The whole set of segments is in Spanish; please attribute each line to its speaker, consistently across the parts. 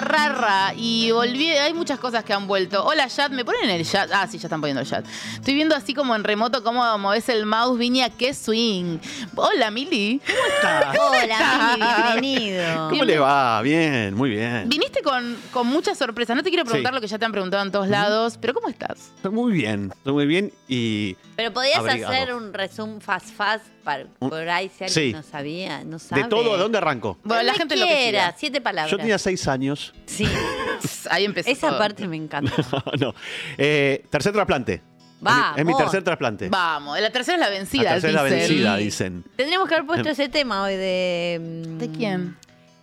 Speaker 1: nada, y volví, hay muchas cosas que han vuelto. Hola, chat, ¿me ponen el chat? Ah, sí, ya están poniendo el chat. Estoy viendo así como en remoto cómo moves el mouse, Viña, qué swing. Hola, Mili.
Speaker 2: Hola, Mili, bienvenido.
Speaker 1: Bien.
Speaker 3: ¿Cómo le va? Bien, muy bien.
Speaker 1: Viniste con, con muchas sorpresas. No te quiero preguntar
Speaker 3: Sí.
Speaker 1: lo que ya te han preguntado en todos lados, pero ¿cómo estás?
Speaker 3: Estoy muy bien, estoy muy bien y
Speaker 2: Pero podías
Speaker 3: Abrigado.
Speaker 2: hacer un resumen fast fast para
Speaker 3: Un-
Speaker 2: por ahí si alguien
Speaker 3: Sí.
Speaker 2: no sabía, no sabe.
Speaker 3: de todo, ¿de dónde arranco?
Speaker 1: Bueno, la
Speaker 2: Donde
Speaker 1: gente
Speaker 2: quiera,
Speaker 1: enloquecida.
Speaker 2: siete palabras.
Speaker 3: Yo tenía seis años.
Speaker 2: Sí,
Speaker 1: Ahí empezó.
Speaker 2: esa
Speaker 1: todo.
Speaker 2: parte me encanta.
Speaker 3: no. Eh, tercer trasplante.
Speaker 2: Va,
Speaker 3: Es mi, es mi
Speaker 2: vos.
Speaker 3: tercer trasplante.
Speaker 1: Vamos, la tercera es la vencida.
Speaker 3: la tercera
Speaker 1: dicen.
Speaker 3: vencida, dicen.
Speaker 2: Tendríamos que haber puesto ese tema hoy de... mm,
Speaker 1: ¿De quién?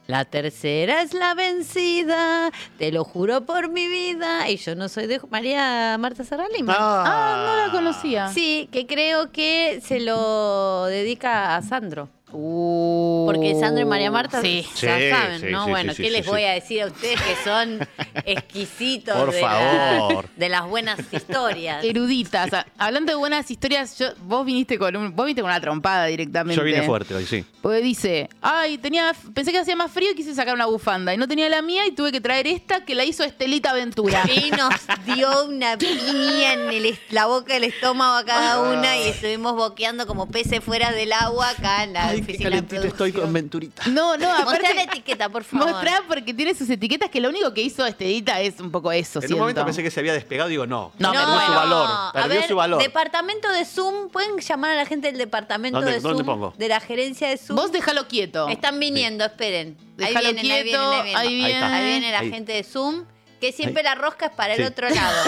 Speaker 2: La tercera es la vencida, te lo juro por mi vida. Y yo no soy de... María Marta Serralima.
Speaker 1: Ah, no la conocía.
Speaker 2: Sí, que creo que se lo dedica a Sandro.
Speaker 1: Uh.
Speaker 2: Porque Sandro y María Marta
Speaker 1: Sí.
Speaker 2: ya
Speaker 3: Sí,
Speaker 2: saben,
Speaker 3: sí,
Speaker 2: ¿no?
Speaker 3: sí,
Speaker 2: bueno,
Speaker 3: sí,
Speaker 2: ¿qué
Speaker 3: sí,
Speaker 2: les
Speaker 3: sí,
Speaker 2: voy
Speaker 3: sí.
Speaker 2: a decir a ustedes que son exquisitos
Speaker 3: Por
Speaker 2: de, la-
Speaker 3: favor.
Speaker 2: de las buenas historias?
Speaker 1: Eruditas. Ah, Hablando de buenas historias, yo- vos viniste con un, vos viniste con una trompada directamente.
Speaker 3: Yo vine fuerte hoy, sí.
Speaker 1: Porque dice, ay, tenía, pensé que hacía más frío y quise sacar una bufanda. Y no tenía la mía y tuve que traer esta que la hizo Estelita Ventura.
Speaker 2: Y nos dio una piña en el est- la boca del estómago a cada una y estuvimos boqueando como peces fuera del agua acá en la oficina de producción.
Speaker 3: Venturita.
Speaker 1: No, no,
Speaker 2: Mostrá la
Speaker 1: aparte.
Speaker 2: etiqueta, por favor.
Speaker 1: Mostrá porque tiene sus etiquetas que lo único que hizo Estelita es un poco eso.
Speaker 3: En un momento pensé que se había despegado, digo, no.
Speaker 1: No,
Speaker 3: perdió
Speaker 1: bueno.
Speaker 3: su
Speaker 2: A
Speaker 3: valor. Perdió
Speaker 2: ver,
Speaker 3: su valor.
Speaker 2: Departamento de Zoom, pueden llamar a la gente del departamento
Speaker 3: ¿Dónde-
Speaker 2: de Zoom,
Speaker 3: dónde pongo?
Speaker 2: de la gerencia de Zoom.
Speaker 1: Vos déjalo quieto.
Speaker 2: Están viniendo, esperen. Ahí
Speaker 1: Déjalo
Speaker 2: vienen, ahí vienen,
Speaker 1: quieto,
Speaker 2: ahí vienen.
Speaker 1: ahí
Speaker 3: Ahí está.
Speaker 2: Ahí
Speaker 1: viene.
Speaker 2: viene la
Speaker 3: Ahí.
Speaker 2: gente de Zoom, que siempre la rosca es para el
Speaker 3: Sí.
Speaker 2: otro lado.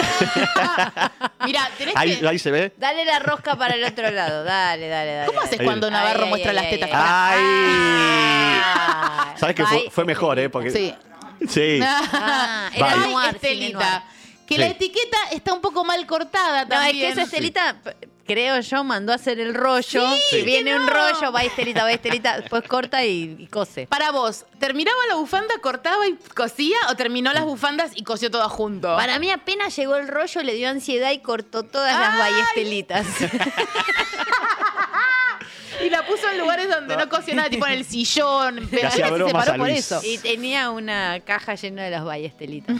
Speaker 1: Mira, tenés
Speaker 3: Ahí,
Speaker 1: que.
Speaker 3: ahí se ve.
Speaker 2: dale la rosca para el otro lado, dale, dale, dale.
Speaker 1: ¿Cómo haces
Speaker 3: Ahí
Speaker 1: cuando
Speaker 2: viene.
Speaker 1: Navarro
Speaker 2: Ay,
Speaker 1: muestra
Speaker 2: ay,
Speaker 1: las
Speaker 2: ay,
Speaker 1: tetas?
Speaker 2: ay,
Speaker 3: ¡Ay!
Speaker 2: Ah,
Speaker 3: Sabes que fue,
Speaker 2: ay,
Speaker 3: fue mejor, ¿eh? Porque...
Speaker 1: Sí.
Speaker 3: Sí.
Speaker 2: Ah,
Speaker 3: era
Speaker 1: Ay,
Speaker 2: noir, cine noir.
Speaker 1: Estelita. Que la
Speaker 3: Sí.
Speaker 1: etiqueta está un poco mal cortada
Speaker 2: No, es
Speaker 1: también.
Speaker 2: que esa Estelita, p- creo yo, mandó a hacer el rollo. viene un rollo, va Estelita, va Estelita, después corta y, y cose.
Speaker 1: Para vos, ¿terminaba la bufanda, cortaba y cosía o terminó las bufandas y cosió todas junto?
Speaker 2: Para mí apenas llegó el rollo, le dio ansiedad y cortó todas las ballestelitas.
Speaker 1: Y la puso en lugares donde no cosió nada, tipo en el sillón. Pero
Speaker 3: hacía
Speaker 1: ella se
Speaker 3: bromas
Speaker 1: separó
Speaker 3: a
Speaker 1: por
Speaker 3: Luis.
Speaker 1: eso.
Speaker 2: Y tenía una caja llena de las ballestelitas.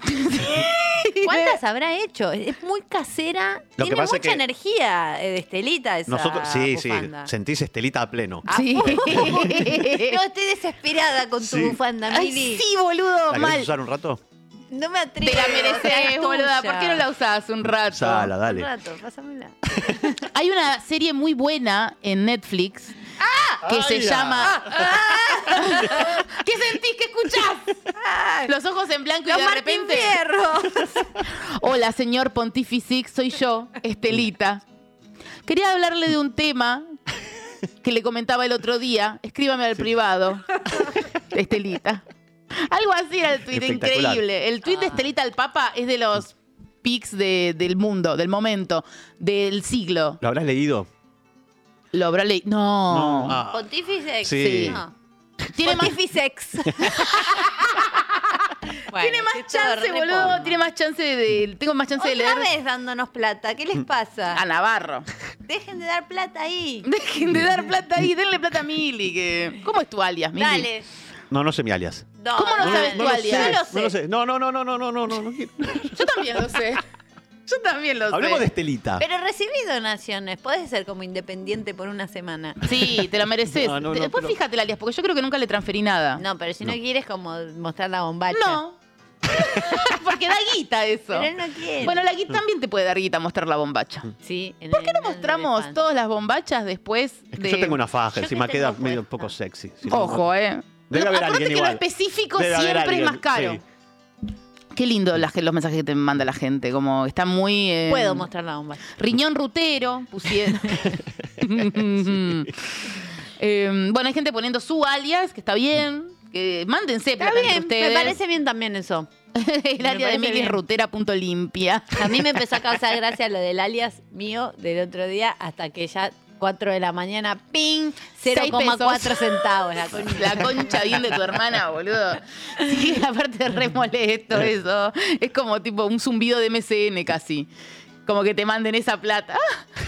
Speaker 2: ¿Cuántas habrá hecho? Es muy casera.
Speaker 3: Lo que
Speaker 2: Tiene
Speaker 3: pasa
Speaker 2: mucha
Speaker 3: es que-
Speaker 2: energía eh, de Estelita esa
Speaker 3: Nosotros, sí,
Speaker 2: bufanda. Ah,
Speaker 3: sí. Sentís estelita a pleno.
Speaker 1: Sí.
Speaker 2: No, estoy desesperada con tu
Speaker 3: Sí.
Speaker 2: bufanda,
Speaker 1: Ay,
Speaker 2: Mili.
Speaker 1: sí, boludo,
Speaker 3: ¿La querés
Speaker 1: mal.
Speaker 3: usar un rato?
Speaker 2: No me atrevo.
Speaker 1: Te la mereces,
Speaker 2: es
Speaker 1: boluda.
Speaker 2: tuya.
Speaker 1: ¿Por qué no la usás un rato?
Speaker 3: Usala,
Speaker 2: Un
Speaker 3: dale.
Speaker 2: rato, pásamela.
Speaker 1: Hay una serie muy buena en Netflix que se
Speaker 3: Ay, la-
Speaker 1: llama. ¿Qué sentís? ¿Qué escuchás? ah. Los ojos en blanco
Speaker 2: Los
Speaker 1: y de
Speaker 2: Martín
Speaker 1: repente.
Speaker 2: Fierro.
Speaker 1: Hola, señor Pontificix, soy yo, Estelita. Quería hablarle de un tema que le comentaba el otro día. Escríbame al privado, Estelita. Algo así era el tuit,
Speaker 3: Espectacular. Ah.
Speaker 1: increíble. El tuit de Estelita al Papa es de los pics de- del mundo, del momento, del siglo.
Speaker 3: ¿Lo habrás leído?
Speaker 1: Lo habrá leído. No.
Speaker 3: Ah.
Speaker 2: Pontífice.
Speaker 3: Sí.
Speaker 2: No.
Speaker 1: Tiene más
Speaker 2: Pontificex.
Speaker 1: tiene más chance, boludo. Tiene más chance de. Tengo más chance de
Speaker 2: Otra
Speaker 1: leer Mm. Ah.
Speaker 2: vez dándonos plata, ¿qué les pasa?
Speaker 1: a Navarro.
Speaker 2: Dejen de dar plata ahí.
Speaker 1: Dejen de dar plata ahí, denle plata a Mili. Que... ¿Cómo es tu alias, Mili?
Speaker 2: Dale.
Speaker 3: No, no sé mi alias.
Speaker 2: No,
Speaker 1: ¿Cómo no
Speaker 2: dale.
Speaker 1: sabes tu
Speaker 3: lo
Speaker 1: alias?
Speaker 3: sé,
Speaker 2: Yo lo sé.
Speaker 3: No lo sé. No, no, no, no, no, no, no, no, no quiero.
Speaker 1: Yo también lo sé. Yo también lo
Speaker 3: Hablemos de
Speaker 1: sé.
Speaker 3: Estelita.
Speaker 2: Pero recibí donaciones, podés ser como independiente por una semana.
Speaker 1: Sí, te lo mereces.
Speaker 3: No, no,
Speaker 1: Te-
Speaker 3: no,
Speaker 1: Después
Speaker 3: pero-
Speaker 1: fíjate el alias, porque yo creo que nunca le transferí nada.
Speaker 2: No, pero si no, quieres como mostrar la bombacha.
Speaker 1: No. porque da guita eso.
Speaker 2: Pero él no quiere.
Speaker 1: Bueno, la guita también te puede dar guita mostrar la bombacha.
Speaker 2: sí, en
Speaker 1: ¿Por
Speaker 2: el-
Speaker 1: qué no
Speaker 2: en el
Speaker 1: mostramos
Speaker 2: elefante.
Speaker 1: todas las bombachas después
Speaker 3: Es que
Speaker 1: de.?
Speaker 3: yo tengo una faja,
Speaker 2: Yo
Speaker 3: encima
Speaker 2: que
Speaker 3: queda
Speaker 2: tengo
Speaker 3: medio un
Speaker 2: puesta.
Speaker 3: poco sexy. Si no,
Speaker 1: Ojo, ¿eh?
Speaker 3: Debe
Speaker 1: No,
Speaker 3: haber
Speaker 1: acordate
Speaker 3: alguien
Speaker 1: que
Speaker 3: igual.
Speaker 1: lo específico
Speaker 3: Debe haber
Speaker 1: siempre es
Speaker 3: alguien,
Speaker 1: más caro.
Speaker 3: sí.
Speaker 1: Qué lindo las- los mensajes que te manda la gente, como está muy... eh,
Speaker 2: Puedo mostrar la bombacha.
Speaker 1: Riñón rutero, pusieron. Eh, bueno, hay gente poniendo su alias, que está bien. Que mándense
Speaker 2: Está
Speaker 1: plata entre
Speaker 2: bien, me
Speaker 1: ustedes.
Speaker 2: parece bien también eso.
Speaker 1: El
Speaker 2: me
Speaker 1: alias de
Speaker 2: parece
Speaker 1: Mili
Speaker 2: bien.
Speaker 1: es rutera.limpia.
Speaker 2: A mí me empezó a causar gracia lo del alias mío del otro día hasta que ya 4 de la mañana, ping,
Speaker 1: Seis
Speaker 2: 0,4
Speaker 1: pesos.
Speaker 2: centavos. La concha.
Speaker 1: La concha bien de tu hermana, boludo. Sí, aparte re molesto eso. Es como tipo un zumbido de MCN casi. Como que te manden esa plata. ¡Ah!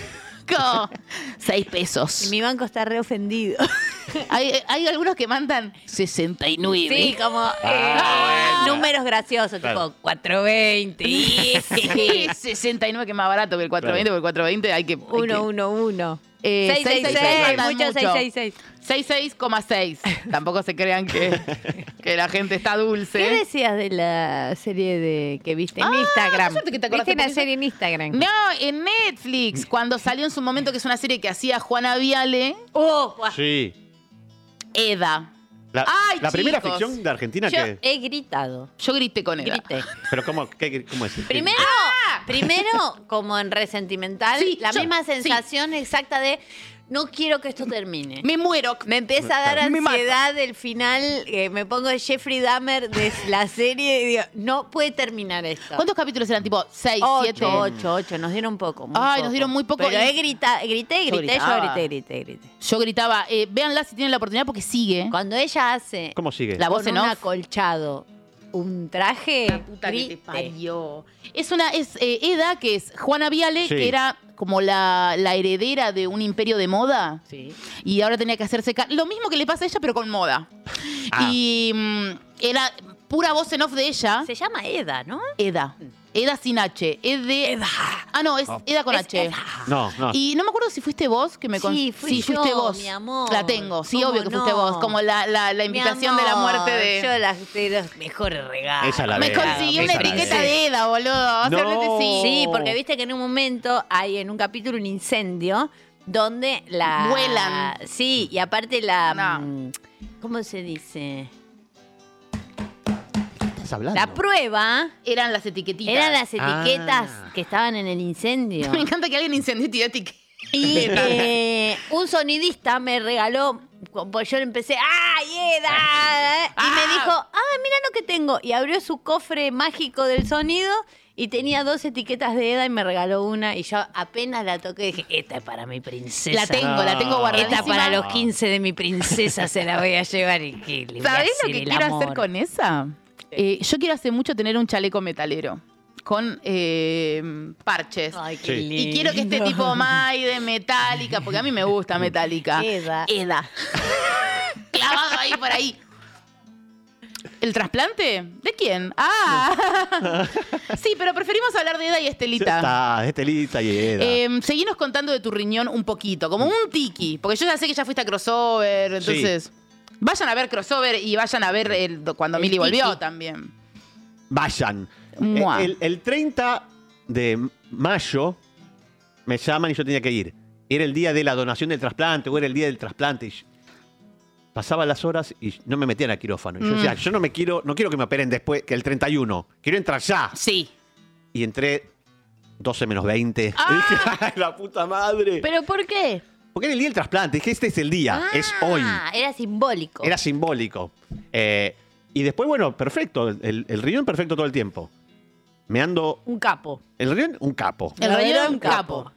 Speaker 1: Como, Seis
Speaker 2: Y
Speaker 1: pesos.
Speaker 2: mi banco está re ofendido.
Speaker 1: Hay, hay algunos que mandan 69.
Speaker 2: Sí, como eh, números graciosos,
Speaker 3: Claro.
Speaker 2: tipo 420.
Speaker 1: Ah, Sí, 69 que es más barato que el 420, porque el 420 hay que... hay que-
Speaker 2: 111.
Speaker 1: Eh,
Speaker 2: 666,
Speaker 1: 666,
Speaker 2: mucho
Speaker 1: mucho.
Speaker 2: 666.
Speaker 1: 66,6. Tampoco se crean que, que la gente está dulce.
Speaker 2: ¿Qué decías de la serie de que viste en
Speaker 1: Ah,
Speaker 2: Instagram?
Speaker 1: qué suerte que te acordaste,
Speaker 2: viste una
Speaker 1: porque
Speaker 2: serie en Instagram.
Speaker 1: No, en Netflix, cuando salió en su momento, que es una serie que hacía Juana Viale,
Speaker 2: Oh, guau.
Speaker 3: Sí.
Speaker 1: Eda.
Speaker 3: La,
Speaker 1: Ay,
Speaker 3: la primera
Speaker 1: chicos.
Speaker 3: ficción de Argentina
Speaker 2: yo
Speaker 3: que.
Speaker 2: he gritado.
Speaker 1: Yo grité con Eda.
Speaker 2: Grité.
Speaker 3: Pero ¿cómo, qué- cómo es?
Speaker 2: Primero, primero, como en Resentimental,
Speaker 1: Ah. Sí,
Speaker 2: la
Speaker 1: yo-
Speaker 2: misma
Speaker 1: sí.
Speaker 2: sensación exacta de no quiero que esto termine.
Speaker 1: Me muero.
Speaker 2: Me empieza a dar
Speaker 1: Me mata.
Speaker 2: ansiedad el final, eh, me pongo Jeffrey Dahmer de la serie y digo, no puede terminar esto.
Speaker 1: ¿Cuántos capítulos eran? Tipo, 6, 7.
Speaker 2: Ocho, ocho, ocho, nos dieron poco. muy
Speaker 1: Ay, nos dieron muy poco
Speaker 2: Pero
Speaker 1: y-
Speaker 2: he grita- grité, grité, yo
Speaker 1: Yo gritaba.
Speaker 2: grité, grité, grité.
Speaker 1: Yo gritaba, eh, véanla si tienen la oportunidad porque sigue.
Speaker 2: Cuando ella hace
Speaker 3: ¿Cómo sigue?
Speaker 1: ¿Eh? La voz
Speaker 2: con
Speaker 1: en
Speaker 2: un
Speaker 1: off.
Speaker 2: acolchado un traje,
Speaker 1: La puta que te
Speaker 2: grité.
Speaker 1: parió. Es una, es eh, Eda, que es Juana Viale,
Speaker 3: Sí.
Speaker 1: que era como la, la heredera de un imperio de moda.
Speaker 2: Sí.
Speaker 1: Y ahora tenía que hacerse car- Lo mismo que le pasa a ella, pero con moda.
Speaker 3: Ah.
Speaker 1: Y mm, era pura voz en off de ella.
Speaker 2: Se llama Eda, ¿no?
Speaker 1: Eda. Eda sin H. Es de- Ah, no, es Eda con
Speaker 2: Es
Speaker 1: H.
Speaker 2: Eda.
Speaker 3: No, Oh. no.
Speaker 1: Y no me acuerdo si fuiste vos que me con-
Speaker 2: Sí, fui yo,
Speaker 1: fuiste vos.
Speaker 2: mi amor.
Speaker 1: La tengo, sí,
Speaker 2: ¿Cómo
Speaker 1: obvio que fuiste
Speaker 2: no?
Speaker 1: vos. Como la, la, la
Speaker 2: Mi
Speaker 1: invitación de la
Speaker 2: amor,
Speaker 1: muerte de.
Speaker 2: Yo la, de los mejores regalos.
Speaker 3: Esa la
Speaker 1: Me
Speaker 3: Esa
Speaker 1: consiguió una
Speaker 3: esa la
Speaker 1: etiqueta
Speaker 3: veo.
Speaker 1: de Eda, boludo. O sea,
Speaker 3: No.
Speaker 1: realmente sí.
Speaker 2: Sí, porque viste que en un momento hay en un capítulo un incendio donde la.
Speaker 1: Vuelan.
Speaker 2: Sí, y aparte la.
Speaker 1: No.
Speaker 2: mm, ¿Cómo se dice?
Speaker 3: ¿Qué estás
Speaker 1: Ah,
Speaker 3: hablando?
Speaker 2: La prueba
Speaker 1: Eran las etiquetitas.
Speaker 2: eran las
Speaker 3: Ah.
Speaker 2: etiquetas que estaban en el incendio.
Speaker 1: Me encanta que alguien incendió y tiró etiquetas.
Speaker 2: Y eh, un sonidista me regaló, pues yo le empecé, ¡ay, Eda! Y me dijo, ¡ah, mira lo que tengo! Y abrió su cofre mágico del sonido y tenía dos etiquetas de Eda y me regaló una. Y yo apenas la toqué dije, esta es para mi princesa.
Speaker 1: La tengo, la tengo
Speaker 3: No.
Speaker 1: guardadísima.
Speaker 2: Esta para los 15 de mi princesa se la voy a llevar y que le voy a
Speaker 1: ¿Sabés lo
Speaker 2: hacer
Speaker 1: que
Speaker 2: el
Speaker 1: quiero hacer
Speaker 2: amor.
Speaker 1: con esa? Eh, yo quiero hace mucho tener un chaleco metalero con eh, parches.
Speaker 2: Ay, qué
Speaker 3: Sí.
Speaker 1: Y quiero que esté
Speaker 2: lindo.
Speaker 1: tipo Maide, Metallica, porque a mí me gusta Metallica.
Speaker 2: Eda.
Speaker 1: Eda. Clavado ahí por ahí. ¿El trasplante? ¿De quién? Ah. sí, pero preferimos hablar de Eda y
Speaker 3: Ya
Speaker 1: Estelita.
Speaker 3: Está, Estelita y Eda.
Speaker 1: Eh, seguinos contando de tu riñón un poquito, como un tiki, porque yo ya sé que ya fuiste a crossover, entonces vayan a ver crossover y vayan a ver el- cuando
Speaker 2: El
Speaker 1: Milly volvió
Speaker 2: tiki.
Speaker 1: también.
Speaker 3: Vayan.
Speaker 1: Mua.
Speaker 3: Eh, El, el 30 de mayo me llaman y yo tenía que ir. Era el día de la donación del trasplante o era el día del trasplante. Y yo- pasaba las horas y no me metían a quirófano. Y yo
Speaker 1: Mm.
Speaker 3: decía, yo no me quiero, no quiero que me operen después, que el 31. Quiero entrar ya.
Speaker 1: Sí.
Speaker 3: Y entré 12 menos 20.
Speaker 1: Ah.
Speaker 3: Y dije, "Ay, la puta madre.
Speaker 2: ¿Pero por qué?
Speaker 3: Porque era el día del trasplante. Dije, este es el día. es hoy.
Speaker 2: Ah, Era simbólico.
Speaker 3: Era simbólico. Eh, y después, bueno, perfecto. El, el riñón perfecto todo el tiempo. Me ando.
Speaker 2: un capo.
Speaker 3: El riñón, un capo.
Speaker 1: El
Speaker 2: La verdad,
Speaker 1: riñón
Speaker 2: un
Speaker 1: capo.
Speaker 2: capo.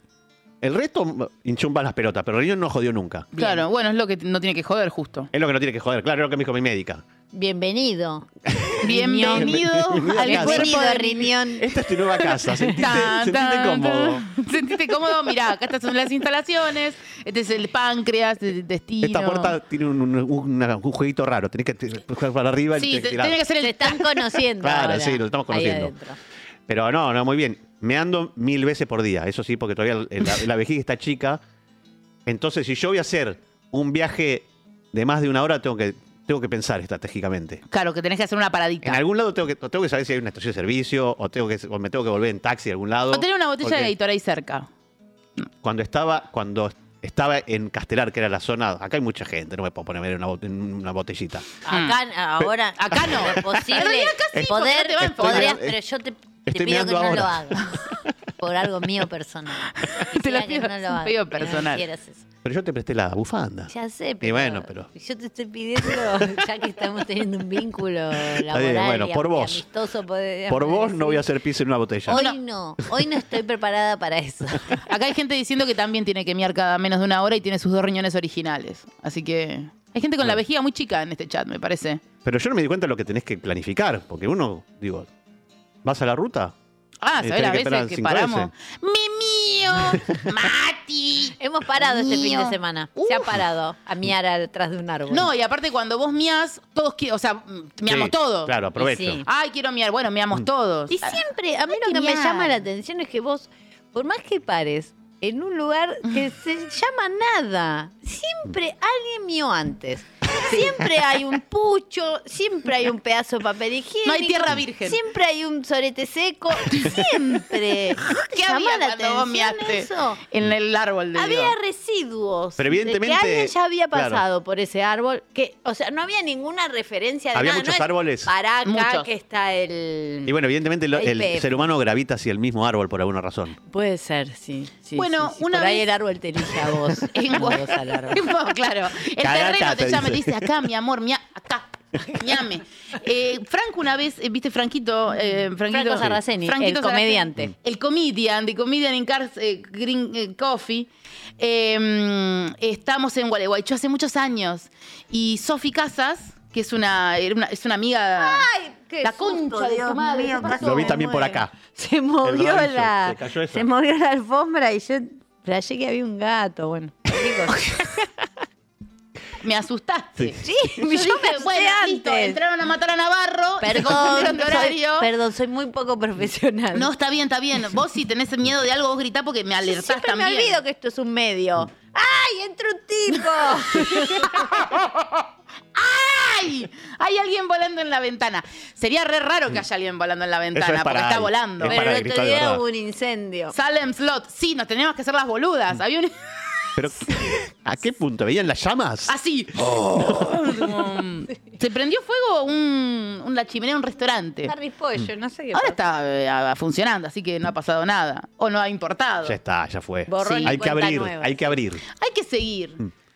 Speaker 3: El resto mm, hinchumba las pelotas, pero el riñón no jodió nunca.
Speaker 1: Claro, bueno, es lo que no tiene que joder justo.
Speaker 3: Es lo que no tiene que joder. Claro, es lo que me dijo mi médica.
Speaker 2: Bienvenido.
Speaker 1: Bienvenido
Speaker 3: Bienvenido a
Speaker 1: al
Speaker 3: casa.
Speaker 1: cuerpo de
Speaker 2: riñón.
Speaker 3: Esta es tu nueva casa. Sentiste,
Speaker 1: Tan,
Speaker 3: sentiste
Speaker 1: tan,
Speaker 3: cómodo.
Speaker 1: tan. Sentiste cómodo, mirá, acá estas son las instalaciones, este es el páncreas, el intestino.
Speaker 3: Esta puerta tiene un, un- una- un jueguito raro. Tenés que t- jugar para arriba y
Speaker 1: Sí,
Speaker 3: tenés que
Speaker 1: te-
Speaker 3: tirar.
Speaker 1: tenía que ser
Speaker 2: Se
Speaker 1: el...
Speaker 2: están conociendo.
Speaker 3: Claro,
Speaker 2: ahora,
Speaker 3: sí, lo estamos
Speaker 2: ahí
Speaker 3: conociendo.
Speaker 2: adentro.
Speaker 3: Pero no, no, muy bien. Me ando mil veces por día, eso sí, porque todavía el- la, la vejiga está chica. Entonces, si yo voy a hacer un viaje de más de una hora, tengo que, tengo que pensar estratégicamente.
Speaker 1: Claro, que tenés que hacer una
Speaker 3: En
Speaker 1: paradita.
Speaker 3: algún lado tengo que, o tengo que saber si hay una estación de servicio, o, tengo que, o me tengo que volver en taxi a algún lado.
Speaker 1: O tener una botella de
Speaker 3: Porque
Speaker 1: Gatorade cerca.
Speaker 3: Cuando estaba, cuando estaba en Castelar, que era la zona, acá hay mucha gente, no me puedo poner en una, bot- en una botellita.
Speaker 2: Acá, ahora.
Speaker 1: Mm. acá no.
Speaker 2: Es
Speaker 1: En
Speaker 2: posible.
Speaker 1: realidad acá sí,
Speaker 2: poder,
Speaker 1: porque no te va a enfermar.
Speaker 2: podrías,
Speaker 3: Estoy
Speaker 2: pero yo te, te
Speaker 3: estoy
Speaker 2: pido que
Speaker 3: mirando
Speaker 2: no lo
Speaker 3: ahora.
Speaker 2: hagas. Por algo mío personal.
Speaker 1: Te lo
Speaker 2: Quisiera que
Speaker 1: pido,
Speaker 2: no
Speaker 1: es
Speaker 2: lo
Speaker 1: un
Speaker 2: hagas,
Speaker 1: pedido
Speaker 2: que no
Speaker 1: personal.
Speaker 2: hicieras eso.
Speaker 3: Pero yo te presté la bufanda.
Speaker 2: Ya sé, pero.
Speaker 3: bueno, pero-
Speaker 2: Yo te estoy pidiendo, ya que estamos teniendo un vínculo laboral.
Speaker 3: bien, bueno,
Speaker 2: y
Speaker 3: por
Speaker 2: am- y
Speaker 3: vos.
Speaker 2: amistoso, podríamos
Speaker 3: Por vos no voy a
Speaker 2: decir.
Speaker 3: hacer pis en una botella.
Speaker 2: Hoy no, hoy no estoy preparada para eso.
Speaker 1: Acá hay gente diciendo que también tiene que miar cada menos de una hora y tiene sus dos riñones originales. Así que... Hay gente con la vejiga muy chica en este chat, me parece.
Speaker 3: Pero yo no me di cuenta de lo que tenés que planificar, porque uno, digo, ¿vas a la ruta?
Speaker 1: Ah,
Speaker 3: Y
Speaker 1: ¿sabés
Speaker 3: tenés
Speaker 1: las
Speaker 3: Este, que esperar
Speaker 1: veces que
Speaker 3: cinco
Speaker 1: paramos?
Speaker 3: veces.
Speaker 1: ¡Me mío, Mati.
Speaker 2: Hemos parado este fin de
Speaker 1: Mío.
Speaker 2: semana.
Speaker 1: Uf.
Speaker 2: Se ha parado a miar atrás de un árbol.
Speaker 1: Uh. No, y aparte cuando vos miás, todos quieren, o sea, mm, miamos
Speaker 3: Sí,
Speaker 1: todo.
Speaker 3: Claro, Mm. aprovecho.
Speaker 2: Y sí.
Speaker 1: Ay, quiero miar. Bueno, miamos todos.
Speaker 2: Y siempre, a mí
Speaker 1: hay
Speaker 2: lo
Speaker 1: que
Speaker 2: que me
Speaker 1: miar.
Speaker 2: llama la atención es que vos, por más que pares en un lugar que se llama nada, siempre alguien mío antes. Siempre hay un pucho, siempre hay un pedazo de papel higiénico.
Speaker 1: No hay tierra virgen.
Speaker 2: Siempre hay un sorete seco. Siempre.
Speaker 1: ¿Qué
Speaker 2: Llama
Speaker 1: había
Speaker 2: la
Speaker 1: cuando vos
Speaker 2: atención
Speaker 1: miaste?
Speaker 2: eso.
Speaker 1: En el árbol de
Speaker 2: Había residuos.
Speaker 3: Pero
Speaker 2: de
Speaker 3: evidentemente-
Speaker 2: que alguien ya había
Speaker 3: claro.
Speaker 2: pasado por ese árbol. Que, o sea, no había ninguna referencia de
Speaker 3: Había
Speaker 2: nada.
Speaker 3: muchos
Speaker 2: no es
Speaker 3: árboles.
Speaker 2: Para acá
Speaker 1: Muchos.
Speaker 2: que está el.
Speaker 3: Y bueno, evidentemente lo- el,
Speaker 2: IPF.
Speaker 3: ser humano gravita hacia el mismo árbol por alguna razón.
Speaker 2: Puede ser, sí. sí,
Speaker 1: Bueno,
Speaker 2: sí, sí.
Speaker 1: una
Speaker 2: Por ahí
Speaker 1: vez-
Speaker 2: el árbol te elige a vos.
Speaker 1: En
Speaker 2: no
Speaker 1: Gua-
Speaker 2: vos al árbol.
Speaker 1: Bueno, claro. El
Speaker 3: Cagata,
Speaker 1: terreno te,
Speaker 3: te
Speaker 1: llama y te
Speaker 3: dice.
Speaker 1: dice, acá, mi amor, mia, acá. Ñame. Eh, Franco una vez, eh, viste, Franquito, eh, Franquito
Speaker 2: Franco Sarraceni,
Speaker 1: Franquito
Speaker 2: el
Speaker 1: Sarraceni,
Speaker 2: comediante.
Speaker 1: el comedian, de Comedian in Cars eh, Green eh, Coffee. eh, estamos en Gualeguaychú hace muchos años. Y Sofi Casas, que es una, era una- es una amiga.
Speaker 2: Ay, qué
Speaker 1: la
Speaker 2: susto,
Speaker 1: concha de
Speaker 2: Dios
Speaker 1: tu madre.
Speaker 2: mío,
Speaker 1: ¿qué pasó?
Speaker 3: Lo vi
Speaker 1: Me
Speaker 3: también por
Speaker 1: muero.
Speaker 3: acá.
Speaker 2: Se movió
Speaker 3: rodillo,
Speaker 2: la.
Speaker 3: se cayó eso.
Speaker 2: movió la alfombra y yo flashé que había un gato. Bueno. digo,
Speaker 1: Me asustaste.
Speaker 3: Sí.
Speaker 2: sí, yo me asusté
Speaker 1: bueno, listo,
Speaker 2: antes.
Speaker 1: entraron a matar a Navarro. y se
Speaker 2: Perdón,
Speaker 1: confundieron de
Speaker 2: soy,
Speaker 1: horario.
Speaker 2: perdón, soy muy poco profesional.
Speaker 1: No, está bien, está bien. Vos si tenés miedo de algo, vos gritá porque me
Speaker 2: Yo
Speaker 1: alertás
Speaker 2: siempre
Speaker 1: también.
Speaker 2: me olvido que esto es un medio.
Speaker 3: Mm.
Speaker 2: ¡Ay, entra un tipo!
Speaker 1: ¡Ay! Hay alguien volando en la ventana. Sería re raro que haya alguien volando en la ventana
Speaker 3: Eso es
Speaker 1: porque
Speaker 3: para
Speaker 1: está
Speaker 3: ahí.
Speaker 1: volando.
Speaker 3: Es
Speaker 2: Pero
Speaker 3: para
Speaker 2: el otro
Speaker 3: gritar de
Speaker 2: día
Speaker 3: verdad.
Speaker 2: hubo un incendio.
Speaker 1: Salem Slot. Sí, nos teníamos que hacer las boludas. Había un...
Speaker 3: Pero, ¿a qué punto? ¿Veían las llamas?
Speaker 1: Así. Como- mm, Se prendió fuego un, una chimenea de un restaurante.
Speaker 2: Harry Pollo, no sé qué
Speaker 1: Ahora
Speaker 2: pasó.
Speaker 1: está eh, funcionando, así que no ha pasado nada. O no ha importado.
Speaker 3: Ya está, ya fue.
Speaker 2: Borrón
Speaker 1: Sí.
Speaker 2: y
Speaker 3: Hay que
Speaker 2: cuenta
Speaker 3: abrir,
Speaker 2: nueva.
Speaker 3: hay que abrir.
Speaker 1: Hay que seguir.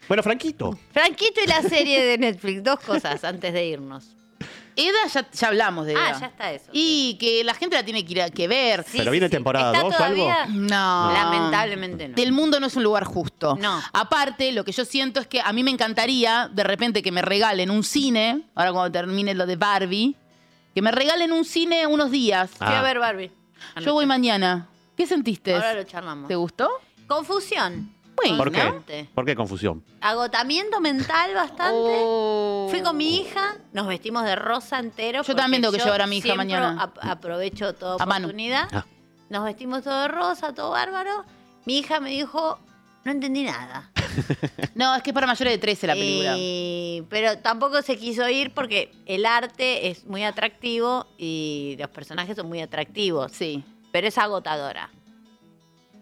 Speaker 3: Bueno, Franquito.
Speaker 2: Franquito y la serie de Netflix, dos cosas antes de irnos.
Speaker 1: Eda, ya, ya hablamos de Eda.
Speaker 2: Ah, ya está eso.
Speaker 1: Y que la gente la tiene que, ir a- que ver.
Speaker 2: Sí,
Speaker 3: Pero viene temporada
Speaker 2: ¿Está
Speaker 3: dos o
Speaker 2: todavía?
Speaker 3: algo?
Speaker 1: No.
Speaker 2: Lamentablemente no.
Speaker 1: El mundo no es un lugar justo.
Speaker 2: No.
Speaker 1: Aparte, lo que yo siento es que a mí me encantaría de repente que me regalen un cine, ahora cuando termine lo de Barbie, que me regalen un cine unos días.
Speaker 3: Ah.
Speaker 2: Fui a ver Barbie.
Speaker 1: Yo voy mañana. ¿Qué sentiste?
Speaker 2: Ahora lo charlamos.
Speaker 1: ¿Te gustó?
Speaker 2: Confusión.
Speaker 1: Bueno.
Speaker 3: ¿Por qué?
Speaker 2: Constante.
Speaker 3: ¿Por qué confusión?
Speaker 2: Agotamiento mental bastante.
Speaker 1: Oh.
Speaker 2: Fui con mi hija, nos vestimos de rosa entero.
Speaker 1: Yo también tengo
Speaker 2: porque
Speaker 1: que llevar a mi hija
Speaker 2: siempre
Speaker 1: mañana.
Speaker 2: ap- aprovecho toda
Speaker 1: A mano.
Speaker 2: oportunidad.
Speaker 3: Ah.
Speaker 2: Nos vestimos todo de rosa, todo bárbaro. Mi hija me dijo, no entendí nada.
Speaker 1: No, es que es para mayores de 13 la película.
Speaker 2: Eh. Y- pero tampoco se quiso ir porque el arte es muy atractivo y los personajes son muy atractivos.
Speaker 1: Sí.
Speaker 2: Pero es agotadora.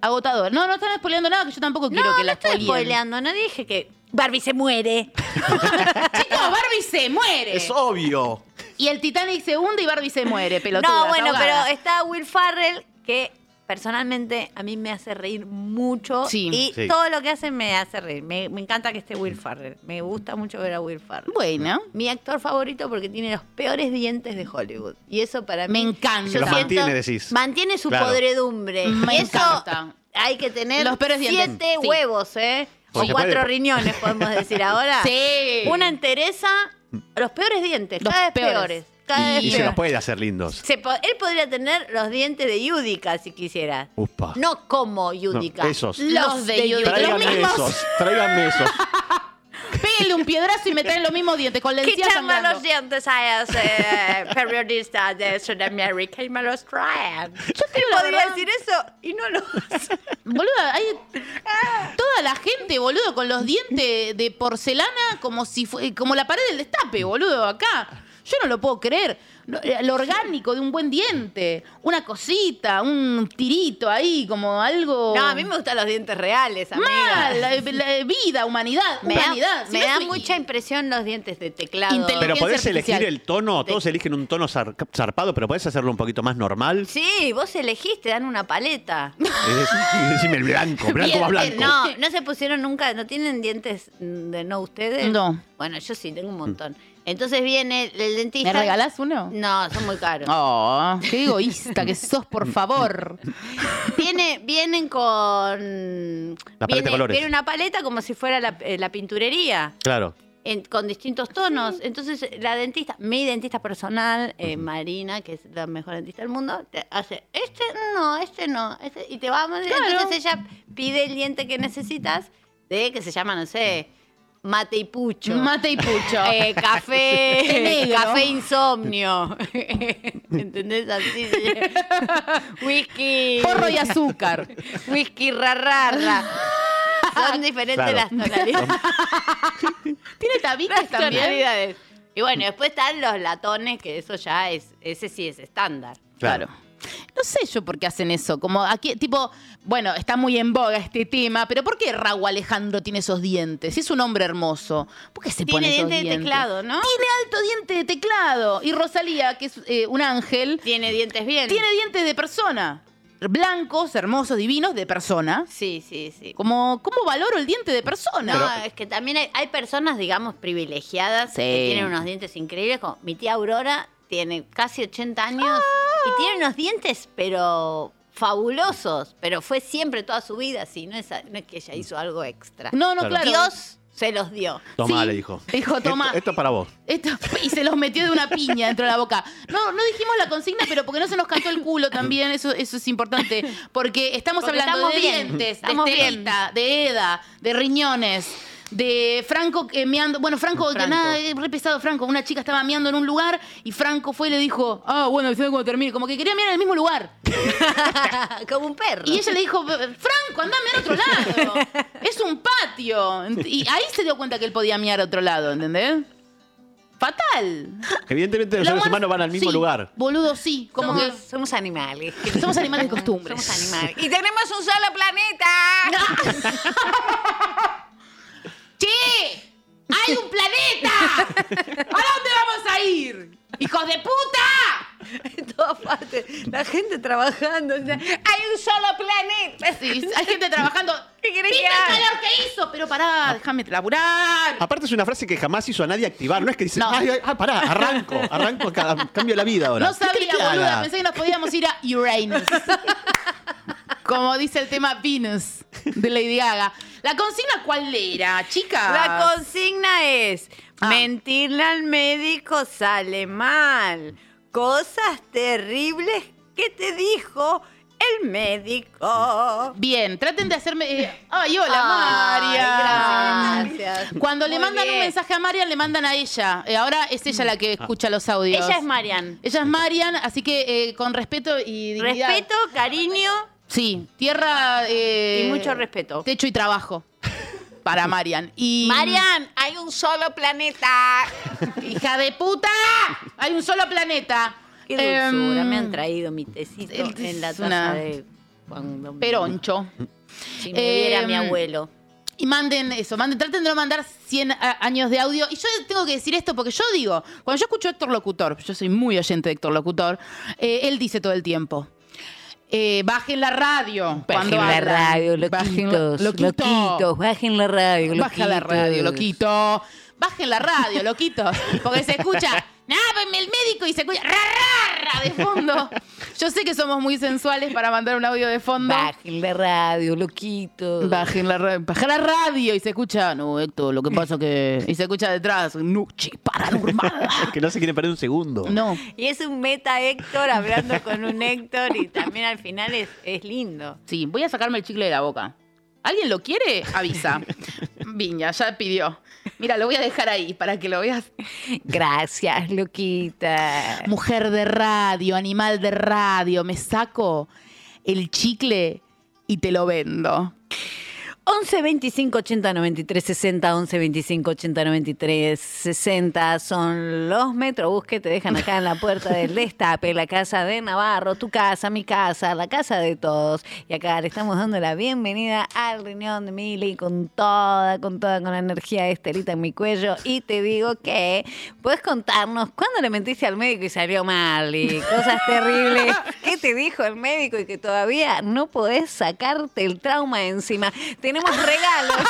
Speaker 1: Agotador. No, no están spoileando nada, que yo tampoco quiero que la
Speaker 2: Estoy
Speaker 1: spoileen.
Speaker 2: spoileando, no dije que Barbie se muere.
Speaker 1: Chicos, Barbie se muere.
Speaker 3: obvio.
Speaker 1: Y el Titanic se hunde y Barbie se muere, pelotuda.
Speaker 2: no,
Speaker 1: está
Speaker 2: bueno,
Speaker 1: ahogada.
Speaker 2: pero está Will Farrell que personalmente a mí me hace reír mucho
Speaker 1: Sí.
Speaker 2: y
Speaker 3: Sí.
Speaker 2: todo lo que hace me hace reír. Me, me encanta que esté Will Farrell. Me gusta mucho ver a Will Farrell.
Speaker 1: Bueno.
Speaker 2: Mi actor favorito porque tiene los peores dientes de Hollywood. Y eso para
Speaker 1: Me
Speaker 2: mí...
Speaker 1: encanta.
Speaker 2: yo
Speaker 3: Los
Speaker 2: siento-
Speaker 3: mantiene, decís.
Speaker 2: Mantiene su
Speaker 3: Claro.
Speaker 2: podredumbre.
Speaker 1: Me
Speaker 2: y eso
Speaker 1: encanta.
Speaker 2: hay que tener
Speaker 1: Los peores dientes.
Speaker 2: siete
Speaker 1: Sí.
Speaker 2: huevos, ¿eh?
Speaker 3: Porque
Speaker 2: o cuatro
Speaker 3: puede-
Speaker 2: riñones, podemos decir ahora.
Speaker 1: Ah, Sí.
Speaker 2: Una entereza, los peores dientes,
Speaker 1: Los
Speaker 2: cada vez
Speaker 1: peores.
Speaker 2: peores. cada vez
Speaker 3: Y, y se
Speaker 2: peores.
Speaker 3: los puede hacer lindos.
Speaker 2: Se po- él podría tener los dientes de Yudica si quisiera.
Speaker 3: Upa.
Speaker 2: No como Yudica.
Speaker 3: No, esos.
Speaker 1: Los de Yudica. Los
Speaker 3: Tráiganme
Speaker 1: mismos.
Speaker 3: esos. Tráiganme esos.
Speaker 1: Pégale un piedrazo y me traen los mismos dientes, con la
Speaker 2: Que
Speaker 1: encía sangrando.
Speaker 2: los dientes a ese eh, periodista de Sudamérica y me los traen. Yo te
Speaker 1: la
Speaker 2: podría
Speaker 1: verdad-
Speaker 2: decir eso y no lo hace.
Speaker 1: Boluda, hay toda la gente, boludo, con los dientes de porcelana como si fue, como la pared del destape, boludo, acá. Yo no lo puedo creer. No, eh, Lo orgánico de un buen diente, una cosita, un tirito ahí, como algo.
Speaker 2: No, a mí me gustan los dientes reales, amiga.
Speaker 1: mal, la, la vida, humanidad,
Speaker 2: Me da,
Speaker 1: humanidad. Si
Speaker 2: me
Speaker 1: no
Speaker 2: da
Speaker 1: soy-
Speaker 2: mucha impresión los dientes de teclado.
Speaker 1: Inteligente.
Speaker 3: Pero podés
Speaker 1: artificial.
Speaker 3: elegir el tono. Todos eligen un tono zar- zarpado, pero podés hacerlo un poquito más normal.
Speaker 2: Sí, vos elegiste, dan una paleta.
Speaker 3: Y decime el blanco. Blanco más
Speaker 1: Bien,
Speaker 3: blanco.
Speaker 2: eh, No, no se pusieron nunca, no tienen dientes mm, de no ustedes.
Speaker 1: No.
Speaker 2: Bueno, yo sí, tengo un montón. Entonces viene el, el dentista.
Speaker 1: ¿Me regalás uno?
Speaker 2: No, son muy caros.
Speaker 1: Oh, qué egoísta que sos, por favor.
Speaker 2: Viene, vienen con.
Speaker 3: La paleta de
Speaker 2: viene,
Speaker 3: colores.
Speaker 2: viene una paleta como si fuera la, eh, la pinturería.
Speaker 3: Claro.
Speaker 2: en- con distintos tonos. Entonces, la dentista, mi dentista personal, eh, Marina, que es la mejor dentista del mundo, te hace, este no, este no, este- y te va a Entonces ella pide el diente que necesitas, de que se llama, no sé, mate y pucho.
Speaker 1: Mate y pucho.
Speaker 2: Eh, café,
Speaker 1: negro.
Speaker 2: café insomnio. ¿Entendés? Así. se- Whisky.
Speaker 1: Porro y azúcar.
Speaker 2: Whisky rararra. Son diferentes
Speaker 3: Claro.
Speaker 2: las tonalidades.
Speaker 1: Tiene tabiques
Speaker 2: Las
Speaker 1: también.
Speaker 2: tonalidades. Y bueno, después están los latones, que eso ya es, ese sí es estándar.
Speaker 1: Claro. No sé yo por qué hacen eso. Como aquí, tipo, bueno, está muy en boga este tema, pero ¿por qué Raúl Alejandro tiene esos dientes? Si es un hombre hermoso, ¿por qué se
Speaker 2: Tiene
Speaker 1: pone esos
Speaker 2: diente de
Speaker 1: dientes?
Speaker 2: teclado, ¿no?
Speaker 1: Tiene alto diente de teclado. Y Rosalía, que es eh, un ángel,
Speaker 2: Tiene dientes bien.
Speaker 1: tiene dientes de persona. Blancos, hermosos, divinos, de persona.
Speaker 2: Sí, sí, sí.
Speaker 1: Como, ¿Cómo valoro el diente de persona?
Speaker 2: No, es que también hay, hay personas, digamos, privilegiadas
Speaker 1: Sí.
Speaker 2: que tienen unos dientes increíbles. Como mi tía Aurora tiene casi 80 años
Speaker 1: Ah.
Speaker 2: y tiene unos dientes, pero fabulosos. Pero fue siempre toda su vida así. No es, no es que ella hizo algo extra.
Speaker 1: No, no,
Speaker 3: Claro.
Speaker 1: claro.
Speaker 2: Dios se los dio.
Speaker 3: Tomá,
Speaker 1: Sí.
Speaker 3: le dijo.
Speaker 1: Dijo, "Tomá".
Speaker 3: Esto, esto es para vos.
Speaker 1: Esto- y se los metió de una piña dentro de la boca. No, no dijimos la consigna, pero porque no se nos cantó el culo también, eso, eso es importante. Porque estamos
Speaker 2: Porque
Speaker 1: hablando
Speaker 2: estamos
Speaker 1: de
Speaker 2: bien,
Speaker 1: dientes,
Speaker 2: estamos
Speaker 1: de
Speaker 2: bien.
Speaker 1: estelita, de Eda, de riñones, de Franco que meando. Bueno, Franco, de
Speaker 2: Franco.
Speaker 1: nada, eh, re pesado Franco. Una chica estaba meando en un lugar y Franco fue y le dijo, ah, bueno, decime cuando termine. Como que quería mear en el mismo lugar.
Speaker 2: Como un perro.
Speaker 1: Y ella le dijo, Franco, andame a otro lado. Es un patio. Y ahí se dio cuenta que él podía mear a otro lado, ¿entendés? Fatal.
Speaker 3: Evidentemente los
Speaker 1: La
Speaker 3: seres
Speaker 1: humana-
Speaker 3: humanos van al mismo
Speaker 1: sí,
Speaker 3: lugar.
Speaker 1: Boludo, sí. Como
Speaker 2: somos, somos animales.
Speaker 1: que somos animales de costumbre.
Speaker 2: Somos animales. Y tenemos un solo planeta.
Speaker 1: ¡Che! ¡Hay un planeta! ¿A dónde vamos a ir? ¡Hijos de puta!
Speaker 2: En todas partes. La gente trabajando. o sea, hay un solo planeta.
Speaker 1: Sí, hay gente trabajando.
Speaker 2: ¿Qué querés que
Speaker 1: ¿Viste
Speaker 2: haga?
Speaker 1: el calor que hizo? Pero
Speaker 3: Ah.
Speaker 1: pará, déjame laburar.
Speaker 3: Aparte es una frase que jamás hizo a nadie activar. No es que dice,
Speaker 1: No.
Speaker 3: ay, ay, ah, pará, arranco, arranco, ca- cambio la vida ahora.
Speaker 1: No
Speaker 3: ¿Qué querés
Speaker 1: sabía,
Speaker 3: que haga?
Speaker 1: boluda. Pensé que nos podíamos ir a Uranus. Como dice el tema Venus de Lady Gaga. ¿La consigna cuál era, chica?
Speaker 2: La consigna es:
Speaker 1: Ah.
Speaker 2: mentirle al médico sale mal. Cosas terribles que te dijo el médico.
Speaker 1: Bien, traten de hacerme. eh, ¡Ay, hola,
Speaker 2: Ay,
Speaker 1: María!
Speaker 2: gracias.
Speaker 1: Cuando le
Speaker 2: Muy
Speaker 1: mandan
Speaker 2: bien.
Speaker 1: un mensaje a Marian, le mandan a ella. Eh, ahora es ella la que escucha los audios.
Speaker 2: Ella es Marian.
Speaker 1: Ella es Marian, así que eh, con respeto y dignidad.
Speaker 2: Respeto, cariño
Speaker 1: Sí, tierra. eh,
Speaker 2: y mucho respeto.
Speaker 1: Techo y trabajo. Para Marian. Y,
Speaker 2: Marian, hay un solo planeta.
Speaker 1: ¡Hija de puta! Hay un solo planeta.
Speaker 2: Qué dulzura,
Speaker 1: Em,
Speaker 2: me han traído mi tecito
Speaker 1: el-
Speaker 2: en la
Speaker 1: es
Speaker 2: taza
Speaker 1: una-
Speaker 2: de Juan Domingo.
Speaker 1: Peroncho.
Speaker 2: Si me viera
Speaker 1: Em,
Speaker 2: mi abuelo.
Speaker 1: Y manden eso, manden, traten de no mandar 100 a- años de audio. Y yo tengo que decir esto porque yo digo, cuando yo escucho a Héctor Locutor, yo soy muy oyente de Héctor Locutor, eh, él dice todo el tiempo. eh, bajen la radio. cuando hablan. Bajen la- loquito.
Speaker 2: bajen la radio,
Speaker 1: Baja la radio, loquito. Bajen la radio, loquito. Porque se escucha, nada, el médico y se escucha, ra, ra, ra", de fondo. Yo sé que somos muy sensuales para mandar un audio de fondo.
Speaker 2: la radio, loquito.
Speaker 1: Bajen la, ra- baja la radio y se escucha, no, Héctor, lo que pasa que... Y se escucha detrás, Nucci, paranormal.
Speaker 3: que no se quiere perder un segundo.
Speaker 1: No.
Speaker 2: Y es un meta Héctor hablando con un Héctor y también al final es, es lindo.
Speaker 1: Sí, voy a sacarme el chicle de la boca. ¿Alguien lo quiere? Avisa. Viña, ya pidió. Mira, lo voy a dejar ahí para que lo veas.
Speaker 2: Gracias, loquita.
Speaker 1: Mujer de radio, animal de radio, me saco el chicle y te lo vendo.
Speaker 2: 11 25 80 93 60 11 25 80 93 60 son los metrobús que te dejan acá en la puerta del destape, la casa de Navarro, tu casa, mi casa, la casa de todos. Y acá le estamos dando la bienvenida al riñón de Mili con toda, con toda, con la energía de Estelita en mi cuello. Y te digo que puedes contarnos cuándo le mentiste al médico y salió mal y cosas terribles. ¿Qué te dijo el médico y que todavía no podés sacarte el trauma encima? Tenemos regalos.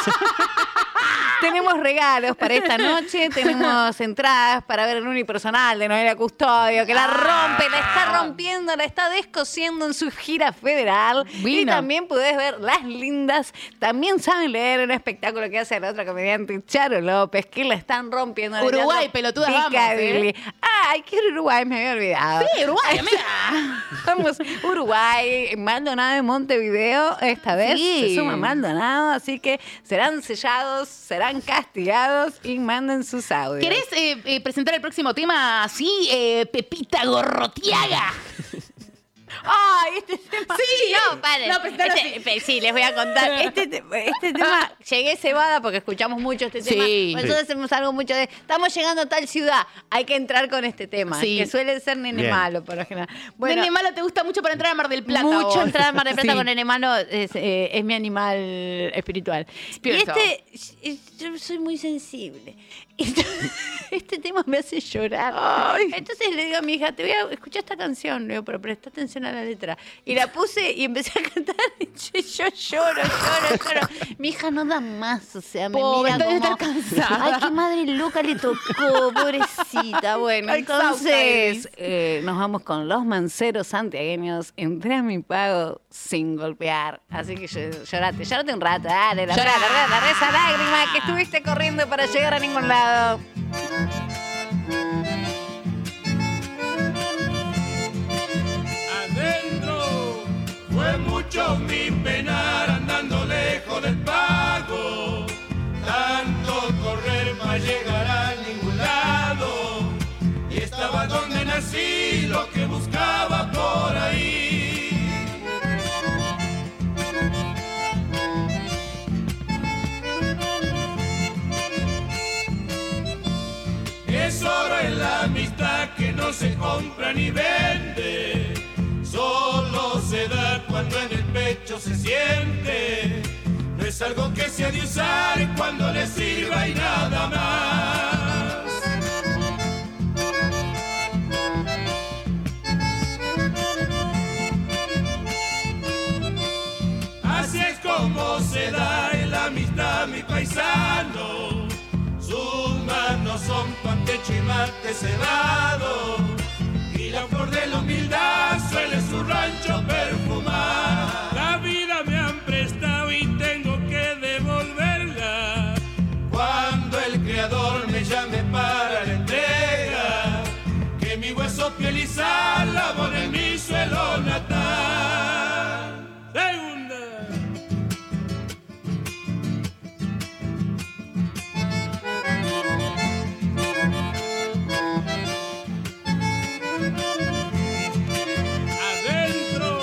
Speaker 2: Tenemos regalos para esta noche, tenemos entradas para ver el unipersonal de Noelia Custodio,
Speaker 1: Ah.
Speaker 2: que la rompe, la está rompiendo, la está descosiendo en su gira federal. Y
Speaker 1: Vino.
Speaker 2: también podés ver Las Lindas, también saben leer un espectáculo que hace la otra comediante Charo López, que la están rompiendo. en el
Speaker 1: Uruguay,
Speaker 2: teatro
Speaker 1: pelotudas, vamos,
Speaker 2: Piccadilly.
Speaker 1: ¿eh?
Speaker 2: Ay, qué Uruguay, me había olvidado.
Speaker 1: Sí, Uruguay, amiga.
Speaker 2: Vamos, Uruguay, Maldonado de Montevideo, esta vez
Speaker 1: Sí.
Speaker 2: se suma Maldonado, así que serán sellados, serán castigados y manden sus audios.
Speaker 1: ¿Querés eh, eh, presentar el próximo tema así, eh, Pepita Gorrotiaga?
Speaker 2: ¡Ay, este tema!
Speaker 1: Sí.
Speaker 2: No, paren.
Speaker 1: No, presentalo
Speaker 2: Este-
Speaker 1: así.
Speaker 2: pe- sí, les voy a contar. Este, te- este tema, llegué cebada porque escuchamos mucho este tema.
Speaker 1: Sí.
Speaker 2: Nosotros hacemos algo mucho de, estamos llegando a tal ciudad, hay que entrar con este tema,
Speaker 1: Sí.
Speaker 2: que suele ser nene
Speaker 3: Bien.
Speaker 2: malo, por lo general.
Speaker 1: Bueno, Malo te gusta mucho para entrar a Mar del Plata.
Speaker 2: Mucho
Speaker 1: vos.
Speaker 2: entrar a Mar del Plata
Speaker 1: Sí.
Speaker 2: con el hermano es, eh, es mi animal espiritual.
Speaker 1: Spiritual.
Speaker 2: Y este, yo soy muy sensible. Entonces, este tema me hace llorar. Entonces le digo a mi hija, te voy a escuchar esta canción, le digo, pero presta atención a la letra. Y la puse y empecé a cantar. y yo- yo lloro, lloro, lloro. Mi hija no da más, o sea, me
Speaker 1: Pobre,
Speaker 2: mira
Speaker 1: debe
Speaker 2: como...
Speaker 1: estar cansada.
Speaker 2: Ay, qué madre loca le tocó, pobrecita. Bueno,
Speaker 1: Exhausta,
Speaker 2: entonces
Speaker 1: Elis.
Speaker 2: eh, nos vamos con los manceros santiagueños. Entré a mi pago sin golpear. Así que ll- llorate, llorate un rato. Dale, la
Speaker 1: Llorá.
Speaker 2: la la esa lágrima que estuviste corriendo para llegar a ningún lado.
Speaker 4: Adentro fue mucho mi penar andando lejos del pago. Tanto correr para llegar a ningún lado. Y estaba donde nací, lo que buscaba por ahí. Es oro en la amistad que no se compra ni vende. Solo se da cuando en el pecho se siente. No es algo que se ha de usar cuando le sirva y nada más. Así es como se da en la amistad, mi paisano. Sus manos son pan, techo y mate cebado. Y la flor de la humildad suele su rancho perfumar. La vida me han prestado y tengo que devolverla. Cuando el creador me llame para la entrega, que mi hueso piel y sal labore en mi suelo natal. Segunda. adentro.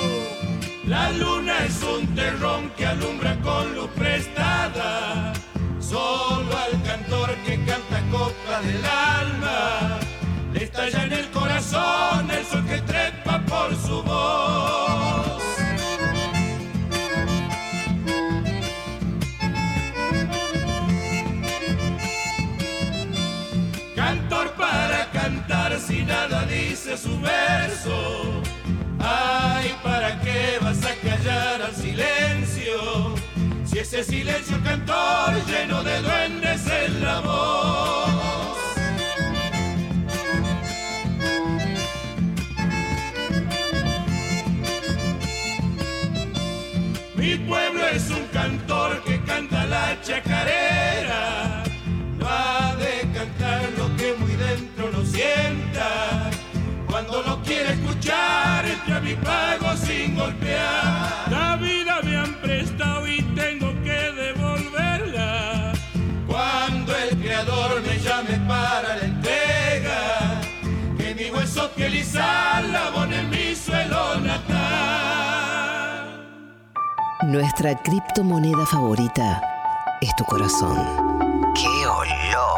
Speaker 4: La luna es un terrón que alumbra con luz prestada, solo al cantor que canta copa del alma. Le estalla en el corazón el sol que trepa por su voz. Cantor para cantar si nada dice su verso. Ay, ¿para qué vas a callar al silencio? Si ese silencio el cantor lleno de duendes en la voz. Mi pueblo es un cantor que canta la chacarera. No ha de cantar lo que muy dentro lo sienta. Cuando lo quiere escuchar, entre a mi pago sin golpear. La vida me han prestado y tengo que devolverla. Cuando el creador me llame para la entrega, que mi hueso piel y sal labone en mi suelo natal.
Speaker 5: Nuestra criptomoneda favorita es tu corazón. ¡Qué olor!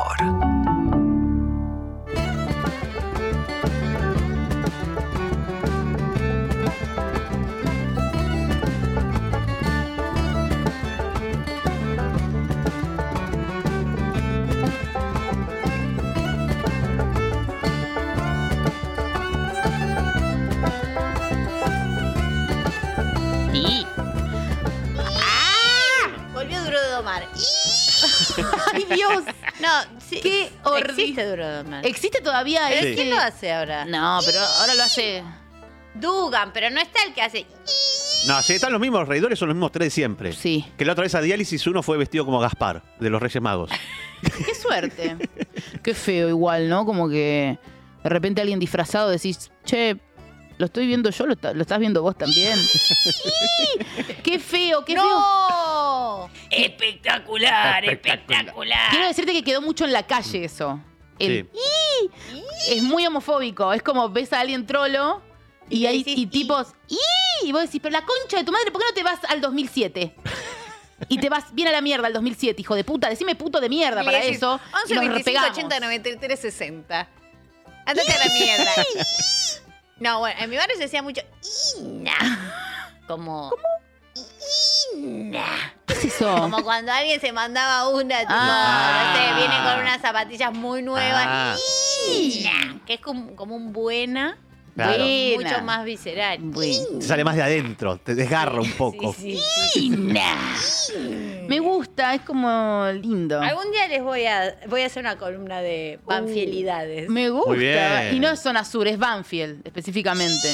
Speaker 2: Volvió duro de domar. ¡Ah!
Speaker 1: Ay, Dios.
Speaker 2: No, sí,
Speaker 1: Qué
Speaker 2: existe
Speaker 1: horrible.
Speaker 2: Duro de Domar.
Speaker 1: ¿Existe todavía
Speaker 2: ¿Pero
Speaker 1: ese?
Speaker 2: quién lo hace ahora?
Speaker 1: No, pero ahora lo hace.
Speaker 2: Dugan, pero no está el que hace.
Speaker 3: No, sí, están los mismos reidores, son los mismos tres de siempre.
Speaker 1: Sí.
Speaker 3: Que la otra vez a diálisis uno fue vestido como Gaspar, de los Reyes Magos.
Speaker 2: Ah,
Speaker 1: Qué suerte. Qué feo igual, ¿no? Como que de repente alguien disfrazado decís, che, lo estoy viendo yo, lo, está- lo estás viendo vos también. qué feo, qué feo.
Speaker 2: ¡No!
Speaker 6: Espectacular, espectacular.
Speaker 1: Quiero decirte que quedó mucho en la calle eso. El-
Speaker 3: Sí.
Speaker 1: Es muy homofóbico. Es como ves a alguien trolo y,
Speaker 2: Y
Speaker 1: hay
Speaker 2: decís,
Speaker 1: y
Speaker 2: "Y".
Speaker 1: tipos, "Y". y vos decís, pero la concha de tu madre, ¿por qué no te vas al 2007? Y te vas bien a la mierda al 2007, hijo de puta. Decime puto de mierda para eso. y
Speaker 2: 11,
Speaker 1: nos
Speaker 2: 25,
Speaker 1: repegamos.
Speaker 2: 80, 93, 60. Andate a la mierda. No, bueno, en mi barrio se decía mucho Ina. Como,
Speaker 1: ¿Qué es eso?
Speaker 2: como cuando alguien se mandaba una, tipo,
Speaker 1: Ah.
Speaker 2: no sé, viene con unas zapatillas muy nuevas.
Speaker 3: Ah.
Speaker 2: "Ina", Que es como, como un buena,
Speaker 3: Claro.
Speaker 1: Buena.
Speaker 2: mucho más visceral.
Speaker 1: Buena.
Speaker 3: Te sale más de adentro, te desgarra un poco.
Speaker 2: Sí, sí, sí.
Speaker 1: Me gusta, es como lindo.
Speaker 2: Algún día les voy a, voy a hacer una columna de banfielidades.
Speaker 1: Uh. Me gusta.
Speaker 3: Muy bien.
Speaker 1: Y no es zona sur, es Banfield específicamente.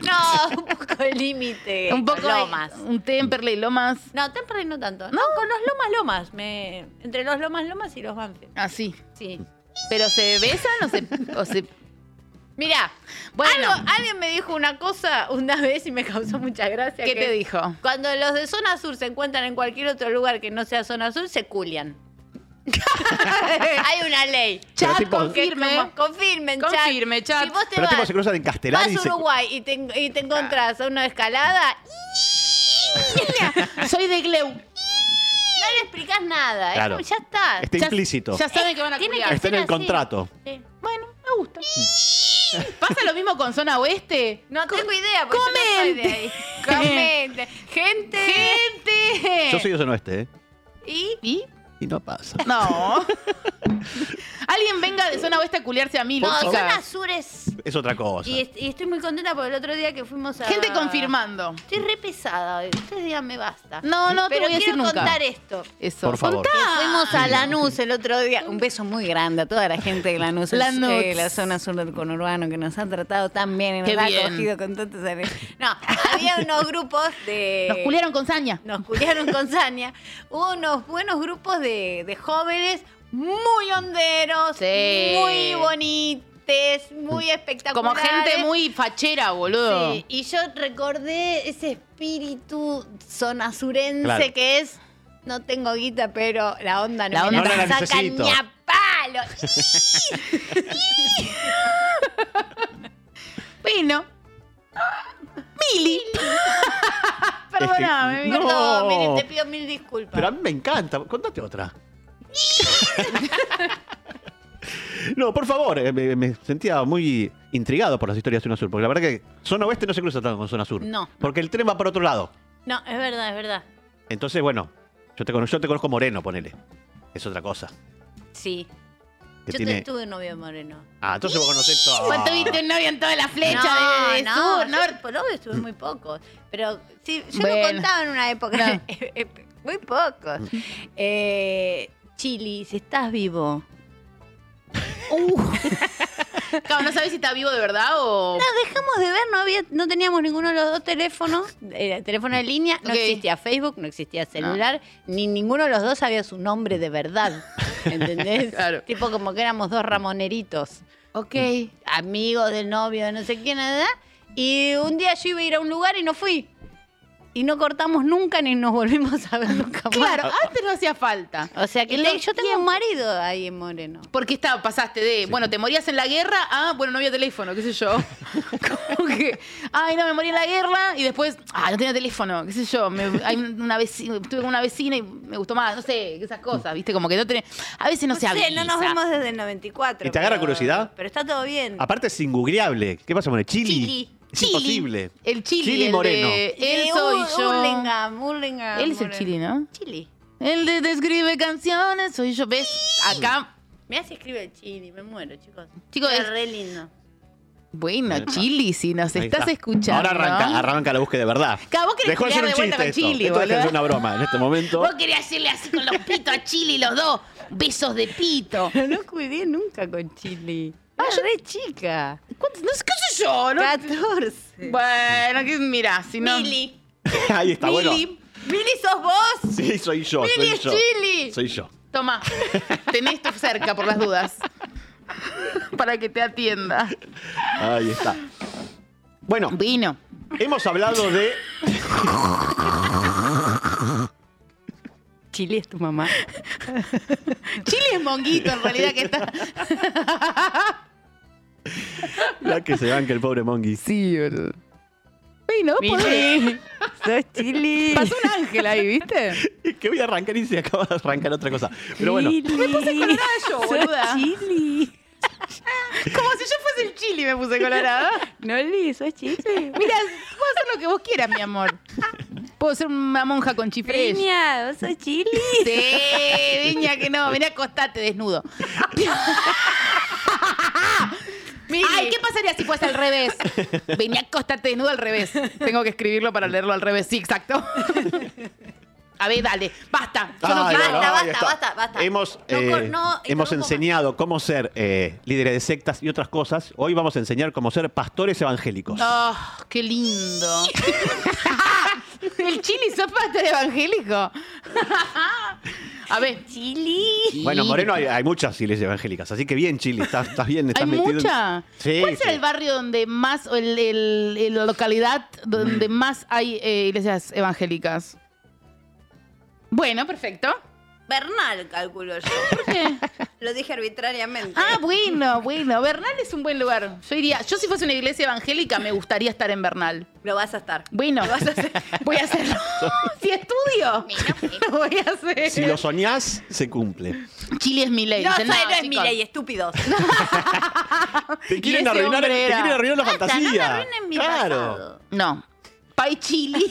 Speaker 2: No, un poco de límite.
Speaker 1: un poco de-
Speaker 2: Lomas.
Speaker 1: un Temperley Lomas
Speaker 2: No, Temperley no tanto. No, con los Lomas Lomas. Me... Entre los Lomas Lomas y los Banfield.
Speaker 1: así.
Speaker 2: Sí.
Speaker 3: Mm.
Speaker 1: Pero se besan o se, o se-
Speaker 2: Ah, Mirá,
Speaker 1: Bueno.
Speaker 2: algo- alguien me dijo una cosa una vez y me causó mucha gracia.
Speaker 1: ¿Qué
Speaker 2: que
Speaker 1: te dijo?
Speaker 2: Cuando los de zona sur se encuentran en cualquier otro lugar que no sea zona sur, se culian. Hay una ley.
Speaker 1: Chat,
Speaker 3: tipo-
Speaker 1: confirme.
Speaker 2: Que como- confirmen, chat.
Speaker 1: Confirme, chat.
Speaker 2: Si vos te
Speaker 3: Pero este tipo
Speaker 2: vas-
Speaker 3: se cruzan en Castelar
Speaker 2: Vas
Speaker 3: y
Speaker 2: a
Speaker 3: se...
Speaker 2: Uruguay y te, y te encontrás a uno de escalada,
Speaker 1: Soy de Gleu.
Speaker 2: no le explicás nada. es
Speaker 3: Claro. Este
Speaker 2: como, ya está.
Speaker 3: Está implícito.
Speaker 1: Ya saben Eh, que van a
Speaker 2: Tiene que
Speaker 1: culiar.
Speaker 3: Está en el
Speaker 2: así.
Speaker 3: contrato.
Speaker 2: Sí.
Speaker 1: Bueno, me gusta. ¿Pasa lo mismo con zona oeste?
Speaker 2: No tengo idea, porque yo no soy de ahí. Comente. Gente.
Speaker 1: ¡Gente!
Speaker 3: Yo soy de Oeste, ¿eh?
Speaker 2: Y
Speaker 1: ¿Y?
Speaker 3: Y no pasa.
Speaker 1: No. Alguien venga de zona oeste a culiarse a mí,
Speaker 2: no,
Speaker 1: chicas.
Speaker 2: son azures.
Speaker 3: Es otra cosa.
Speaker 2: Y, est- y estoy muy contenta por el otro día que fuimos a.
Speaker 1: Gente confirmando.
Speaker 2: Estoy re pesada hoy. Ustedes díganme basta.
Speaker 1: No, no te
Speaker 2: Pero
Speaker 1: voy a decir
Speaker 2: quiero
Speaker 1: nunca.
Speaker 2: contar esto. Ah.
Speaker 1: Eso.
Speaker 3: Por favor.
Speaker 1: Contá.
Speaker 2: Fuimos a Lanús el otro día. Un beso muy grande a toda la gente de Lanús, el-
Speaker 1: Lanús.
Speaker 2: eh, la zona sur del conurbano, que nos han tratado tan bien y nos
Speaker 1: Qué
Speaker 2: han
Speaker 1: bien.
Speaker 2: acogido con tantos No, había unos grupos de.
Speaker 1: Nos culiaron con saña.
Speaker 2: nos culiaron con Sania, hubo unos buenos grupos de, de jóvenes muy honderos,
Speaker 1: Sí.
Speaker 2: muy bonites, muy
Speaker 1: Como
Speaker 2: espectaculares.
Speaker 1: gente muy fachera, boludo.
Speaker 2: Sí, y yo recordé ese espíritu zonasurense
Speaker 3: Claro.
Speaker 2: que es, no tengo guita, pero la onda no
Speaker 1: La
Speaker 2: me
Speaker 1: onda
Speaker 3: no la
Speaker 2: sacan
Speaker 3: necesito.
Speaker 2: ni a palo.
Speaker 1: Bueno. Mili. Perdóname,
Speaker 3: Este-
Speaker 1: Mili.
Speaker 2: Perdón,
Speaker 3: No.
Speaker 2: miren, te pido mil disculpas.
Speaker 3: Pero a mí me encanta. Contate otra. No, por favor, eh, me, me sentía muy intrigado por las historias de Zona Sur, porque la verdad que Zona Oeste no se cruza tanto con Zona Sur.
Speaker 2: No.
Speaker 3: Porque el tren va para otro lado.
Speaker 2: No, es verdad, es verdad.
Speaker 3: Entonces, bueno, yo te, cono- yo te conozco Moreno, ponele. Es otra cosa.
Speaker 2: Sí.
Speaker 3: Que
Speaker 2: Yo
Speaker 3: tiene...
Speaker 2: te- tuve un novio moreno.
Speaker 3: Ah, entonces vos conocés todo.
Speaker 1: ¿Cuánto viste un novio en toda la flecha de, de
Speaker 2: no,
Speaker 1: sur?
Speaker 2: yo
Speaker 1: No,
Speaker 2: por obvio estuve muy poco. Pero sí, yo
Speaker 1: Bueno.
Speaker 2: lo contaba en una época.
Speaker 1: No. Mm.
Speaker 2: muy poco. Eh, Chili, si estás vivo,
Speaker 1: Claro, no sabés si está vivo de verdad o.
Speaker 2: dejamos de ver, no había, no teníamos ninguno de los dos teléfonos, eh, teléfono de línea, no
Speaker 1: Ok.
Speaker 2: existía Facebook, no existía celular, ni ninguno de los dos sabía su nombre de verdad. ¿Entendés?
Speaker 1: Claro.
Speaker 2: Tipo como que éramos dos ramoneritos,
Speaker 1: Ok.
Speaker 2: amigos del novio, de no sé quién, nada. Y un día yo iba a ir a un lugar y no fui. Y no cortamos nunca ni nos volvimos a ver nunca más.
Speaker 1: Claro, antes no hacía falta.
Speaker 2: O sea que
Speaker 1: Esto-
Speaker 2: le- yo tengo un marido ahí en Moreno.
Speaker 1: Porque está, pasaste de, bueno, te morías en la guerra a, bueno, no había teléfono, qué sé yo. Como que, ay, no, me morí en la guerra y después, ah, no tenía teléfono, qué sé yo. Me- hay una vecina, estuve con una vecina y me gustó más, no sé, esas cosas, ¿viste? Como que no tenés. A veces no, se avisa.
Speaker 2: no nos vemos desde el 94.
Speaker 3: ¿Y te agarra
Speaker 2: pero-
Speaker 3: curiosidad?
Speaker 2: Pero está todo bien.
Speaker 3: Aparte es ingoogleable. ¿Qué pasa con el chili?
Speaker 2: Chili.
Speaker 3: Es
Speaker 1: Chili.
Speaker 3: imposible.
Speaker 1: El chili.
Speaker 3: Chili
Speaker 1: el
Speaker 3: Moreno.
Speaker 1: de
Speaker 2: Eh,
Speaker 1: él soy
Speaker 2: Ur-
Speaker 1: yo.
Speaker 2: Hurlingham, Hurlingham,
Speaker 1: Él es el
Speaker 2: Hurlingham.
Speaker 1: chili, ¿no?
Speaker 2: Chili.
Speaker 1: El de te escribe canciones, soy yo. ¿Ves? Acá.
Speaker 2: Me hace escribe el chili, me muero, chicos.
Speaker 1: Chicos,
Speaker 2: Era
Speaker 1: es-
Speaker 2: re lindo.
Speaker 1: Bueno,
Speaker 3: Ahí va.
Speaker 1: Chili, si nos
Speaker 3: Ahí
Speaker 1: estás
Speaker 3: está.
Speaker 1: escuchando.
Speaker 3: Ahora arranca, arranca la búsqueda de verdad.
Speaker 1: Claro, vos querés
Speaker 3: Dejó de ser un
Speaker 1: pelear de vuelta
Speaker 3: chiste
Speaker 1: con
Speaker 3: esto.
Speaker 1: Chili,
Speaker 3: Esto dejó de ser
Speaker 1: boludo.
Speaker 3: una broma en este momento.
Speaker 6: Vos querías hacerle así con los pitos a Chili los dos. Besos de pito.
Speaker 2: Pero no cuidé nunca con Chili. Ah, Era re chica.
Speaker 1: ¿Cuántos- No sé qué sé yo, ¿no?
Speaker 2: 14.
Speaker 1: Bueno, que- mirá, si no.
Speaker 2: Mili.
Speaker 3: Ahí está, bueno.
Speaker 1: Mili,
Speaker 2: Mili, sos vos.
Speaker 3: Sí, soy yo,
Speaker 1: Mili
Speaker 3: soy
Speaker 1: es
Speaker 3: yo.
Speaker 1: Chili.
Speaker 3: Soy yo.
Speaker 1: Toma, tenés esto cerca por las dudas. Para que te atienda.
Speaker 3: Ahí está. Bueno,
Speaker 1: Vino.
Speaker 3: hemos hablado de.
Speaker 2: Chili es tu mamá.
Speaker 1: Chili es monguito, en realidad, que está.
Speaker 3: La que se banca el pobre Monguis.
Speaker 1: Sí, boludo. Vino,
Speaker 2: Mili, sos Chili.
Speaker 1: Pasó un ángel ahí, ¿viste?
Speaker 3: Es que voy a arrancar y se acaba de arrancar otra cosa. Pero bueno,
Speaker 2: me puse
Speaker 1: colorada yo, boluda.
Speaker 2: Chili.
Speaker 1: Como si yo fuese el chili, me puse colorada.
Speaker 2: Noli, sos Chili.
Speaker 1: Mira, puedo hacer lo que vos quieras, mi amor. Puedo ser una monja con chifres.
Speaker 2: Peña, vos sos Chili.
Speaker 1: Sí, viña que no, vení acostate desnudo. Ay, ¿qué pasaría si fuese al revés? Vení acostate desnudo al revés. Tengo que escribirlo para leerlo al revés, sí, exacto. A ver, dale, basta. Yo no
Speaker 3: Ay,
Speaker 1: quiero.
Speaker 3: bueno,
Speaker 2: basta,
Speaker 3: ahí
Speaker 2: basta,
Speaker 3: está.
Speaker 2: basta, basta.
Speaker 3: Hemos,
Speaker 2: No
Speaker 3: eh,
Speaker 2: cor- no, y
Speaker 3: hemos
Speaker 2: no comas.
Speaker 3: enseñado cómo ser eh, líderes de sectas y otras cosas. Hoy vamos a enseñar cómo ser pastores evangélicos.
Speaker 1: Oh, qué lindo. El chili zapata de evangélico. A ver.
Speaker 2: Chili.
Speaker 3: Bueno, Moreno, hay, hay muchas iglesias evangélicas, así que bien, Chili, estás, estás bien, estás
Speaker 1: Hay
Speaker 3: metido. en-
Speaker 1: mucha.
Speaker 3: Sí,
Speaker 1: ¿Cuál será
Speaker 3: sí.
Speaker 1: el barrio donde más, o el, el- el- la localidad
Speaker 3: Mm.
Speaker 1: donde más hay eh, iglesias evangélicas? Bueno, perfecto.
Speaker 2: Bernal, calculo yo. Lo dije arbitrariamente.
Speaker 1: Ah, bueno, bueno. Bernal es un buen lugar. Yo iría, yo si fuese una iglesia evangélica me gustaría estar en Bernal.
Speaker 2: Lo vas a estar.
Speaker 1: Bueno, voy a hacerlo. si estudio, lo voy a hacer.
Speaker 3: Si lo soñás, se cumple.
Speaker 1: Chile es mi ley.
Speaker 2: No,
Speaker 1: Dicen,
Speaker 2: no, no es
Speaker 1: chicos,
Speaker 2: mi ley, estúpidos.
Speaker 3: Te
Speaker 1: ese
Speaker 3: quieren, arruinar,
Speaker 1: hombre
Speaker 3: te
Speaker 1: era-
Speaker 3: quieren arruinar la
Speaker 2: Basta,
Speaker 3: fantasía.
Speaker 2: no me arruinen mi
Speaker 3: claro.
Speaker 2: pasado.
Speaker 1: No. Pai Chili.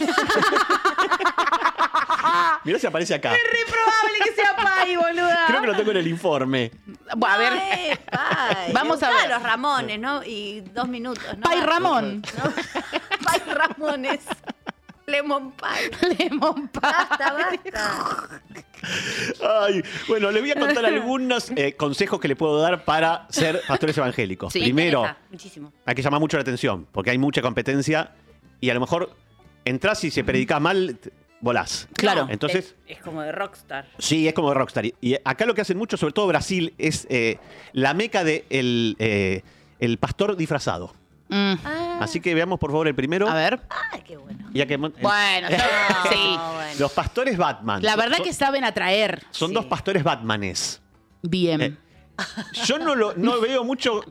Speaker 3: Mirá si aparece acá.
Speaker 1: probable que sea Pai, boluda.
Speaker 3: Creo que lo tengo en el informe.
Speaker 1: Bueno, a ver.
Speaker 2: No, eh, pai.
Speaker 1: Vamos a
Speaker 2: Buscá
Speaker 1: ver.
Speaker 2: los Ramones, ¿no? Y dos minutos, ¿no?
Speaker 1: Pai Ramón.
Speaker 2: ¿No? Pai Ramones. Lemon Pie.
Speaker 1: Lemon Pie.
Speaker 2: Basta, basta.
Speaker 3: Ay, bueno, les voy a contar algunos eh, consejos que le puedo dar para ser pastores evangélicos.
Speaker 1: Sí.
Speaker 3: Primero,
Speaker 2: Me interesa Muchísimo.
Speaker 3: hay que llamar mucho la atención, porque hay mucha competencia y a lo mejor entras y se predicás mal, t- volás.
Speaker 1: Claro.
Speaker 2: No,
Speaker 3: Entonces,
Speaker 2: Es, es como de rockstar.
Speaker 3: sí, es como de rockstar. Y- Y acá lo que hacen mucho, sobre todo Brasil, es eh, la meca del de el, eh, el pastor disfrazado.
Speaker 1: Mm.
Speaker 2: Ah.
Speaker 3: Así que veamos por favor el primero.
Speaker 1: A ver.
Speaker 2: Ay, qué bueno.
Speaker 3: Ya que mon-
Speaker 1: Bueno, yo- sí.
Speaker 2: No, bueno.
Speaker 3: Los pastores Batman.
Speaker 1: La
Speaker 3: Son-
Speaker 1: verdad
Speaker 3: son-
Speaker 1: que saben atraer
Speaker 3: Son
Speaker 2: sí. Mm.
Speaker 3: dos pastores Batmanes.
Speaker 1: bien.
Speaker 3: Eh, Yo no lo no veo mucho.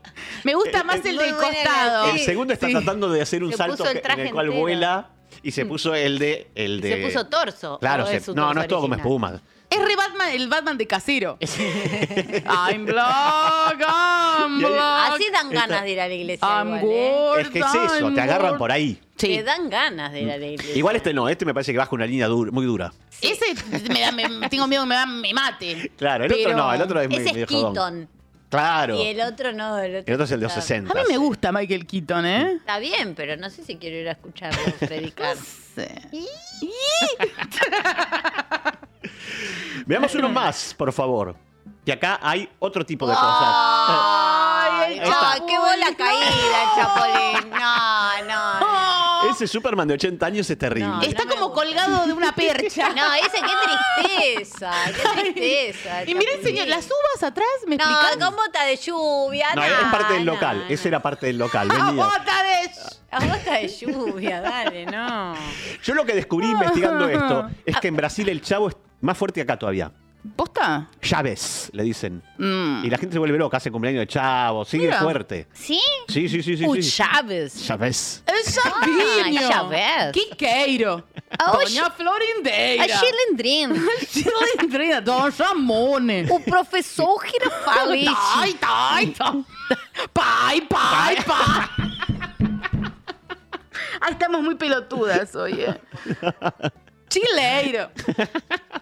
Speaker 1: Me gusta más
Speaker 2: eh,
Speaker 1: el
Speaker 2: muy
Speaker 1: del
Speaker 2: buena la-
Speaker 1: costado.
Speaker 3: El segundo está
Speaker 1: Sí.
Speaker 3: tratando de hacer un
Speaker 2: Se
Speaker 3: salto
Speaker 2: puso el
Speaker 3: que- en
Speaker 2: traje
Speaker 3: el cual
Speaker 2: entero. Mm.
Speaker 3: vuela y se puso el de el de.
Speaker 2: Se puso torso.
Speaker 3: Claro,
Speaker 2: ¿o
Speaker 3: se-
Speaker 2: es su
Speaker 3: no,
Speaker 2: torso
Speaker 3: no es todo como
Speaker 2: original?
Speaker 3: espuma.
Speaker 1: Es re Batman, el Batman de casero. I'm black, I'm
Speaker 3: Y ahí-
Speaker 1: black.
Speaker 2: Así dan
Speaker 3: Esta-
Speaker 2: ganas de ir a la iglesia.
Speaker 1: I'm
Speaker 2: igual, ¿eh?
Speaker 1: gorda,
Speaker 3: Es que es eso,
Speaker 1: I'm
Speaker 3: te agarran
Speaker 1: gorda.
Speaker 3: por ahí.
Speaker 1: Sí.
Speaker 2: Te dan ganas de ir a la iglesia.
Speaker 3: Igual este no, este me parece que baja una línea dura- muy dura.
Speaker 1: Ese me da, me- tengo miedo que me, da- me mate.
Speaker 3: Claro, el
Speaker 1: Pero-
Speaker 3: otro no, el otro es muy
Speaker 2: Ese
Speaker 3: medio
Speaker 2: es
Speaker 3: jodón.
Speaker 2: Keaton.
Speaker 3: Claro.
Speaker 2: Y el otro no. El otro,
Speaker 3: El otro es el de los
Speaker 2: está-
Speaker 3: 60.
Speaker 1: A mí me gusta Michael Keaton, ¿eh?
Speaker 2: Está bien, pero no sé si quiero ir a escucharlo predicar.
Speaker 3: Veamos uno más, por favor. Que acá hay otro tipo de
Speaker 2: Oh.
Speaker 3: cosas.
Speaker 1: Ay, el
Speaker 3: Ahí está.
Speaker 2: Ay, qué bola caída, el Chapolín. No, no.
Speaker 3: Ese Superman de 80 años es terrible.
Speaker 2: No,
Speaker 1: Está
Speaker 2: me
Speaker 1: como
Speaker 2: gusta.
Speaker 1: colgado de una percha.
Speaker 2: No, ese qué tristeza, qué tristeza.
Speaker 1: Y mira el señor,
Speaker 2: Chapolín.
Speaker 1: las uvas atrás, ¿me explicas?
Speaker 2: No, con bota de lluvia.
Speaker 3: No,
Speaker 2: no,
Speaker 3: es parte del
Speaker 2: no,
Speaker 3: local.
Speaker 2: no.
Speaker 3: Ese era parte del local.
Speaker 1: ¡Ah,
Speaker 3: Venía.
Speaker 1: bota de-
Speaker 2: A bota de lluvia, dale, no.
Speaker 3: Yo lo que
Speaker 1: Ah.
Speaker 3: descubrí investigando esto es que en Brasil el chavo es más fuerte que acá todavía.
Speaker 1: ¿Posta?
Speaker 3: Chávez, le dicen.
Speaker 1: Mm.
Speaker 3: Y la gente se vuelve loca, hace cumpleaños de chavo, sigue
Speaker 1: Mira.
Speaker 3: fuerte.
Speaker 2: ¿Sí?
Speaker 3: Sí, sí, sí, sí.
Speaker 2: Uy,
Speaker 3: sí.
Speaker 2: Chávez.
Speaker 3: Chávez.
Speaker 1: Es Sabinho.
Speaker 2: Ah, ya ves.
Speaker 1: Quiqueiro.
Speaker 2: Ah,
Speaker 1: Doña Florindeira.
Speaker 2: A Chilindrin.
Speaker 1: Chilindrina. Don Ramone.
Speaker 2: O professor Girafales.
Speaker 1: Dai, dai, dai. Pai, pai, pai. Ay, estamos muy pelotudas, oye. Chileiro.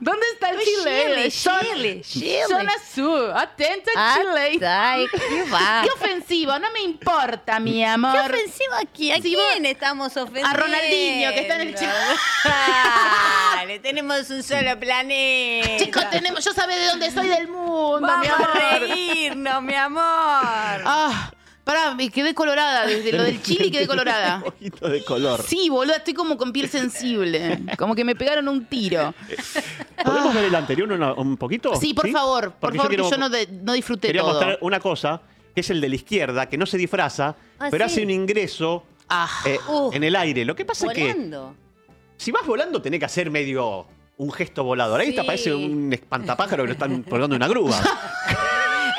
Speaker 1: ¿Dónde está el chile?
Speaker 2: Chile,
Speaker 1: Son-
Speaker 2: Chile, Chile.
Speaker 1: Zona Sur, atenta Chile.
Speaker 2: Ah, Ay, qué va.
Speaker 1: Qué ofensivo, no me importa, mi amor.
Speaker 2: ¿Qué ofensivo aquí? ¿A
Speaker 1: Si vos-
Speaker 2: quién estamos ofendiendo?
Speaker 1: A Ronaldinho, que está en el chat.
Speaker 2: Le tenemos un solo planeta.
Speaker 6: Chicos, tenemos, yo sabés de dónde soy del mundo,
Speaker 2: Vamos
Speaker 6: mi
Speaker 2: a
Speaker 6: amor.
Speaker 2: reírnos, mi amor.
Speaker 1: Ah, pará, me quedé colorada desde lo del chile quedé colorada.
Speaker 3: Un poquito de color.
Speaker 1: Sí, boludo, estoy como con piel sensible. Como que me pegaron un tiro.
Speaker 3: ¿Podemos ver el anterior una- un poquito?
Speaker 1: Sí, por favor, por
Speaker 3: Porque
Speaker 1: favor,
Speaker 3: quiero-
Speaker 1: que yo no, de- no disfruté
Speaker 3: Quería
Speaker 1: todo.
Speaker 3: mostrar una cosa, que es el de la izquierda, que no se disfraza,
Speaker 2: Ah,
Speaker 3: pero
Speaker 2: sí.
Speaker 3: hace un ingreso
Speaker 1: Ah,
Speaker 3: eh,
Speaker 2: Uh.
Speaker 3: en el aire. Lo que pasa es que
Speaker 2: Volando.
Speaker 3: si vas volando tenés que hacer medio un gesto volador. Ahí
Speaker 2: Sí.
Speaker 3: te aparece un espantapájaro que lo están colgando en una grúa.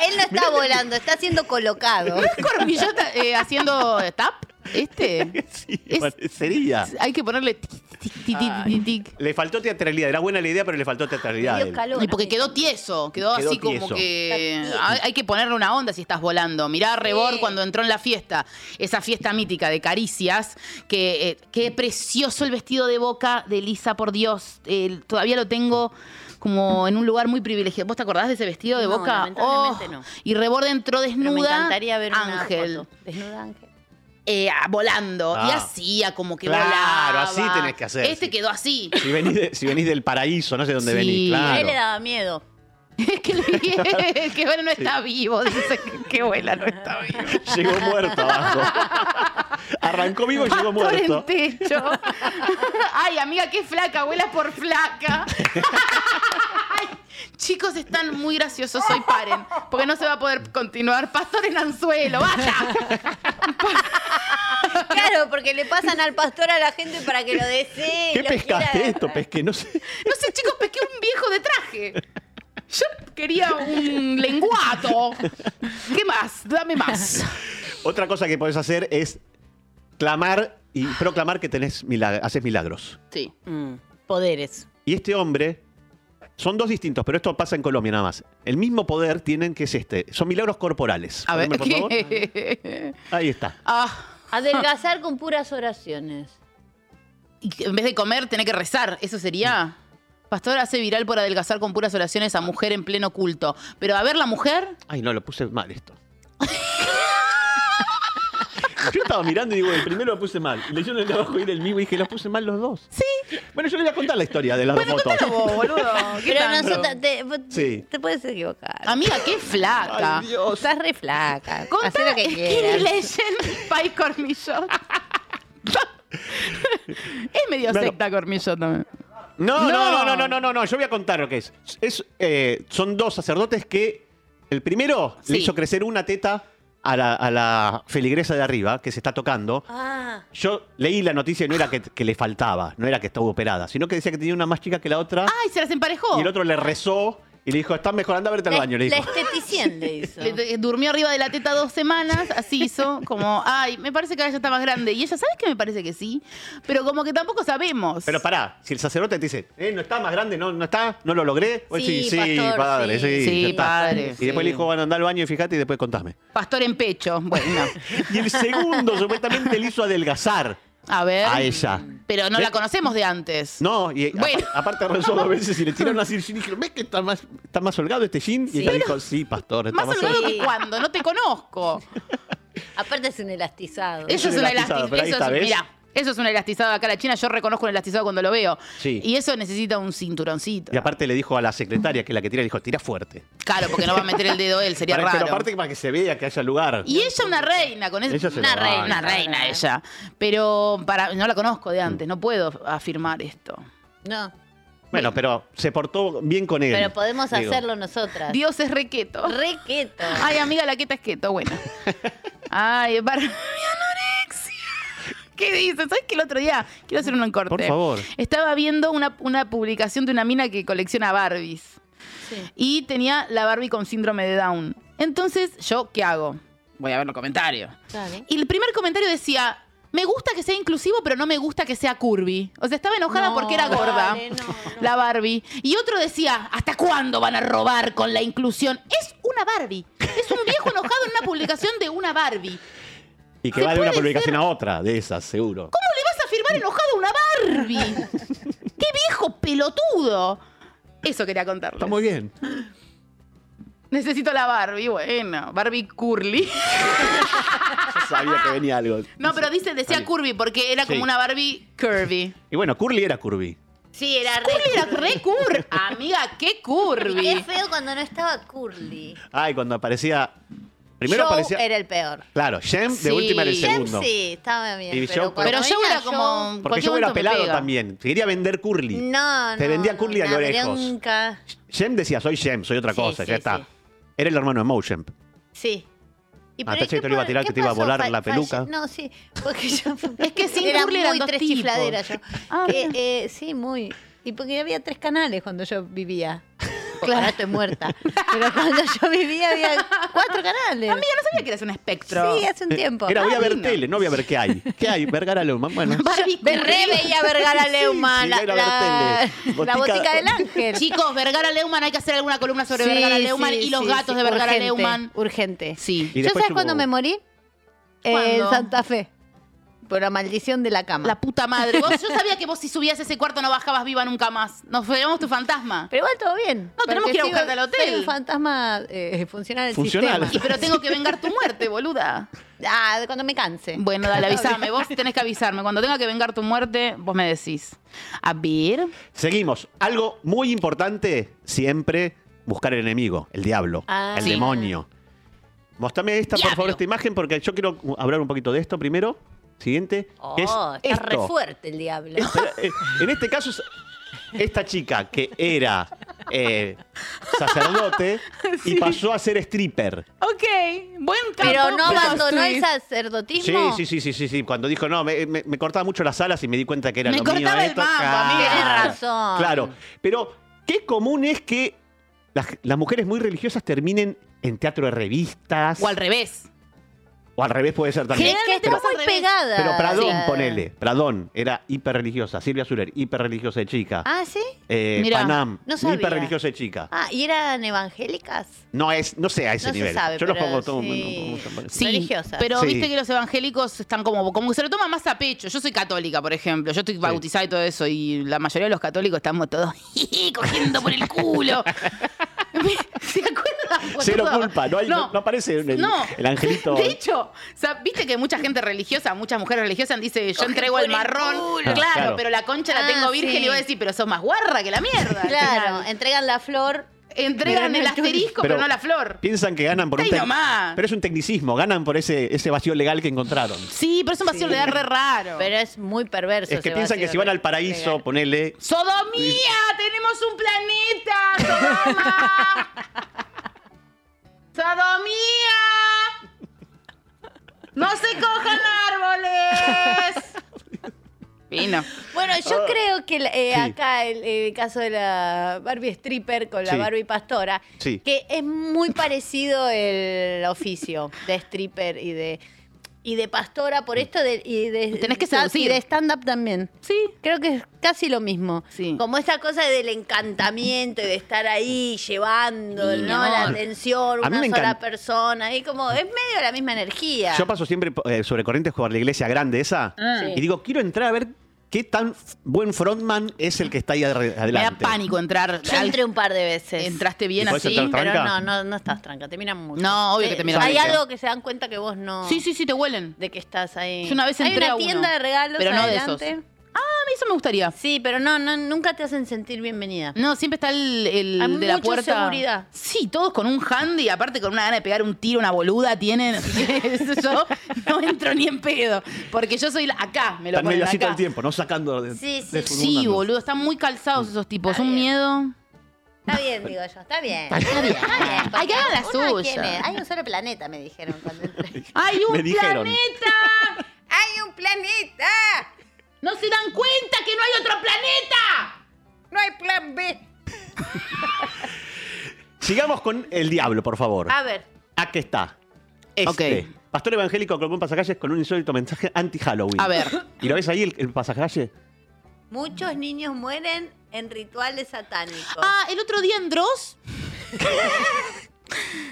Speaker 2: Él no está volando, está siendo colocado.
Speaker 1: Corbillota eh, haciendo tap, este.
Speaker 3: sí,
Speaker 1: Es-
Speaker 3: parecería.
Speaker 1: Hay que ponerle tic, tic, tic, tic, tic, tic.
Speaker 3: Le faltó teatralidad. Era buena la idea, pero le faltó teatralidad. a
Speaker 2: Medio
Speaker 3: él.
Speaker 2: calor.
Speaker 1: Y porque quedó tieso, quedó,
Speaker 3: Quedó
Speaker 1: así como
Speaker 3: tieso.
Speaker 1: que
Speaker 2: Está tieso.
Speaker 1: hay hay que ponerle una onda si estás volando. Mirá a Rebord
Speaker 2: Sí.
Speaker 1: cuando entró en la fiesta, esa fiesta mítica de caricias, que eh, qué precioso el vestido de boca de Lisa, por Dios. Eh, todavía lo tengo como en un lugar muy privilegiado. ¿Vos te acordás de ese vestido de
Speaker 2: No,
Speaker 1: boca? Oh,
Speaker 2: lamentablemente no.
Speaker 1: Y Rebord entró
Speaker 2: Pero
Speaker 1: desnuda.
Speaker 2: me encantaría ver una
Speaker 1: Ángel.
Speaker 2: foto. Desnuda Ángel.
Speaker 1: eh, ah, volando. Y
Speaker 3: Ah.
Speaker 1: hacía como que
Speaker 3: Claro,
Speaker 1: volaba.
Speaker 3: así tenés que hacer,
Speaker 1: Este
Speaker 3: sí.
Speaker 1: quedó así.
Speaker 3: Si venís, de- si venís del paraíso, no sé dónde
Speaker 1: Sí.
Speaker 3: venís,
Speaker 2: A él le
Speaker 3: claro.
Speaker 2: daba miedo.
Speaker 1: Es que, el- que bueno no está vivo. Dice que, que abuela no está vivo.
Speaker 3: Llegó muerto abajo. Arrancó vivo y llegó
Speaker 1: Pastor
Speaker 3: muerto.
Speaker 1: en techo. Ay, amiga, qué flaca, abuela por flaca. Ay, Chicos, están muy graciosos hoy, paren, porque no se va a poder continuar. Pastor en anzuelo, vaya.
Speaker 2: Claro, porque le pasan al pastor a la gente para que lo desee.
Speaker 3: ¿Qué
Speaker 2: lo
Speaker 3: pescaste
Speaker 2: quiera.
Speaker 3: esto? Pesqué, no sé.
Speaker 1: No sé, chicos, pesqué un viejo de traje. Yo quería un lenguato. ¿Qué más? Dame más.
Speaker 3: Otra cosa que podés hacer es clamar y proclamar que tenés milag- haces milagros.
Speaker 1: Sí.
Speaker 2: Mm, poderes.
Speaker 3: Y este hombre, son dos distintos, pero esto pasa en Colombia nada más. El mismo poder tienen que es este. Son milagros corporales.
Speaker 1: A ver,
Speaker 3: Poneme, por favor.
Speaker 1: ¿qué?
Speaker 3: Ahí está.
Speaker 1: Ah.
Speaker 2: Adelgazar con puras oraciones.
Speaker 1: Y que en vez de comer, tener que rezar. Eso sería. Pastor hace viral por adelgazar con puras oraciones a mujer en pleno culto. Pero a ver, la mujer.
Speaker 3: Ay, no, lo puse mal esto. Yo estaba mirando y digo, el primero lo puse mal. Y leyendo el de abajo y el mismo y dije, lo puse mal los dos. Sí. Bueno, yo le voy a contar la historia de las dos
Speaker 1: Contalo
Speaker 3: fotos.
Speaker 2: Oh,
Speaker 1: vos, boludo. ¿Qué
Speaker 2: Pero
Speaker 1: tanto?
Speaker 2: nosotras te, vos-
Speaker 3: Sí.
Speaker 2: te puedes equivocar.
Speaker 1: Amiga, qué flaca.
Speaker 3: Ay, Dios.
Speaker 2: Estás re flaca.
Speaker 1: Contá
Speaker 2: Hacé lo que
Speaker 1: Skinny
Speaker 2: quieras.
Speaker 1: Legend by Cormillot. es medio
Speaker 3: Bueno.
Speaker 1: secta Cormillot también.
Speaker 3: No,
Speaker 1: No.
Speaker 3: no, no, no, no, no, no, yo voy a contar lo que es. es eh, son dos sacerdotes que el primero le
Speaker 1: Sí.
Speaker 3: hizo crecer una teta a la, a la feligresa de arriba que se está tocando.
Speaker 2: Ah,
Speaker 3: Yo leí la noticia y no era que, que le faltaba, no era que estaba operada, sino que decía que tenía una más chica que la otra
Speaker 1: Ay, se las emparejó.
Speaker 3: y el otro le rezó y le dijo, estás mejorando, a verte al
Speaker 2: la,
Speaker 3: baño, le
Speaker 2: la
Speaker 3: dijo.
Speaker 2: esteticien le hizo.
Speaker 1: Le- le- durmió arriba de la teta dos semanas, así hizo, como, ay, me parece que ella está más grande. Y ella, ¿sabes que me parece que sí? Pero como que tampoco sabemos.
Speaker 3: Pero pará, si el sacerdote te dice, eh, no está más grande, no, no está, no lo logré. vos
Speaker 2: Sí,
Speaker 3: decís, sí,
Speaker 2: pastor,
Speaker 3: padre,
Speaker 2: sí.
Speaker 3: sí,
Speaker 1: Sí,
Speaker 3: ya está".
Speaker 1: padre,
Speaker 3: Y
Speaker 1: sí.
Speaker 3: después le dijo, bueno, anda al baño y fíjate y después contame.
Speaker 1: Pastor en pecho, bueno.
Speaker 3: Y el segundo supuestamente le hizo adelgazar
Speaker 1: A ver.
Speaker 3: a ella.
Speaker 1: Pero no
Speaker 3: ¿Ves?
Speaker 1: la conocemos de antes.
Speaker 3: No, y apa-
Speaker 1: Bueno.
Speaker 3: aparte rezó dos veces y le tiraron así el jean y dijeron, ¿ves que está más, está más holgado este jean? Y ella dijo, sí, pastor, está
Speaker 1: Más
Speaker 3: más,
Speaker 1: holgado
Speaker 3: holgado.
Speaker 1: que cuando, no te conozco.
Speaker 2: Aparte es un elastizado.
Speaker 1: Eso
Speaker 3: un
Speaker 1: es una
Speaker 3: elastizado,
Speaker 1: elastizada.
Speaker 3: pero ahí
Speaker 1: Eso
Speaker 3: está,
Speaker 1: es,
Speaker 3: ¿ves?
Speaker 1: mirá, eso es un elastizado acá a la China. Yo reconozco un elastizado cuando lo veo.
Speaker 3: Sí.
Speaker 1: Y eso necesita un cinturoncito.
Speaker 3: Y aparte le dijo a la secretaria que la que tira, le dijo, tira fuerte.
Speaker 1: Claro, porque no va a meter el dedo él, sería
Speaker 3: Para-
Speaker 1: raro.
Speaker 3: Pero aparte para que se vea que haya lugar.
Speaker 1: Y ella una reina, con eso.
Speaker 3: Ella se
Speaker 1: Una
Speaker 3: lo
Speaker 1: reina,
Speaker 3: banca.
Speaker 1: una reina ella. Pero para, no la conozco de antes, no puedo afirmar esto.
Speaker 2: No,
Speaker 3: Bueno, pero se portó bien con él.
Speaker 2: pero podemos
Speaker 3: digo.
Speaker 2: hacerlo nosotras.
Speaker 1: Dios es requeto.
Speaker 2: Requeto.
Speaker 1: Ay, amiga, la queta es keto, bueno. Ay, bar- mi anorexia. ¿Qué dices? ¿Sabes que el otro día? Quiero hacer un corte.
Speaker 3: Por favor.
Speaker 1: Estaba viendo una, una publicación de una mina que colecciona Barbies.
Speaker 2: Sí.
Speaker 1: Y tenía la Barbie con síndrome de Down. Entonces, ¿yo qué hago? Voy a ver los comentarios.
Speaker 2: Dale.
Speaker 1: Y el primer comentario decía, me gusta que sea inclusivo, pero no me gusta que sea curvy. O sea, estaba enojada
Speaker 2: No,
Speaker 1: porque era gorda.
Speaker 2: dale, no, no.
Speaker 1: La Barbie. Y otro decía, ¿hasta cuándo van a robar con la inclusión? Es una Barbie. Es un viejo enojado en una publicación de una Barbie.
Speaker 3: Y que
Speaker 1: ¿Se
Speaker 3: va de una
Speaker 1: puede
Speaker 3: publicación a otra de esas, seguro.
Speaker 1: ¿Cómo le vas a firmar enojado a una Barbie? ¡Qué viejo pelotudo! Eso quería contarles.
Speaker 3: Está muy bien.
Speaker 1: Necesito la Barbie, bueno. Barbie Curly.
Speaker 7: Yo sabía que venía algo.
Speaker 1: No, pero dice, decía Curvy porque era
Speaker 3: Sí.
Speaker 1: como una Barbie curvy.
Speaker 3: Y bueno, Curly era Curvy.
Speaker 2: Sí, era re.
Speaker 1: Curly era re cur. Amiga, qué
Speaker 2: Qué
Speaker 1: curvy.
Speaker 2: feo cuando no estaba Curly.
Speaker 3: Ay, cuando aparecía. Primero
Speaker 2: Joe
Speaker 3: aparecía.
Speaker 2: era el peor.
Speaker 3: Claro, Jem de
Speaker 1: Sí.
Speaker 3: última era el
Speaker 1: Jem
Speaker 3: segundo.
Speaker 2: Sí, estaba bien.
Speaker 3: Y Joe,
Speaker 2: pero
Speaker 1: Pero
Speaker 2: cuando
Speaker 1: yo
Speaker 2: venía
Speaker 1: era como.
Speaker 3: Porque
Speaker 1: cualquier
Speaker 3: yo era
Speaker 1: momento me
Speaker 3: pelado
Speaker 1: pega.
Speaker 3: también. Quería vender Curly.
Speaker 2: No, no.
Speaker 3: Te vendía
Speaker 2: no,
Speaker 3: Curly a
Speaker 2: una
Speaker 3: orejos.
Speaker 2: bronca.
Speaker 3: Jem decía, soy Jem, soy otra
Speaker 2: Sí,
Speaker 3: cosa,
Speaker 2: sí,
Speaker 3: ya está.
Speaker 2: sí.
Speaker 3: Era el hermano de Mojamp.
Speaker 2: Sí. Y
Speaker 3: Ah, pensé que te lo iba a tirar,
Speaker 2: qué
Speaker 3: que te iba a
Speaker 2: pasó?
Speaker 3: volar la
Speaker 2: falle-
Speaker 3: peluca.
Speaker 2: No, sí, porque yo
Speaker 1: Es que sin
Speaker 2: era
Speaker 1: Curly eran
Speaker 2: muy
Speaker 1: dos
Speaker 2: tres
Speaker 1: tipos.
Speaker 2: chifladeras yo.
Speaker 1: Ah,
Speaker 2: Que, eh, sí, muy. Y porque había tres canales cuando yo vivía. Ahora estoy muerta. Pero cuando yo vivía había cuatro canales.
Speaker 1: Amiga, no sabía que eras un espectro.
Speaker 2: sí, hace un tiempo.
Speaker 3: Eh, Era, voy a
Speaker 1: Ah,
Speaker 3: ver
Speaker 1: vino.
Speaker 3: tele, no voy a ver qué hay. ¿Qué hay? Vergara Leumann. Bueno,
Speaker 1: Barbie
Speaker 2: Ve- re
Speaker 1: Curly.
Speaker 2: veía a Vergara Leumann,
Speaker 3: sí,
Speaker 2: la,
Speaker 3: era
Speaker 2: la,
Speaker 3: ver tele.
Speaker 2: la
Speaker 3: Botica-
Speaker 2: botica del ángel.
Speaker 1: Chicos, Vergara Leumann, hay que hacer alguna columna sobre
Speaker 2: Sí,
Speaker 1: Vergara
Speaker 2: sí,
Speaker 1: Leumann y los
Speaker 2: sí,
Speaker 1: gatos
Speaker 2: sí,
Speaker 1: de Vergara
Speaker 2: urgente,
Speaker 1: Leumann.
Speaker 2: Urgente.
Speaker 1: Sí.
Speaker 3: Y
Speaker 2: ¿Yo
Speaker 3: después
Speaker 2: sabes
Speaker 3: tuvo-
Speaker 2: cuándo me morí?
Speaker 1: ¿Cuándo?
Speaker 2: En Santa Fe. Por la maldición de la cama.
Speaker 1: La puta madre. Vos, yo sabía que vos si subías ese cuarto no bajabas viva nunca más. Nos veíamos tu fantasma.
Speaker 2: Pero igual todo bien.
Speaker 1: No, tenemos
Speaker 2: porque
Speaker 1: que ir a
Speaker 2: sigo-
Speaker 1: buscarte al hotel.
Speaker 2: Soy un fantasma eh, funcional del
Speaker 3: Funcional.
Speaker 1: Y,
Speaker 2: sistema.
Speaker 1: pero tengo que vengar tu muerte, boluda.
Speaker 2: Ah, cuando me canse.
Speaker 1: Bueno, dale, avísame. Vos tenés que avisarme. Cuando tenga que vengar tu muerte, vos me decís. A ver.
Speaker 3: seguimos. Algo muy importante siempre, buscar el enemigo, el diablo,
Speaker 2: Ah.
Speaker 3: el
Speaker 2: Sí.
Speaker 3: demonio. Mostrame esta, por favor, esta imagen, porque yo quiero hablar un poquito de esto primero. Siguiente. que es
Speaker 2: Oh, está re
Speaker 3: esto.
Speaker 2: fuerte el diablo.
Speaker 3: Pero, eh, en este caso es esta chica que era eh, sacerdote y pasó a ser stripper.
Speaker 1: Ok. Buen campo.
Speaker 2: Pero no
Speaker 1: para
Speaker 2: abandonó el
Speaker 1: twist.
Speaker 3: Sí,
Speaker 2: sacerdotismo.
Speaker 3: sí, sí, sí, sí, sí. Cuando dijo, no, me, me- me cortaba mucho las alas y me di cuenta que era
Speaker 1: Me
Speaker 3: lo mío
Speaker 1: cortaba el
Speaker 3: esto. Ah.
Speaker 1: mambo, amiga.
Speaker 2: Tenés razón.
Speaker 3: Claro. Pero, qué común es que las, las mujeres muy religiosas terminen en teatro de revistas.
Speaker 1: O al revés.
Speaker 3: o al revés puede ser
Speaker 2: Que,
Speaker 3: también.
Speaker 2: que está
Speaker 1: Pero-
Speaker 2: muy pegada.
Speaker 3: Pero Pradón,
Speaker 2: Sí.
Speaker 3: ponele. Pradón era hiperreligiosa. Silvia Zuller, hiperreligiosa de chica.
Speaker 2: Ah, ¿sí?
Speaker 3: Eh,
Speaker 1: Mirá,
Speaker 3: Panam,
Speaker 2: no sabía.
Speaker 3: hiperreligiosa de chica.
Speaker 2: Ah, ¿y eran evangélicas?
Speaker 3: No es, no sé a ese
Speaker 2: No se
Speaker 3: nivel.
Speaker 2: sabe,
Speaker 3: Yo los
Speaker 2: pero
Speaker 3: pongo todo.
Speaker 2: sí.
Speaker 1: Sí,
Speaker 2: Religiosas.
Speaker 1: pero
Speaker 3: Sí.
Speaker 1: viste que los evangélicos están como, como que se lo toman más a pecho. Yo soy católica, por ejemplo. Yo estoy bautizada y todo eso. Y la mayoría de los católicos estamos todos cogiendo por el culo. ¿Se acuerdan?
Speaker 3: Cero
Speaker 1: boludo?
Speaker 3: culpa, no, hay- no- no aparece el,
Speaker 1: No.
Speaker 3: el angelito.
Speaker 1: De hecho, o sea, viste que mucha gente religiosa, muchas mujeres religiosas dicen, yo
Speaker 6: Cogen
Speaker 1: entrego el
Speaker 6: por el
Speaker 1: marrón,
Speaker 6: culo.
Speaker 1: claro,
Speaker 3: Ah, claro.
Speaker 1: pero la concha la
Speaker 2: Ah,
Speaker 1: tengo virgen
Speaker 2: sí.
Speaker 1: y voy a decir, pero sos más guarra que la mierda.
Speaker 2: Claro, entregan la flor.
Speaker 1: Entregan
Speaker 2: Pero
Speaker 1: el
Speaker 2: no el tuyo.
Speaker 1: asterisco, pero, no la flor.
Speaker 3: Piensan que ganan por un
Speaker 1: Ay,
Speaker 3: tec-
Speaker 1: nomás.
Speaker 3: Pero es un tecnicismo, ganan por ese, ese vacío legal que encontraron.
Speaker 1: Sí, pero es un vacío
Speaker 2: Sí.
Speaker 1: de dar re raro.
Speaker 2: Pero es muy perverso.
Speaker 3: es que
Speaker 2: ese
Speaker 3: piensan que
Speaker 2: vacío
Speaker 3: si van
Speaker 2: de-
Speaker 3: al paraíso,
Speaker 2: legal.
Speaker 3: ponele.
Speaker 1: ¡Sodomía! ¡Tenemos un planeta! ¡Sodoma! ¡Sodomía! ¡No se cojan árboles! Vino.
Speaker 2: Bueno, yo creo que eh,
Speaker 3: Ah. Sí.
Speaker 2: acá el, el caso de la Barbie stripper con la
Speaker 3: Sí.
Speaker 2: Barbie pastora,
Speaker 3: Sí.
Speaker 2: que es muy parecido el oficio de stripper y de y de pastora por esto de, y de
Speaker 1: Tenés que
Speaker 2: y
Speaker 1: seducir.
Speaker 2: de stand up también.
Speaker 1: Sí.
Speaker 2: Creo que es casi lo mismo.
Speaker 1: Sí.
Speaker 2: Como esta cosa del encantamiento y de estar ahí llevando
Speaker 1: Sí, mi
Speaker 2: ¿no? la
Speaker 1: amor.
Speaker 2: atención,
Speaker 3: A mí
Speaker 2: una
Speaker 3: me
Speaker 2: sola
Speaker 3: encanta-
Speaker 2: persona. Y como es medio la misma energía.
Speaker 3: Yo paso siempre eh, sobre corrientes por la iglesia grande esa
Speaker 1: Ah.
Speaker 3: y digo, quiero entrar a ver qué tan f- buen frontman es el que está ahí adre-
Speaker 1: Me da
Speaker 3: adelante.
Speaker 1: pánico entrar.
Speaker 2: Yo entré un par de veces.
Speaker 1: ¿Entraste bien
Speaker 3: ¿Y podés
Speaker 1: así?
Speaker 3: entrar
Speaker 2: Pero
Speaker 3: ¿Tranca?
Speaker 2: no, no, no estás tranca, te miran mucho. Eh,
Speaker 1: No, obvio que te miran
Speaker 2: Hay
Speaker 1: mucho.
Speaker 2: algo que se dan cuenta que vos no.
Speaker 1: Sí, sí, sí, te huelen.
Speaker 2: De que estás ahí.
Speaker 1: Yo una vez entré
Speaker 2: Hay una
Speaker 1: a uno,
Speaker 2: tienda de regalos
Speaker 1: pero no de esos.
Speaker 2: adelante.
Speaker 1: A mí eso me gustaría.
Speaker 2: Sí, pero no, no, nunca te hacen sentir bienvenida.
Speaker 1: No, siempre está el, el
Speaker 2: Hay
Speaker 1: de la
Speaker 2: mucha
Speaker 1: puerta.
Speaker 2: seguridad.
Speaker 1: Sí, todos con un handy, aparte con una gana de pegar un tiro, una boluda tienen. así que eso yo no entro ni en pedo. Porque yo soy la- acá, me lo
Speaker 3: Están
Speaker 1: ponen
Speaker 3: medio así
Speaker 1: acá.
Speaker 3: todo el tiempo, no sacando de,
Speaker 2: Sí, sí.
Speaker 3: de su
Speaker 1: Sí,
Speaker 3: mundo.
Speaker 1: boludo, están muy calzados esos tipos. Un
Speaker 2: bien.
Speaker 1: miedo.
Speaker 2: Está bien, digo yo, está bien. Está bien. porque
Speaker 1: Hay que hagan la
Speaker 2: uno
Speaker 1: suya.
Speaker 2: tiene- Hay un solo planeta, me dijeron cuando entré.
Speaker 1: ¡Hay un
Speaker 3: Me dijeron.
Speaker 1: planeta!
Speaker 2: ¡Hay un planeta!
Speaker 1: ¡No se dan cuenta que no hay otro planeta!
Speaker 2: No hay plan B.
Speaker 3: Sigamos con el diablo, por favor.
Speaker 2: A ver.
Speaker 3: Aquí está. Este. Pastor evangélico colgó un pasacalles con un insólito mensaje anti-Halloween.
Speaker 1: A ver.
Speaker 3: ¿Y lo ves ahí el, el pasacalle?
Speaker 2: Muchos niños mueren en rituales satánicos.
Speaker 1: Ah, el otro día en Dross.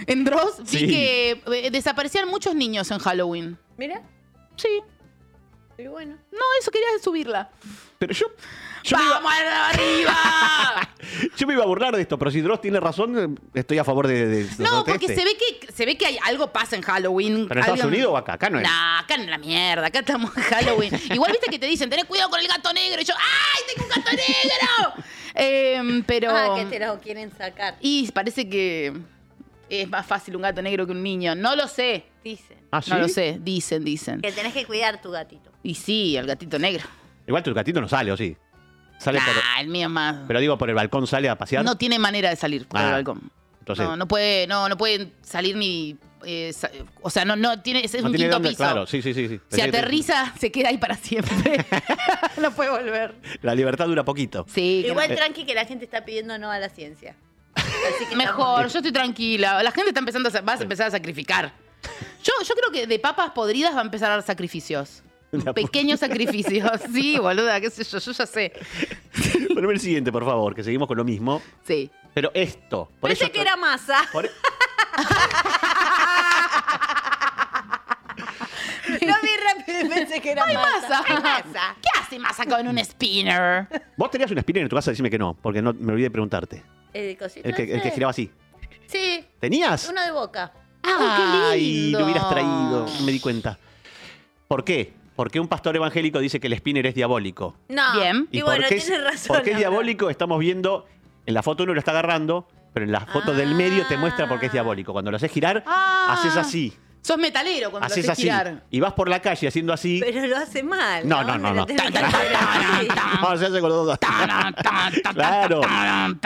Speaker 1: en Dross vi
Speaker 3: Sí.
Speaker 1: que eh, desaparecían muchos niños en Halloween.
Speaker 2: Mira.
Speaker 1: Sí.
Speaker 2: Y bueno.
Speaker 1: No, eso quería subirla.
Speaker 3: Pero yo. Yo me, iba,
Speaker 1: ¡Vamos arriba!
Speaker 3: yo me iba a burlar de esto, pero si Dross tiene razón, estoy a favor de. de- de
Speaker 6: No,
Speaker 3: hacer
Speaker 6: porque
Speaker 3: este.
Speaker 6: se ve que se ve que hay, algo pasa en Halloween.
Speaker 3: ¿Pero en Estados
Speaker 6: Alguien-
Speaker 3: Unidos o acá? Acá no es.
Speaker 6: Nah, acá en la mierda, acá estamos en Halloween. Igual viste que te dicen, tenés cuidado con el gato negro. Y yo, ¡ay, tengo un gato negro!
Speaker 1: Em, pero.
Speaker 2: Ah, que te lo quieren sacar.
Speaker 1: Y parece que es más fácil un gato negro que un niño. No lo sé.
Speaker 2: Dicen
Speaker 3: Ah, ¿sí?
Speaker 1: No lo sé. Dicen, dicen.
Speaker 2: que tenés que cuidar tu gatito.
Speaker 1: Y sí, el gatito negro.
Speaker 3: Igual tu gatito no sale, ¿o sí? Sale por-
Speaker 1: Ah, el mío es más.
Speaker 3: Pero digo, por el balcón sale a pasear.
Speaker 1: No tiene manera de salir por el
Speaker 3: Ah,
Speaker 1: balcón.
Speaker 3: entonces-
Speaker 1: no, no puede, no, no pueden salir ni. eh, sa- o sea, no, no tiene. Es, es
Speaker 3: No
Speaker 1: un
Speaker 3: tiene
Speaker 1: quinto
Speaker 3: dónde-
Speaker 1: piso.
Speaker 3: Claro, sí, sí, sí. sí.
Speaker 1: Si
Speaker 3: Pensé que te-
Speaker 1: aterriza, se queda ahí para siempre. no puede volver.
Speaker 3: La libertad dura poquito.
Speaker 1: Sí, que
Speaker 2: Igual tranqui que la gente está pidiendo no a la ciencia. Así que
Speaker 1: Mejor, yo estoy tranquila. La gente está empezando a, sa- vas a empezar a sacrificar. Yo, yo creo que de papas podridas va a empezar a dar sacrificios. Pequeños sacrificios. Sí, boluda, qué sé yo, yo ya sé.
Speaker 3: Poneme el siguiente, por favor, que seguimos con lo mismo.
Speaker 1: Sí.
Speaker 3: Pero esto. Por
Speaker 2: Pensé
Speaker 3: eso
Speaker 2: que era masa.
Speaker 3: por- e-
Speaker 2: Lo vi rápido y pensé que era masa.
Speaker 1: Masa. ¿Qué hace masa con un spinner?
Speaker 3: Vos tenías una spinner en tu casa, decime que no, porque no me olvidé de preguntarte.
Speaker 2: El cosito
Speaker 3: El que, el que
Speaker 2: ese.
Speaker 3: giraba así.
Speaker 2: Sí,
Speaker 3: ¿Tenías?
Speaker 2: uno de boca.
Speaker 3: Ay,
Speaker 1: Oh, lindo.
Speaker 3: lo hubieras traído. No me di cuenta. ¿Por qué? Porque un pastor evangélico dice que el spinner es diabólico.
Speaker 2: No.
Speaker 1: Bien.
Speaker 2: Y,
Speaker 3: por
Speaker 2: bueno,
Speaker 3: qué es-
Speaker 2: tienes razón.
Speaker 3: ¿Por qué es
Speaker 2: la
Speaker 3: diabólico? Estamos viendo, en la foto uno lo está agarrando, pero en la foto del medio te muestra por qué es
Speaker 2: Ah.
Speaker 3: diabólico. Cuando lo haces girar,
Speaker 1: Ah.
Speaker 3: haces así,
Speaker 1: Sos metalero cuando
Speaker 3: haces
Speaker 1: lo haces
Speaker 3: así.
Speaker 1: girar.
Speaker 3: Y vas por la calle haciendo así.
Speaker 2: verdad. Pero lo hace mal.
Speaker 3: No, no, no,
Speaker 2: Pero
Speaker 3: no.
Speaker 2: tenés que
Speaker 6: Tan, tan,
Speaker 2: hacer así.
Speaker 3: No, se hace con los dos. Claro.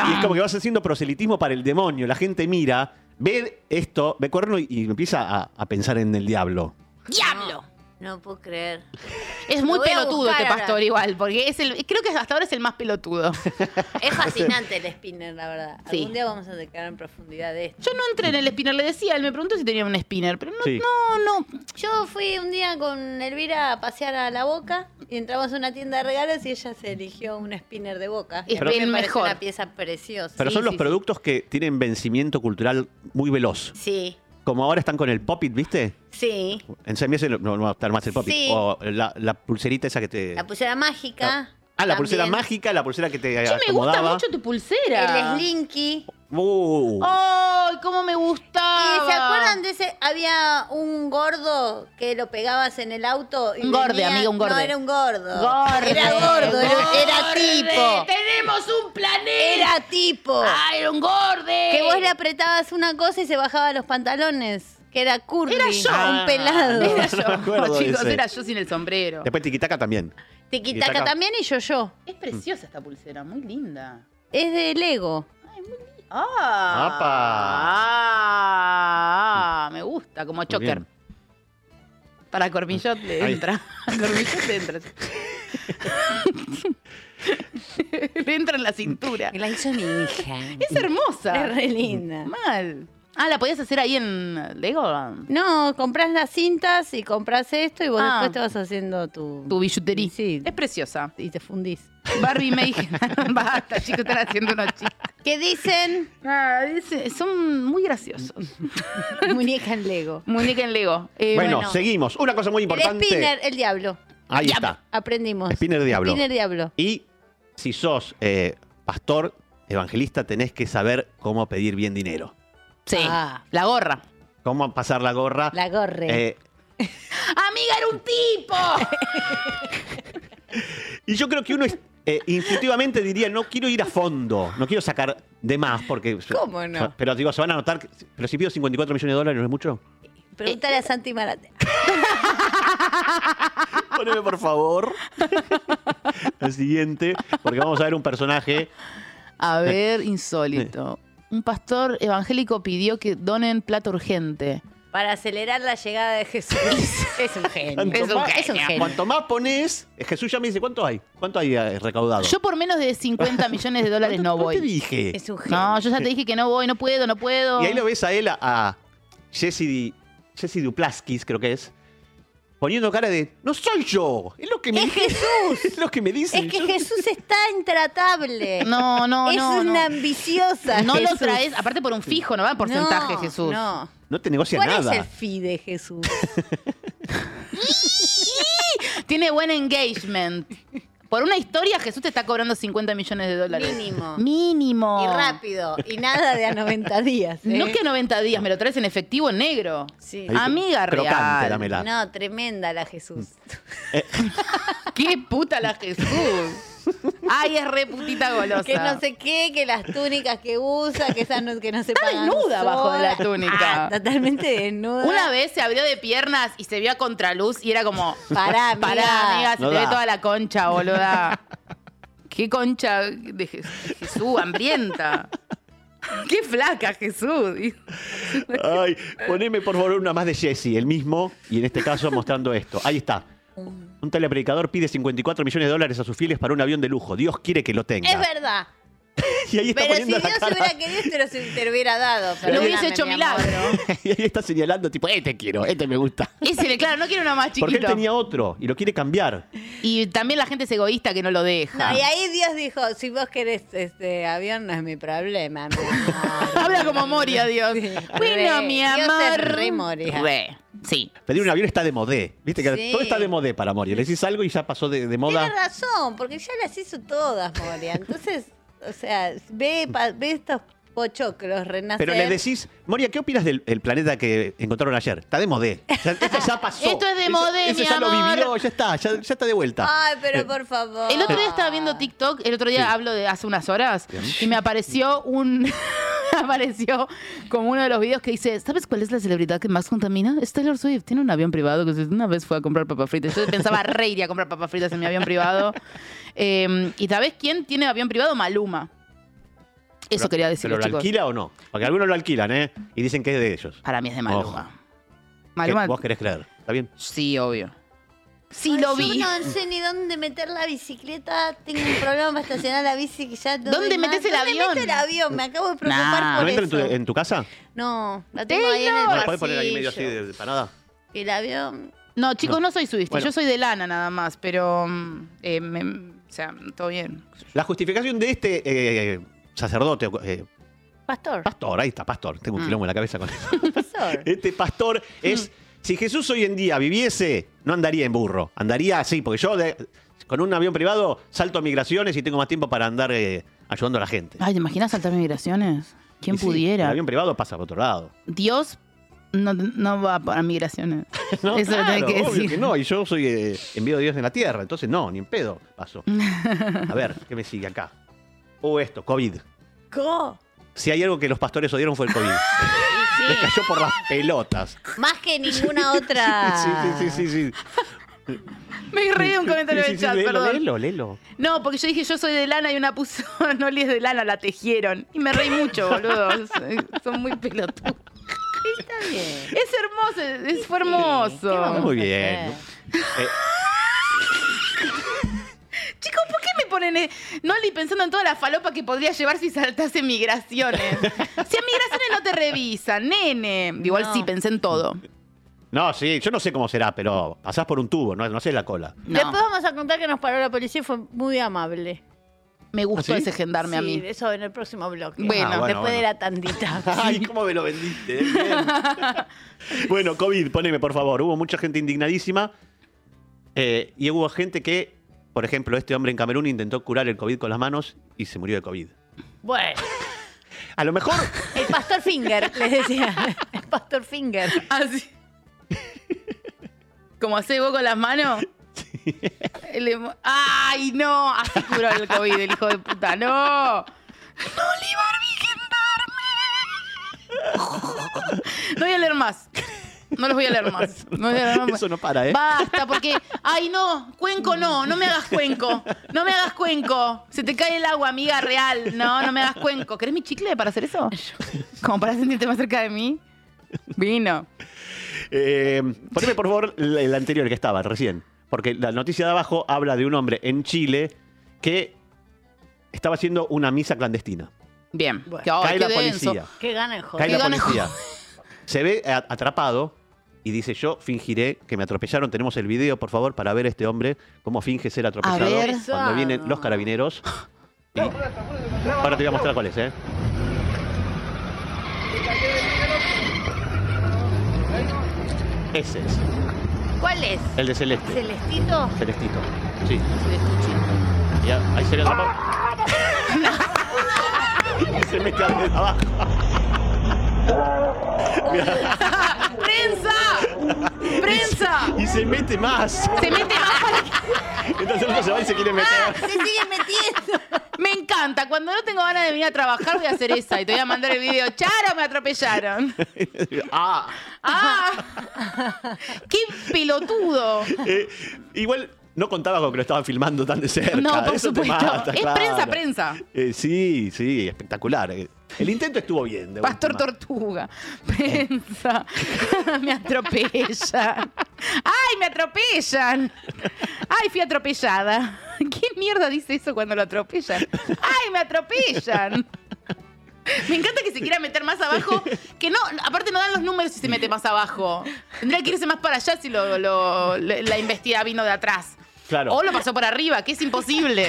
Speaker 3: Y es como que vas haciendo proselitismo para el demonio. La gente mira, ve esto, ve cuerno y, y empieza a, a pensar en el diablo.
Speaker 6: ¡Diablo!
Speaker 2: No puedo creer.
Speaker 1: Es
Speaker 2: Lo
Speaker 1: muy
Speaker 2: voy a
Speaker 1: pelotudo
Speaker 2: buscar
Speaker 1: este
Speaker 2: ahora.
Speaker 1: pastor igual, porque es el, creo que hasta ahora es el más pelotudo.
Speaker 2: Es fascinante el spinner, la verdad.
Speaker 1: Sí.
Speaker 2: Algún día vamos a declarar en profundidad de esto.
Speaker 1: Yo no entré en el spinner, le decía, él me preguntó si tenía un spinner, pero no,
Speaker 3: Sí.
Speaker 1: no, no.
Speaker 2: Yo fui un día con Elvira a pasear a la boca y entramos a una tienda de regalos y ella se eligió un spinner de boca.
Speaker 1: Es
Speaker 2: Pero me
Speaker 1: el
Speaker 2: pareció
Speaker 1: mejor.
Speaker 2: Una pieza preciosa.
Speaker 3: Pero
Speaker 2: Sí,
Speaker 3: son los
Speaker 2: sí,
Speaker 3: productos que tienen vencimiento cultural muy veloz.
Speaker 2: Sí,
Speaker 3: Como ahora están con el pop-it, ¿viste?
Speaker 2: sí.
Speaker 3: En seis meses no, no va a estar más el pop-it.
Speaker 2: Sí.
Speaker 3: O la, la pulserita esa que te.
Speaker 2: La pulsera mágica.
Speaker 3: Ah, la pulsera
Speaker 2: también.
Speaker 3: mágica, la pulsera que te
Speaker 1: Che, me gusta
Speaker 3: acomodaba.
Speaker 1: mucho tu pulsera.
Speaker 2: El Slinky.
Speaker 3: Uh,
Speaker 2: Oh.
Speaker 1: ¡Ay, cómo me
Speaker 2: ¿Y
Speaker 1: gustaba!
Speaker 2: se acuerdan de ese? Había un gordo que lo pegabas en el auto. y
Speaker 1: Un gorde,
Speaker 2: venía-
Speaker 1: amigo, un gorde.
Speaker 2: No, era un gordo.
Speaker 1: Gorde.
Speaker 2: Era gordo, era, era
Speaker 6: ¡Gorde!
Speaker 2: tipo.
Speaker 6: ¡Tenemos un planeta!
Speaker 2: Era tipo.
Speaker 1: Ah,
Speaker 6: ¡Era un gorde!
Speaker 2: Que vos le apretabas una cosa y se bajaba los pantalones. Que era curly.
Speaker 1: Era yo.
Speaker 3: Ah.
Speaker 2: Un pelado.
Speaker 1: Era
Speaker 3: No me acuerdo
Speaker 1: yo,
Speaker 3: de
Speaker 1: chicos,
Speaker 3: ese.
Speaker 1: era yo sin el sombrero.
Speaker 3: Después tiquitaca también.
Speaker 2: Tiquitaca también y yo yo.
Speaker 1: Es preciosa esta pulsera, muy linda.
Speaker 2: Es de Lego.
Speaker 1: ¡Ah!
Speaker 3: ¡Apa!
Speaker 1: ¡Ah! Me gusta, como choker.
Speaker 3: bien.
Speaker 1: Para Cormillot le
Speaker 3: Ahí.
Speaker 1: entra. A Cormillot le entra. le entra en la cintura.
Speaker 2: La hizo mi hija.
Speaker 1: Es hermosa.
Speaker 2: Es re linda.
Speaker 1: Mal. Ah, ¿la podías hacer ahí en Lego?
Speaker 2: No, compras las cintas y compras esto y vos
Speaker 1: Ah.
Speaker 2: después te vas haciendo tu,
Speaker 1: Tu billutería.
Speaker 2: Sí.
Speaker 1: Es preciosa.
Speaker 2: y te fundís.
Speaker 1: Barbie Mayhem. Basta, chicos, están haciendo unos chistes.
Speaker 2: ¿Qué dicen?
Speaker 1: Ah, es- son muy graciosos.
Speaker 2: Muñeca en Lego.
Speaker 1: Muñeca en Lego. Eh,
Speaker 3: bueno,
Speaker 2: bueno.
Speaker 3: seguimos. Una cosa muy
Speaker 2: El
Speaker 3: importante.
Speaker 2: spinner, el diablo.
Speaker 3: Ahí
Speaker 6: Ya.
Speaker 3: está.
Speaker 2: Aprendimos.
Speaker 3: Spinner diablo.
Speaker 2: Spinner diablo.
Speaker 3: Y si sos eh, pastor, evangelista, tenés que saber cómo pedir bien dinero.
Speaker 1: sí.
Speaker 2: Ah.
Speaker 1: La gorra.
Speaker 3: Cómo pasar la gorra.
Speaker 2: La gorre.
Speaker 3: Eh,
Speaker 1: Amiga, era un tipo.
Speaker 3: y yo creo que uno es- eh, instintivamente diría, no quiero ir a fondo, no quiero sacar de más, porque...
Speaker 2: ¿Cómo no?
Speaker 3: Pero digo, se van a notar, que- pero si pido 54 millones de dólares, ¿no es mucho?
Speaker 2: Pregúntale
Speaker 3: eh,
Speaker 2: a Santi Maratea.
Speaker 3: Poneme, por favor, el siguiente, porque vamos a ver un personaje.
Speaker 1: A ver, insólito. Un pastor evangélico pidió que donen plata urgente.
Speaker 2: Para acelerar la llegada de Jesús. es un genio.
Speaker 3: Cuanto
Speaker 1: Es un
Speaker 3: más-
Speaker 1: genio.
Speaker 3: Cuanto más pones, Jesús ya me dice, ¿cuánto hay? ¿Cuánto hay eh, recaudado?
Speaker 1: Yo por menos de 50 millones de dólares no
Speaker 3: ¿Cuánto te
Speaker 1: voy.
Speaker 3: dije?
Speaker 2: Es un genio.
Speaker 1: No, yo ya te dije que no voy, no puedo, no puedo.
Speaker 3: Y ahí lo ves a él, a, a Jesse, Di- Jesse Duplaskis, creo que es, poniendo cara de, no soy yo, es lo que me
Speaker 2: Es
Speaker 3: dice-
Speaker 2: Jesús.
Speaker 3: es lo que me dice.
Speaker 2: Es que
Speaker 3: yo-
Speaker 2: Jesús está intratable.
Speaker 1: No, no,
Speaker 2: es
Speaker 1: no. no.
Speaker 2: una ambiciosa.
Speaker 1: No lo
Speaker 2: Jesús.
Speaker 1: traes, aparte por un fijo, no va en porcentaje,
Speaker 2: No,
Speaker 1: Jesús.
Speaker 2: No.
Speaker 3: No te negocia
Speaker 2: ¿Cuál
Speaker 3: nada.
Speaker 2: es el fi de Jesús?
Speaker 1: Tiene buen engagement. Por una historia, Jesús te está cobrando 50 millones de dólares.
Speaker 2: Mínimo.
Speaker 1: Mínimo.
Speaker 2: Y rápido. Y nada de a 90 días. ¿eh?
Speaker 1: No que 90 días, me lo traes en efectivo en negro.
Speaker 2: Sí.
Speaker 3: Ahí-
Speaker 1: Amiga
Speaker 3: crocante,
Speaker 1: real.
Speaker 3: dámela.
Speaker 2: No, tremenda la Jesús.
Speaker 3: Mm.
Speaker 1: ¡Qué puta la Jesús! Ay, es re putita golosa.
Speaker 2: Que no sé qué, que las túnicas que usa, que esas no, que no se
Speaker 1: Está
Speaker 2: pagan
Speaker 1: desnuda abajo de la
Speaker 2: sola.
Speaker 1: túnica.
Speaker 2: Ah, totalmente desnuda.
Speaker 1: Una vez se abrió de piernas y se vio a contraluz y era como,
Speaker 2: Pará, amiga.
Speaker 1: pará, amiga, se
Speaker 3: No
Speaker 1: te ve
Speaker 3: da.
Speaker 1: toda la concha, boluda. Qué concha de Je- de Jesús, hambrienta. Qué flaca Jesús.
Speaker 3: Ay, poneme por favor una más de Jesse, el mismo, y en este caso mostrando esto. Ahí está.
Speaker 2: Mm.
Speaker 3: Un telepredicador pide 54 millones de dólares a sus fieles para un avión de lujo. Dios quiere que lo tenga.
Speaker 2: Es verdad.
Speaker 3: Y ahí está
Speaker 2: Pero si
Speaker 3: poniendo
Speaker 2: Dios
Speaker 3: la cara.
Speaker 2: hubiera querido, te lo se- te lo hubiera dado.
Speaker 1: Lo
Speaker 2: perdóname,
Speaker 1: hubiese hecho
Speaker 2: mi amor.
Speaker 1: milagro.
Speaker 3: Y ahí está señalando, tipo, este quiero, este me gusta.
Speaker 1: Ese, le- claro, no quiero uno más
Speaker 3: Porque
Speaker 1: chiquito.
Speaker 3: él tenía otro y lo quiere cambiar.
Speaker 1: Y también la gente es egoísta que no lo deja.
Speaker 2: No, y ahí Dios dijo, si vos querés este avión, no es mi problema. mi amor".
Speaker 1: Habla como Moria, Dios.
Speaker 2: Sí.
Speaker 1: Bueno,
Speaker 2: Re,
Speaker 1: mi
Speaker 2: Dios es
Speaker 1: amor.
Speaker 2: re Moria.
Speaker 1: Re, sí.
Speaker 3: Pedir un avión está de modé. Viste que
Speaker 2: Sí.
Speaker 3: todo está de modé para morir. Le decís algo y ya pasó de, de moda.
Speaker 2: Tiene razón, porque ya las hizo todas, Moria. Entonces, o sea, ve, pa- ve estos pochoclos renacer.
Speaker 3: Pero le decís, Moria, ¿qué opinas del el planeta que encontraron ayer? Está de modé. O sea, esto ya pasó.
Speaker 1: Esto es de
Speaker 3: Eso-
Speaker 1: modé,
Speaker 3: eso
Speaker 1: mi
Speaker 3: ya lo
Speaker 1: amor.
Speaker 3: vivió, ya está, ya, ya está de vuelta.
Speaker 2: Ay,
Speaker 1: Eh,
Speaker 2: pero por favor.
Speaker 1: El otro
Speaker 3: Ah.
Speaker 1: día estaba viendo TikTok, el otro día hablo de hace unas horas, y me apareció un. me apareció como uno de los videos que dice: ¿Sabes cuál es la celebridad que más contamina? Es Taylor Swift. Tiene un avión privado que una vez fue a comprar papas fritas. Yo pensaba re iría a comprar papas fritas en mi avión privado. Eh, ¿Y sabes quién tiene avión privado? Maluma. Eso
Speaker 3: Pero-
Speaker 1: quería
Speaker 3: ¿Pero
Speaker 1: decirlo,
Speaker 3: lo
Speaker 1: chicos.
Speaker 3: alquila o no? Porque algunos lo alquilan, ¿eh? Y dicen que es de ellos.
Speaker 1: Para mí es de Maluma.
Speaker 3: ¿Qué
Speaker 1: Maluma.
Speaker 3: vos querés creer? ¿Está bien?
Speaker 1: Sí, obvio. Sí,
Speaker 2: Ay,
Speaker 1: lo
Speaker 2: yo
Speaker 1: vi.
Speaker 2: no sé ni dónde meter la bicicleta. Tengo un problema para estacionar la bici que ya no
Speaker 1: ¿Dónde
Speaker 2: doy más.
Speaker 1: metes el
Speaker 2: ¿Dónde
Speaker 1: avión?
Speaker 2: meto el avión? Me acabo de preocupar
Speaker 1: Nah.
Speaker 3: ¿No
Speaker 2: por
Speaker 3: entra en
Speaker 2: eso.
Speaker 3: tu, en tu casa?
Speaker 2: No, la tengo ahí en el
Speaker 3: ¿No
Speaker 2: pasillo.
Speaker 3: la podés poner ahí medio así de, de parada?
Speaker 2: El avión...
Speaker 1: No, chicos, no, soy Swiftie,
Speaker 3: Bueno.
Speaker 1: yo soy de lana nada más, pero. mm, eh, me- o sea, todo bien.
Speaker 3: La justificación de este eh, sacerdote, eh,
Speaker 2: Pastor,
Speaker 3: pastor, ahí está, pastor.
Speaker 1: Ah.
Speaker 3: Tengo un quilombo en la cabeza con eso.
Speaker 2: pastor.
Speaker 3: Este pastor es. Si Jesús hoy en día viviese, no andaría en burro. Andaría así, porque yo de- con un avión privado salto a migraciones y tengo más tiempo para andar eh, ayudando a la gente.
Speaker 1: Ay, ¿te imaginas saltar migraciones? ¿Quién
Speaker 3: Y sí,
Speaker 1: pudiera?
Speaker 3: el avión privado pasa por otro lado.
Speaker 1: Dios no, no va para migraciones.
Speaker 3: No,
Speaker 1: Eso lo tenés
Speaker 3: claro,
Speaker 1: que
Speaker 3: obvio
Speaker 1: decir.
Speaker 3: que no, y yo soy eh, envío de Dios en la tierra, entonces no, ni en pedo paso. A ver, ¿qué me sigue acá? O esto, COVID.
Speaker 2: ¿Cómo?
Speaker 3: Si hay algo que los pastores odiaron fue el COVID. Les cayó por las pelotas.
Speaker 2: Más que ninguna otra.
Speaker 1: Ah.
Speaker 3: Sí, sí, sí, sí. sí.
Speaker 1: Me reí de un comentario
Speaker 3: Sí, sí,
Speaker 1: del
Speaker 3: sí,
Speaker 1: chat,
Speaker 3: léelo,
Speaker 1: perdón.
Speaker 3: léelo, léelo.
Speaker 1: No, porque yo dije yo soy de lana y una puso, no le es de lana, la tejieron. Y me reí mucho, boludo. Son muy pelotudos.
Speaker 2: Está bien.
Speaker 1: Es hermoso, es, fue hermoso.
Speaker 2: ¿Qué vamos
Speaker 3: Muy
Speaker 2: a
Speaker 3: bien.
Speaker 2: hacer?
Speaker 3: Eh,
Speaker 1: Chicos, ¿por qué me ponen eh, Noli pensando en toda la falopa que podría llevar si saltase migraciones? si a migraciones no te revisan, nene. Igual
Speaker 2: No.
Speaker 1: sí, pensé en todo.
Speaker 3: no, sí, yo no sé cómo será, pero pasás por un tubo, no, no sé la cola.
Speaker 1: No.
Speaker 2: Después vamos a contar que nos paró la policía y fue muy amable.
Speaker 1: Me gustó
Speaker 3: ¿Ah, sí?
Speaker 1: ese gendarme a
Speaker 2: Sí,
Speaker 1: mí.
Speaker 2: Eso en el próximo bloque.
Speaker 1: Bueno,
Speaker 3: Ah, bueno,
Speaker 2: después
Speaker 3: bueno.
Speaker 2: de la tandita.
Speaker 3: Ay, cómo me lo vendiste. bien. bueno, COVID, poneme, por favor. Hubo mucha gente indignadísima. eh, y hubo gente que, por ejemplo, este hombre en Camerún intentó curar el COVID con las manos y se murió de COVID.
Speaker 2: Bueno,
Speaker 3: A lo mejor,
Speaker 2: el pastor Finger, les decía. El pastor Finger.
Speaker 1: Así. Como hace vos con las manos. El emo- ¡Ay, no! Así curó el COVID, el hijo de puta. ¡No! ¡No, Olivar, mi gendarme! No voy a leer más. No los voy a leer más. No voy a leer más.
Speaker 3: eso no para, ¿eh?
Speaker 1: Basta, porque, ay no, cuenco no, no me hagas cuenco, no me hagas cuenco, se te cae el agua, amiga real, no, no me hagas cuenco. ¿Querés mi chicle para hacer eso? Como para sentirte más cerca de mí. Vino.
Speaker 3: Eh, poneme, por favor, la- el anterior que estaba, recién. Porque la noticia de abajo habla de un hombre en Chile que estaba haciendo una misa clandestina.
Speaker 1: Bien.
Speaker 2: Bueno.
Speaker 1: Que, ay,
Speaker 3: Cae la
Speaker 1: qué denso.
Speaker 3: policía.
Speaker 2: Qué gana el joven.
Speaker 3: Cae la
Speaker 1: Digan-
Speaker 3: policía. Se ve a- atrapado y dice, yo fingiré que me atropellaron. Tenemos el video, por favor, para ver a este hombre cómo finge ser atropellado
Speaker 1: ver.
Speaker 3: cuando vienen los carabineros. Y- Ahora te voy a mostrar cuál es, ¿eh? Ese es.
Speaker 2: ¿Cuál es?
Speaker 3: El de Celeste.
Speaker 2: ¿Celestito?
Speaker 3: Celestito. Sí. Y a- ahí sería la parte. y se mete al de abajo.
Speaker 1: ¡Prensa! ¡Prensa!
Speaker 3: Y se mete más.
Speaker 1: Se mete más para
Speaker 3: Entonces el otro se va y se quiere meter.
Speaker 2: Se sigue metiendo.
Speaker 1: Me encanta. Cuando no tengo ganas de venir a trabajar, voy a hacer esa. Y te voy a mandar el video. Charo, me atropellaron.
Speaker 3: ah.
Speaker 1: ¡Ah! ¡Qué pelotudo!
Speaker 3: Eh, igual no contaba con que lo estaban filmando tan de cerca.
Speaker 1: No, por
Speaker 3: Eso te
Speaker 1: supuesto.
Speaker 3: mata,
Speaker 1: Es
Speaker 3: claro.
Speaker 1: prensa, prensa.
Speaker 3: Eh, sí, sí, espectacular. Eh, El intento estuvo bien. de
Speaker 1: Pastor
Speaker 3: última.
Speaker 1: Tortuga. Prensa. me atropellan. ¡Ay, me atropellan! ¡Ay, fui atropellada! ¿Qué mierda dice eso cuando lo atropellan? ¡Ay, me atropellan! Me encanta que se quiera meter más abajo, que no, aparte no dan los números si se mete más abajo. Tendría que irse más para allá si lo, lo- la la investida vino de atrás.
Speaker 3: Claro.
Speaker 1: O lo pasó por arriba, que es imposible.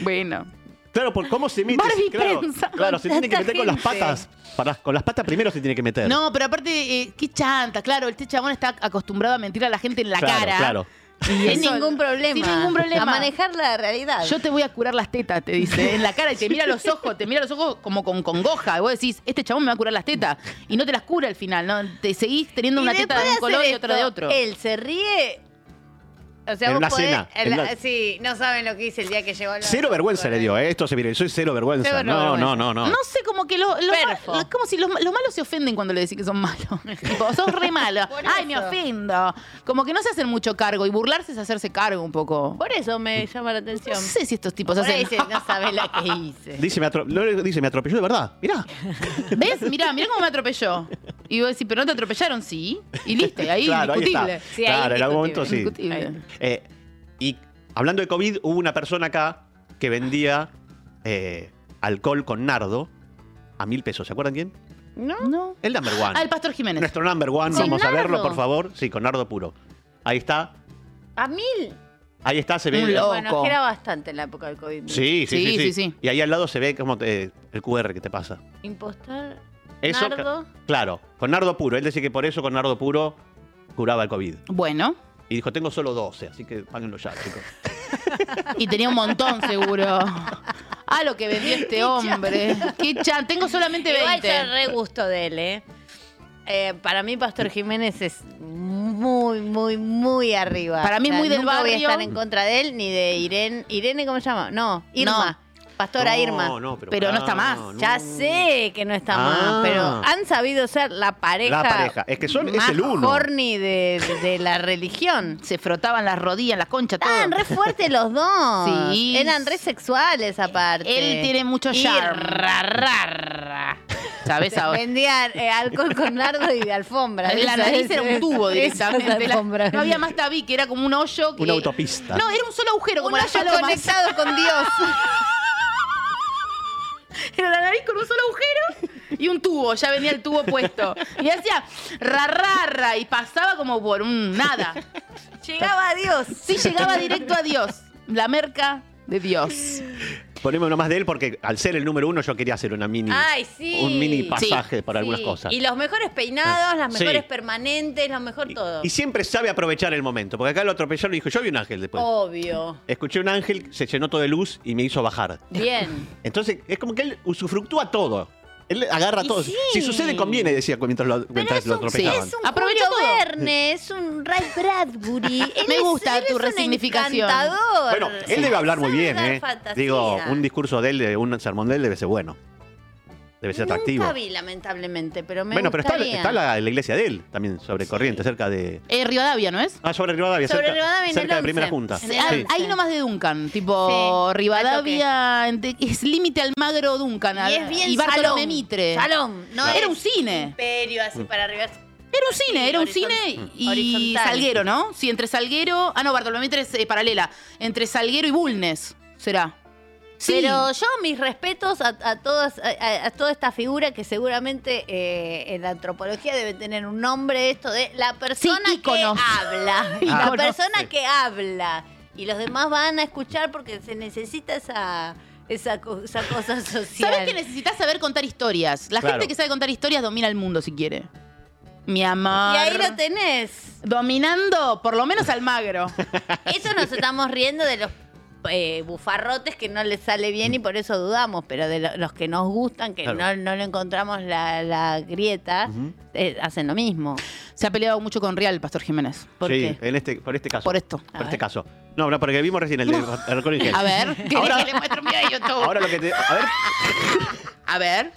Speaker 1: Bueno.
Speaker 3: Claro, por cómo se mete.
Speaker 1: Barbie
Speaker 3: claro,
Speaker 1: prensa
Speaker 3: claro,
Speaker 1: con
Speaker 3: se tiene que
Speaker 1: tanta
Speaker 3: meter con las
Speaker 1: gente.
Speaker 3: patas. Para- con las patas primero se tiene que meter.
Speaker 1: No, pero aparte, eh, qué chanta, claro, este chabón está acostumbrado a mentir a la gente en la
Speaker 3: Claro,
Speaker 1: cara.
Speaker 3: claro.
Speaker 2: Sin
Speaker 1: eso-
Speaker 2: ningún problema.
Speaker 1: Sin ningún problema.
Speaker 2: A manejar la realidad.
Speaker 1: Yo te voy a curar las tetas, te dice, en la cara, y te mira a los ojos, te mira a los ojos como con congoja. Y vos decís, este chabón me va a curar las tetas. Y no te las cura al final, ¿no? Te seguís teniendo
Speaker 2: Y
Speaker 1: una
Speaker 2: después
Speaker 1: teta de un
Speaker 2: hacer
Speaker 1: color y otra de
Speaker 2: esto,
Speaker 1: otro.
Speaker 2: Él se ríe. O sea,
Speaker 3: En
Speaker 2: vos
Speaker 3: una
Speaker 2: podés-
Speaker 3: cena,
Speaker 2: en
Speaker 3: en
Speaker 2: la-
Speaker 3: la-
Speaker 2: Sí, no saben lo que hice el día que llegó. al-
Speaker 3: Cero vergüenza le dio, ¿eh? Esto se viralizó y cero vergüenza.
Speaker 2: Cero
Speaker 3: no,
Speaker 2: vergüenza.
Speaker 3: no, no, no.
Speaker 1: No sé, como que lo- lo ma-
Speaker 2: Perfo.
Speaker 1: lo- como si los, los malos se ofenden cuando le decís que son malos. tipo, sos re malo.
Speaker 2: Por
Speaker 1: Ay, me
Speaker 2: eso.
Speaker 1: ofendo. Como que no se hacen mucho cargo y burlarse es hacerse cargo un poco.
Speaker 2: Por eso me llama la
Speaker 1: No
Speaker 2: atención.
Speaker 1: sé si estos tipos
Speaker 2: Por ahí
Speaker 1: hacen.
Speaker 2: dice, no sabes la que hice.
Speaker 3: Dice me, atro- Lore dice, me atropelló de verdad. Mirá.
Speaker 1: ¿Ves? Mirá, mirá cómo me atropelló. Y vos decís, pero no te atropellaron, sí. Y listo, y ahí
Speaker 3: claro,
Speaker 1: indiscutible.
Speaker 3: ahí está.
Speaker 2: Sí, ahí
Speaker 3: claro, en algún momento sí.
Speaker 1: indiscutible. Indiscutible.
Speaker 3: Eh, y hablando de COVID, hubo una persona acá que vendía eh, alcohol con nardo a mil pesos. ¿Se acuerdan quién?
Speaker 1: No.
Speaker 3: El number one.
Speaker 1: Ah, el Pastor Jiménez.
Speaker 3: Nuestro number one.
Speaker 2: ¿Con
Speaker 3: Vamos a verlo,
Speaker 2: nardo?
Speaker 3: por favor. Sí, con nardo puro. Ahí está.
Speaker 2: A mil.
Speaker 3: Ahí está, se ve.
Speaker 1: Un loco.
Speaker 2: Bueno, es que era bastante en la época del COVID.
Speaker 3: Sí sí sí,
Speaker 1: Sí,
Speaker 3: sí,
Speaker 1: sí, sí.
Speaker 3: Y ahí al lado se ve como eh, el QR que te pasa.
Speaker 2: Impostar.
Speaker 3: Eso,
Speaker 2: Nardo.
Speaker 3: ca- Claro, con nardo puro. Él decía que por eso con nardo puro curaba el COVID.
Speaker 1: Bueno.
Speaker 3: Y dijo, tengo solo 12, así que páguenlo ya, chicos.
Speaker 1: Y tenía un montón seguro. Ah, lo que vendió este hombre. Qué chan. Tengo solamente
Speaker 2: Igual yo
Speaker 1: 20.
Speaker 2: re gusto de él, ¿eh? Eh, para mí
Speaker 3: Mm.
Speaker 2: Pastor Jiménez es muy, muy, muy arriba.
Speaker 1: Para mí es muy del
Speaker 2: nunca voy
Speaker 1: barrio.
Speaker 2: a estar en contra de él ni de Irene. ¿Irene cómo se llama? No, Irma. Pastora
Speaker 3: no,
Speaker 2: Irma.
Speaker 3: No,
Speaker 1: Pero no está más.
Speaker 3: no.
Speaker 2: Ya sé que no está
Speaker 3: Ah.
Speaker 2: mal, pero han sabido ser la pareja.
Speaker 3: La pareja. Es que son- es
Speaker 2: más
Speaker 3: el uno.
Speaker 2: horny de, de la religión.
Speaker 1: Se frotaban las rodillas, las conchas, todo.
Speaker 2: Estaban re fuertes los dos.
Speaker 1: Sí.
Speaker 2: Eran re sexuales aparte.
Speaker 1: Él tiene mucho
Speaker 2: Y
Speaker 1: charm.
Speaker 2: ra, ra, ra.
Speaker 1: ¿Sabés ahora?
Speaker 2: Vendía eh, alcohol con nardo y de alfombra.
Speaker 1: La
Speaker 2: Esa-
Speaker 1: nariz era un tubo
Speaker 2: esa
Speaker 1: directamente. La-
Speaker 2: alfombra.
Speaker 1: no había más tabique, era como un hoyo. Que,
Speaker 3: Una autopista.
Speaker 1: No, era un solo agujero, como
Speaker 2: Un
Speaker 1: las
Speaker 2: hoyo
Speaker 1: palomas.
Speaker 2: conectado con Dios.
Speaker 1: Era la nariz con un solo agujero y un tubo, ya venía el tubo puesto. Y hacía ra, ra, ra, y pasaba como por un nada.
Speaker 2: Llegaba a Dios.
Speaker 1: Sí, llegaba directo a Dios. La merca de Dios.
Speaker 3: Poneme uno más de él porque al ser el número uno yo quería hacer una mini.
Speaker 2: Ay, sí.
Speaker 3: Un mini pasaje
Speaker 2: Sí,
Speaker 3: para algunas
Speaker 2: sí.
Speaker 3: cosas.
Speaker 2: Y los mejores peinados, las
Speaker 3: Sí.
Speaker 2: mejores permanentes, lo mejor todo.
Speaker 3: Y siempre sabe aprovechar el momento, porque acá lo atropellaron y dijo, yo vi un ángel
Speaker 2: Oh.
Speaker 3: después.
Speaker 2: Obvio.
Speaker 3: Escuché un ángel, se llenó todo de luz y me hizo bajar.
Speaker 2: Bien.
Speaker 3: Entonces, es como que él usufructúa todo. Él agarra
Speaker 2: Y
Speaker 3: todo.
Speaker 2: sí.
Speaker 3: Si sucede, conviene, decía mientras lo, mientras lo atropellaban.
Speaker 2: Es un
Speaker 1: Aprovecho
Speaker 2: Julio
Speaker 1: todo.
Speaker 2: Verne, es un Ray Bradbury. Él
Speaker 1: Me
Speaker 2: es-
Speaker 1: gusta
Speaker 2: él
Speaker 1: tu
Speaker 2: es un
Speaker 1: resignificación.
Speaker 2: encantador.
Speaker 3: Bueno, él debe hablar muy
Speaker 2: Sabe
Speaker 3: bien,
Speaker 2: dar
Speaker 3: ¿eh?
Speaker 2: fantasía.
Speaker 3: Digo, un discurso de él, de un sermón de él debe ser bueno. Debe ser atractivo.
Speaker 2: Nunca vi, lamentablemente, pero me
Speaker 3: bueno, pero está,
Speaker 2: gustaría.
Speaker 3: está la, la iglesia de él también, sobre corriente, cerca de.
Speaker 1: Eh, Rivadavia, ¿no es?
Speaker 3: Ah, sobre Rivadavia,
Speaker 2: Sobre
Speaker 3: cerca,
Speaker 2: Rivadavia en
Speaker 3: cerca
Speaker 2: el
Speaker 3: de Primera
Speaker 2: 11.
Speaker 3: Junta.
Speaker 2: En el
Speaker 1: Ah,
Speaker 3: Sí.
Speaker 2: once.
Speaker 1: Ahí nomás de Duncan, tipo
Speaker 2: Sí,
Speaker 1: Rivadavia, ente- es límite al magro Duncan. al-
Speaker 2: Y es bien
Speaker 1: Bartolomé
Speaker 2: salón.
Speaker 1: Mitre.
Speaker 2: Salón, no
Speaker 1: Era
Speaker 2: es
Speaker 1: un cine.
Speaker 2: Imperio así para arriba.
Speaker 1: Era un cine, era un
Speaker 2: horizon-
Speaker 1: cine y
Speaker 2: horizontal.
Speaker 1: Salguero, ¿no? Sí, entre Salguero. Ah, no, Bartolomé Mitre es eh, paralela. Entre Salguero y Bulnes será. Sí.
Speaker 2: Pero yo mis respetos a, a todas, a- a, a toda esta figura que seguramente eh, en la antropología debe tener un nombre esto de la persona que
Speaker 1: ícono.
Speaker 2: habla.
Speaker 3: Ícono.
Speaker 2: La persona
Speaker 3: Sí.
Speaker 2: que habla. Y los demás van a escuchar porque se necesita esa, esa, co- esa cosa social.
Speaker 1: Sabes que necesitas saber contar historias. La
Speaker 3: Claro.
Speaker 1: gente que sabe contar historias domina el mundo si quiere. mi amor.
Speaker 2: Y ahí lo tenés.
Speaker 1: Dominando por lo menos al magro.
Speaker 2: Eso nos estamos riendo de los eh, bufarrotes que no les sale bien y por eso dudamos, pero de lo- los que nos gustan, que
Speaker 3: Claro.
Speaker 2: no, no le encontramos la, la grieta, eh, hacen lo mismo.
Speaker 1: Se ha peleado mucho con Real, Pastor Jiménez.
Speaker 2: ¿Por
Speaker 3: sí,
Speaker 2: qué?
Speaker 3: en este, por este caso.
Speaker 1: Por esto.
Speaker 3: Por este caso. No, no, porque vimos recién el de alcohol en gel.
Speaker 1: A ver, ¿querés
Speaker 3: Ahora-
Speaker 1: que le muestre un video de YouTube?
Speaker 3: Ahora lo que te. A ver,
Speaker 1: A ver,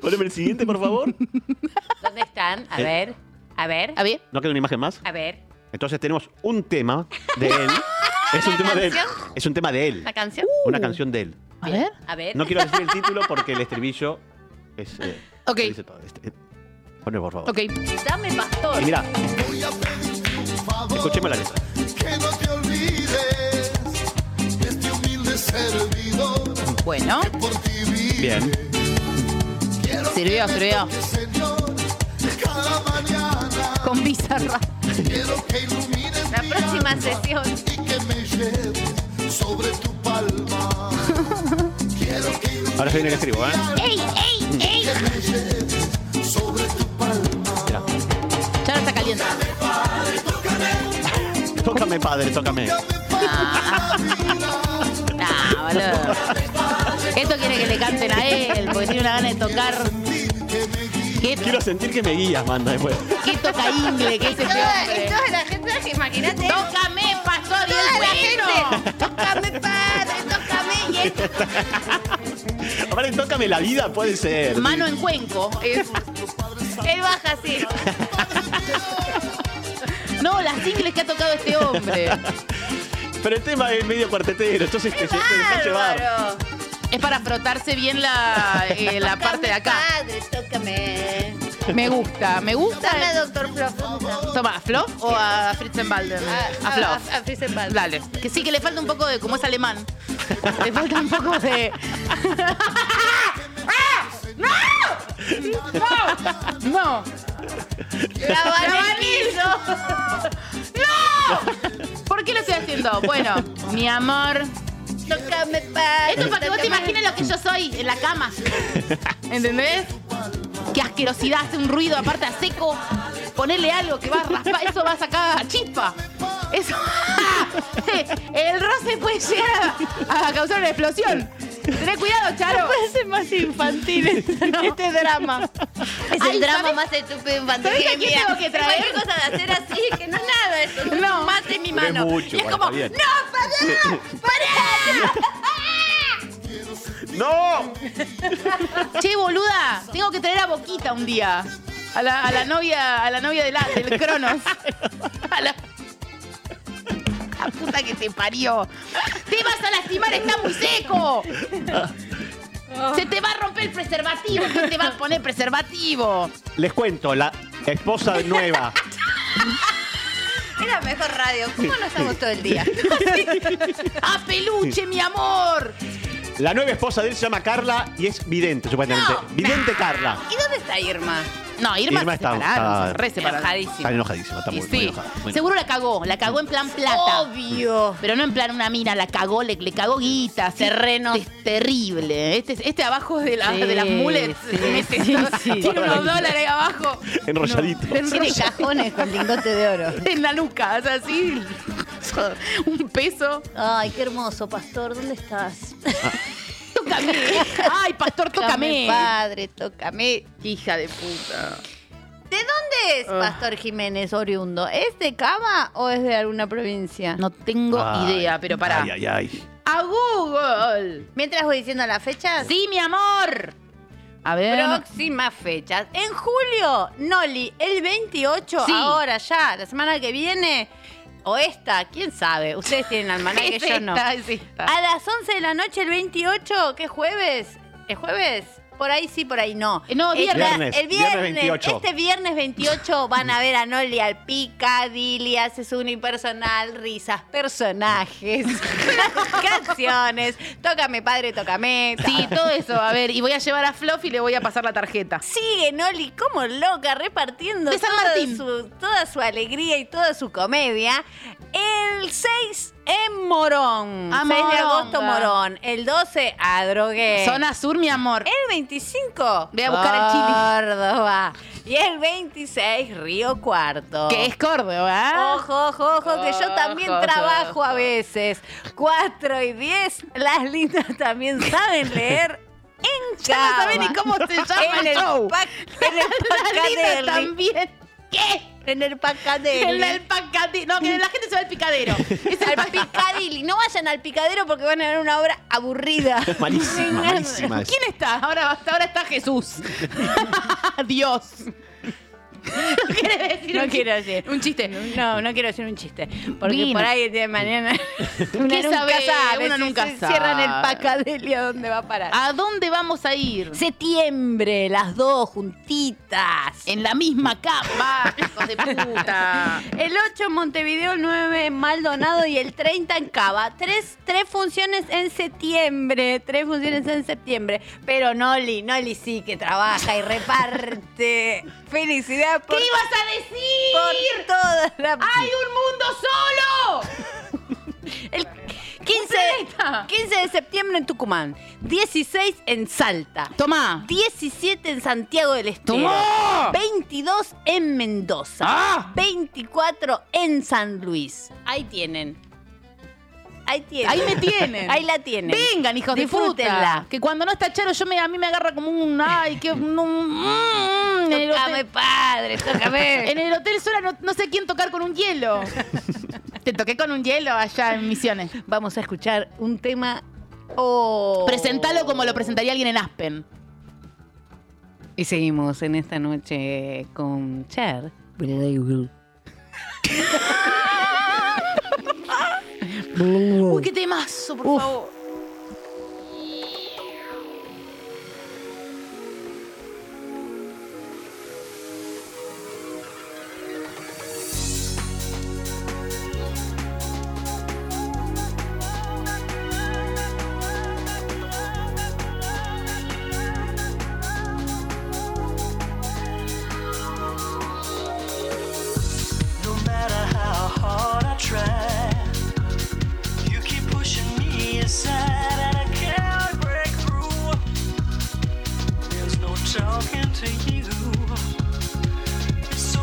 Speaker 3: poneme el siguiente, por favor.
Speaker 2: ¿Dónde están? A
Speaker 3: Eh.
Speaker 2: ver, a ver,
Speaker 1: a ver.
Speaker 3: ¿No queda una imagen más?
Speaker 2: a ver.
Speaker 3: Entonces tenemos un tema de él. Es un tema de él. Es un tema de él.
Speaker 2: ¿La Uh. canción?
Speaker 3: Una canción de él.
Speaker 1: Uh, A ver.
Speaker 2: A ver.
Speaker 3: No quiero decir el título porque el estribillo es. eh,
Speaker 1: Ok.
Speaker 3: lo dice todo. Este, eh, Ponme, por favor.
Speaker 1: Ok.
Speaker 2: Dame pastor.
Speaker 3: Y mira. Escuchemos la letra.
Speaker 8: Que no te olvides de este humilde servidor.
Speaker 1: Bueno,
Speaker 8: Por ti vive,
Speaker 3: Bien.
Speaker 1: sirvió, sirvió.
Speaker 8: Señor. Cada mañana
Speaker 1: Con bizarra.
Speaker 8: quiero que ilumines
Speaker 2: La
Speaker 8: mi
Speaker 2: próxima
Speaker 8: alma
Speaker 2: sesión.
Speaker 8: y que me lleves sobre tu palma. quiero que ilumines
Speaker 3: Ahora se viene el estribo, ¿eh?
Speaker 8: ¡Ey, ey, ey! Que me lleves sobre tu palma.
Speaker 3: Mira.
Speaker 1: Ya ahora está caliente.
Speaker 3: Tócame, padre, tócame.
Speaker 1: Nah, boludo. Esto quiere que le canten a él, porque tiene una gana de tocar. ¿Qué,
Speaker 3: Quiero sentir que me guías, manda después.
Speaker 1: qué toca ingle? ¿Qué es ese hombre?
Speaker 2: toda la gente, imagínate.
Speaker 1: ¡Tócame, pastor! ¡Y el bueno!
Speaker 2: Tócame, padre, tócame. Y esto.
Speaker 3: Ahora tócame la vida, puede ser.
Speaker 1: Mano en cuenco. Eh, es-
Speaker 2: Él baja así.
Speaker 1: No, las ingles que ha tocado este hombre.
Speaker 3: Pero el tema es medio cuartetero, entonces te, te dejas llevar.
Speaker 2: Bárbaro.
Speaker 1: Es para frotarse bien la, eh, la parte de acá.
Speaker 2: Padre, tócame.
Speaker 1: Me gusta,
Speaker 2: Dame
Speaker 1: me
Speaker 2: a
Speaker 1: gusta.
Speaker 2: Doctor Profundo.
Speaker 1: Toma, ¿a Flo o a Fritzenbalden? Ah, A Flo.
Speaker 2: A, a Fritz Balder.
Speaker 1: Dale. Que sí, que le falta un poco de. Como es alemán. Le falta un poco de. ¡Ah! ¡No! ¡No! ¡No!
Speaker 2: Trabanillo.
Speaker 1: ¿Por qué lo estoy haciendo? Bueno, mi amor.
Speaker 2: Tócame, padre.
Speaker 1: Esto es para que vos te imagines lo que yo soy en la cama. ¿Entendés? Qué asquerosidad, hace un ruido, aparte a seco. Ponerle algo que va a raspar, eso va a sacar chispa. Eso. ¡eh! El roce puede llegar a a causar una explosión. Tené cuidado, Charo.
Speaker 2: Parece más infantil este, drama. Es
Speaker 1: Ay,
Speaker 2: el drama
Speaker 1: ¿sabes?
Speaker 2: más estúpido infantil
Speaker 1: ¿Sabes a
Speaker 2: que
Speaker 1: quién
Speaker 2: mía.
Speaker 1: tengo que
Speaker 2: Es
Speaker 1: traer?
Speaker 2: Cualquier cosa de hacer así, que no es nada eso. No,
Speaker 1: No.
Speaker 2: es más de mi
Speaker 3: Pero es
Speaker 2: mano.
Speaker 3: mucho,
Speaker 2: y es
Speaker 3: bueno,
Speaker 2: como,
Speaker 3: está bien.
Speaker 2: ¡no, pará!
Speaker 3: ¡No!
Speaker 1: Che, boluda, tengo que traer a Boquita un día. A la, a la novia, a la novia de la- del Cronos. A la, la puta que te parió. Te vas a lastimar, está muy seco. Se te va a romper el preservativo. ¿Quién te va a poner preservativo?
Speaker 3: Les cuento, la esposa nueva.
Speaker 2: ¡Para! Era mejor radio. ¿Cómo no estamos todo el día?
Speaker 1: ¡A peluche, mi amor!
Speaker 3: La nueva esposa de él se llama Carla y es vidente, supuestamente.
Speaker 2: No.
Speaker 3: Vidente Carla.
Speaker 2: ¿Y dónde está Irma?
Speaker 1: No, Irma,
Speaker 3: Irma
Speaker 1: se
Speaker 3: está-
Speaker 1: separaron,
Speaker 3: está
Speaker 1: re separaron.
Speaker 2: Enojadísima.
Speaker 3: Está enojadísima, está
Speaker 1: Y
Speaker 3: muy, muy
Speaker 1: sí,
Speaker 3: enojada. Bueno.
Speaker 1: seguro la cagó, la cagó en plan plata.
Speaker 2: Obvio.
Speaker 1: Pero no en plan una mina, la cagó, le, le cagó guita. así.
Speaker 2: Terreno.
Speaker 1: Es terrible. Este, este abajo de, la,
Speaker 2: Sí,
Speaker 1: de las mulets.
Speaker 2: sí,
Speaker 1: Mete
Speaker 2: sí,
Speaker 1: todo-
Speaker 2: sí.
Speaker 1: Tiene unos dólares ahí abajo.
Speaker 3: Enrolladito.
Speaker 1: No,
Speaker 2: Tiene
Speaker 1: enrolla-
Speaker 2: cajones con lingote de oro.
Speaker 1: en la nuca, o sea, así. Un peso.
Speaker 2: Ay, qué hermoso, pastor. ¿Dónde estás?
Speaker 1: Tócame. Ay, pastor, tócame.
Speaker 2: padre, tócame.
Speaker 1: Hija de puta.
Speaker 2: ¿De dónde es Pastor Jiménez oriundo? ¿Es de Cava o es de alguna provincia?
Speaker 1: No tengo
Speaker 3: Ay,
Speaker 1: idea, pero pará.
Speaker 3: Ay, ay, ay.
Speaker 1: A Google.
Speaker 2: Mientras voy diciendo las fechas.
Speaker 1: Sí, mi amor. A ver.
Speaker 2: Próximas fechas. En julio, Noli, el 28,
Speaker 1: Sí.
Speaker 2: ahora ya, la semana que viene, o esta, quién sabe. Ustedes tienen almanaque,
Speaker 1: Es
Speaker 2: yo no.
Speaker 1: esta, es esta.
Speaker 2: A las 11 de la noche, el 28, ¿qué jueves? ¿Es jueves? Por ahí sí, por ahí no.
Speaker 1: Eh, no,
Speaker 2: Es
Speaker 1: viernes.
Speaker 2: la-
Speaker 3: Viernes,
Speaker 2: el viernes,
Speaker 3: viernes 28.
Speaker 2: Este viernes 28 van a ver a Noli al Picadilly, hace su unipersonal, risas, personajes, canciones. Tócame, padre, tócame.
Speaker 1: Sí, todo eso. A ver, y voy a llevar a Fluff y le voy a pasar la tarjeta.
Speaker 2: Sigue Noli como loca repartiendo
Speaker 1: De San
Speaker 2: toda,
Speaker 1: Martín.
Speaker 2: Su, toda su alegría y toda su comedia. El 6 en Morón.
Speaker 1: A
Speaker 2: 6 de agosto
Speaker 1: Moronga.
Speaker 2: Morón. El 12 a Drogué.
Speaker 1: Zona Sur, mi amor.
Speaker 2: El 25.
Speaker 1: Voy a buscar el chili.
Speaker 2: Córdoba. Y el 26, Río Cuarto. Ah.
Speaker 1: Que es Córdoba. ¿eh?
Speaker 2: Ojo, ojo, ojo, que yo también
Speaker 1: Ojo,
Speaker 2: trabajo
Speaker 1: ojo.
Speaker 2: a veces. 4 y 10, las lindas también saben leer en
Speaker 1: Ya
Speaker 2: Cava.
Speaker 1: no sabés ni cómo se llama
Speaker 2: en
Speaker 1: el
Speaker 2: el
Speaker 1: show.
Speaker 2: pac- en el
Speaker 1: La linda
Speaker 2: Pacadeli.
Speaker 1: también. ¿Qué?
Speaker 2: En el Pacadeli.
Speaker 1: En el pacadillo. No, que la gente se va al picadero. Es el
Speaker 2: Al Picadilly. No vayan al Picadero porque van a ver una obra aburrida.
Speaker 7: Malísima, malísima. es.
Speaker 1: ¿Quién está? Ahora, hasta ahora está Jesús. Dios. ¿No quiere decir
Speaker 2: No
Speaker 1: un
Speaker 2: quiero
Speaker 1: chi-
Speaker 2: decir.
Speaker 1: Un chiste.
Speaker 2: No, no quiero decir un chiste. Porque
Speaker 1: Vino.
Speaker 2: por ahí de mañana. uno
Speaker 1: ¿Qué
Speaker 2: nunca
Speaker 1: sabe?
Speaker 2: sabe,
Speaker 1: Uno
Speaker 2: si
Speaker 1: nunca
Speaker 2: se Cierran
Speaker 1: sabe. Ah.
Speaker 2: el Pacadeli a dónde va a parar.
Speaker 1: ¿A dónde vamos a ir?
Speaker 2: Septiembre, las dos juntitas.
Speaker 1: En la misma cama. Hijos de puta.
Speaker 2: El 8 en Montevideo, el 9 en Maldonado y el 30 en Cava. Tres, tres funciones en septiembre. Tres funciones en septiembre. Pero Noli, Noli sí que trabaja y reparte. Felicidad por,
Speaker 1: ¿Qué ibas a decir?
Speaker 2: por toda la.
Speaker 1: ¡Hay un mundo solo!
Speaker 2: El 15, de-
Speaker 1: planeta!
Speaker 2: 15 de septiembre en Tucumán. 16 en Salta.
Speaker 1: Tomá.
Speaker 2: 17 en Santiago del Estero.
Speaker 1: ¡Tomá!
Speaker 2: 22 en Mendoza.
Speaker 1: ¡Ah!
Speaker 2: 24 en San Luis. Ahí tienen. Ahí tienen.
Speaker 1: Ahí me tienen.
Speaker 2: Ahí la tienen.
Speaker 1: Vengan, hijos de puta.
Speaker 2: Disfrútenla.
Speaker 1: Que cuando no está Charo, yo me, a mí me agarra como un... Ay, que... Un, un- mm, en el hotel-
Speaker 2: Tócame, padre,
Speaker 1: En
Speaker 2: tócame.
Speaker 1: el Hotel Sora no, no sé quién tocar con un hielo. Te toqué con un hielo allá en Misiones.
Speaker 2: Vamos a escuchar un tema. Oh.
Speaker 1: Presentalo como lo presentaría alguien en Aspen.
Speaker 2: Y seguimos en esta noche con Cher.
Speaker 1: Uy, qué temazo, por favor.
Speaker 9: No matter how hard I try, you keep pushing me aside.
Speaker 10: Oh, Oh,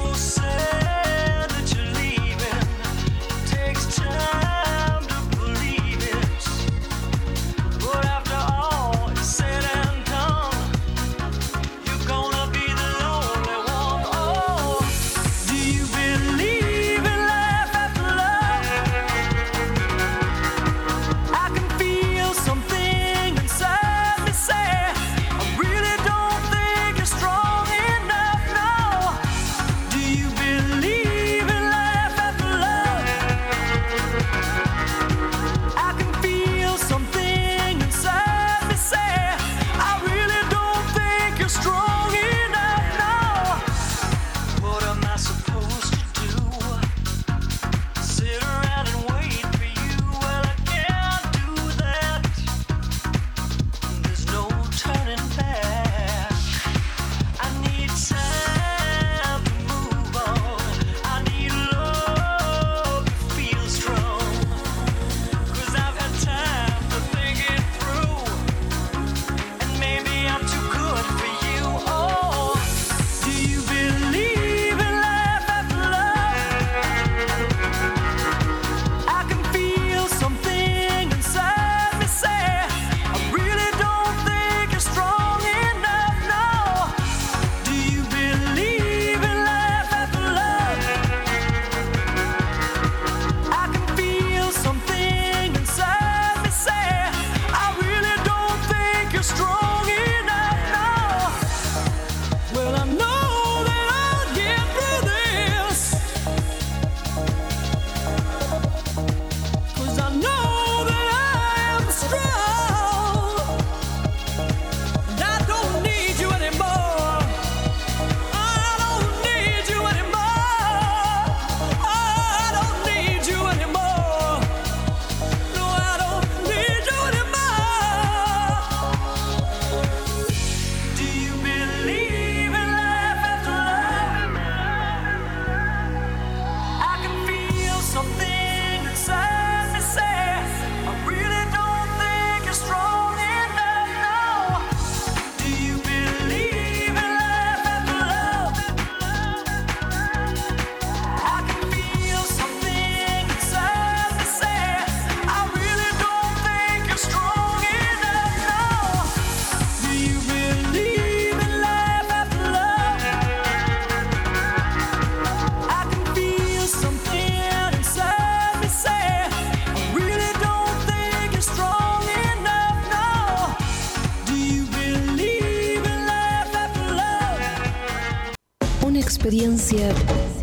Speaker 5: experiencia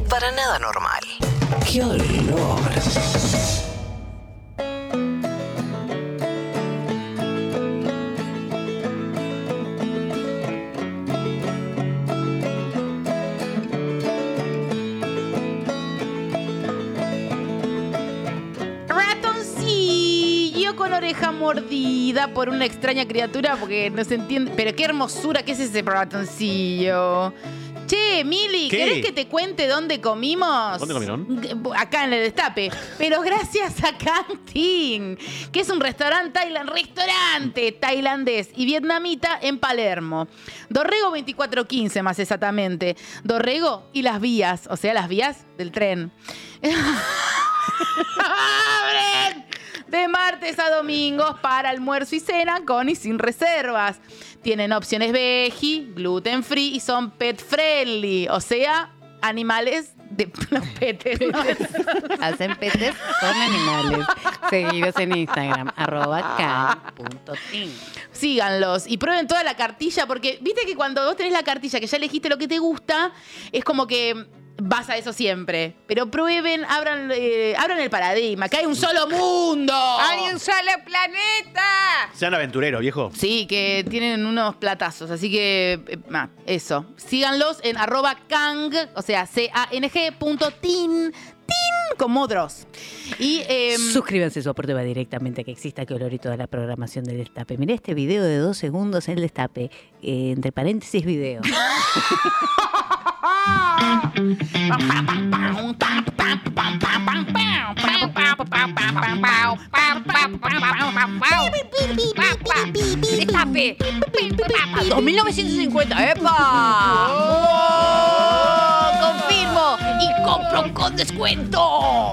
Speaker 5: para nada normal. ¡Qué olor!
Speaker 1: Ratoncillo con oreja mordida por una extraña criatura porque no se entiende. Pero qué hermosura que es ese ratoncillo. Che, Mili,
Speaker 3: ¿Qué?
Speaker 1: ¿querés que te cuente dónde comimos?
Speaker 3: ¿Dónde comieron?
Speaker 1: Acá en el Destape. Pero gracias a Cantin, que es un restaurante, tailan- restaurante tailandés y vietnamita en Palermo. Dorrego 2415, más exactamente. Dorrego y las vías, o sea, las vías del tren. ¡Abren! De martes a domingos para almuerzo y cena con y sin reservas. Tienen opciones veggie, gluten free y son pet friendly, o sea, animales de los petes. ¿no?
Speaker 2: Hacen petes con animales. Seguidos en Instagram, arroba can.tin.
Speaker 1: Síganlos y prueben toda la cartilla, porque viste que cuando vos tenés la cartilla, que ya elegiste lo que te gusta, es como que vas a eso siempre. Pero prueben, abran, eh, abran el paradigma, que hay un solo mundo.
Speaker 7: ¡Hay un solo planeta!
Speaker 3: Sean aventureros, viejo.
Speaker 1: Sí, que tienen unos platazos, así que eh, ah, eso. Síganlos en arroba kang, o sea, C-A-N-G punto tin, tin, con modros. Y em,
Speaker 2: Suscríbanse, su aporte va directamente a que exista que olor y toda la programación del destape. Mirá este video de dos segundos en el destape, eh, entre paréntesis video.
Speaker 7: ¡Destape!
Speaker 2: 2950, ¡epa! Confirmo y compro con descuento.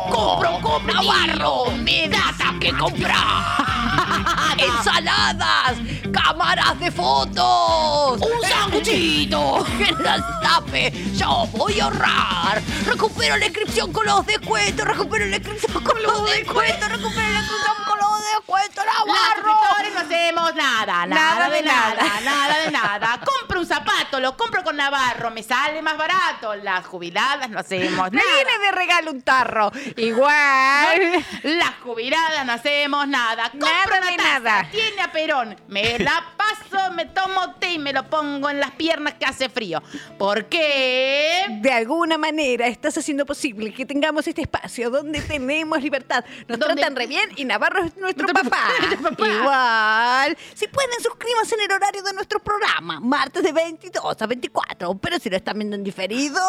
Speaker 2: Compro, compro, Navarro, me data que comprar. Ensaladas, cámaras de fotos, un sanguchito. En el tape, yo voy a ahorrar. Recupero la inscripción con los descuentos, recupero la inscripción con los descuentos, recupero la inscripción con los descuentos,
Speaker 1: los
Speaker 2: Navarro.
Speaker 1: suscriptores no hacemos nada, nada,
Speaker 2: Nada
Speaker 1: de
Speaker 2: de
Speaker 1: nada, nada,
Speaker 2: nada.
Speaker 1: de nada. Compro un zapato, lo compro con Navarro, me sale más barato. Las jubiladas no hacemos
Speaker 7: Me
Speaker 1: nada.
Speaker 7: viene de regalo un tarro. Igual.
Speaker 1: Las jubiladas no hacemos nada. Compro
Speaker 7: Nada
Speaker 1: una
Speaker 7: de
Speaker 1: taza,
Speaker 7: nada.
Speaker 1: Tiene a Perón. Me la paso, me tomo té y me lo pongo en las piernas que hace frío. ¿Por qué?
Speaker 7: De alguna manera estás haciendo posible que tengamos este espacio donde tenemos libertad. Nos
Speaker 1: Donde-
Speaker 7: tratan re bien y Navarro es nuestro, papá.
Speaker 1: Nuestro papá, nuestro papá.
Speaker 7: Igual. Si pueden, suscríbanse en el horario de nuestro programa. Martes de 22 a 24. Pero si lo están viendo en diferido,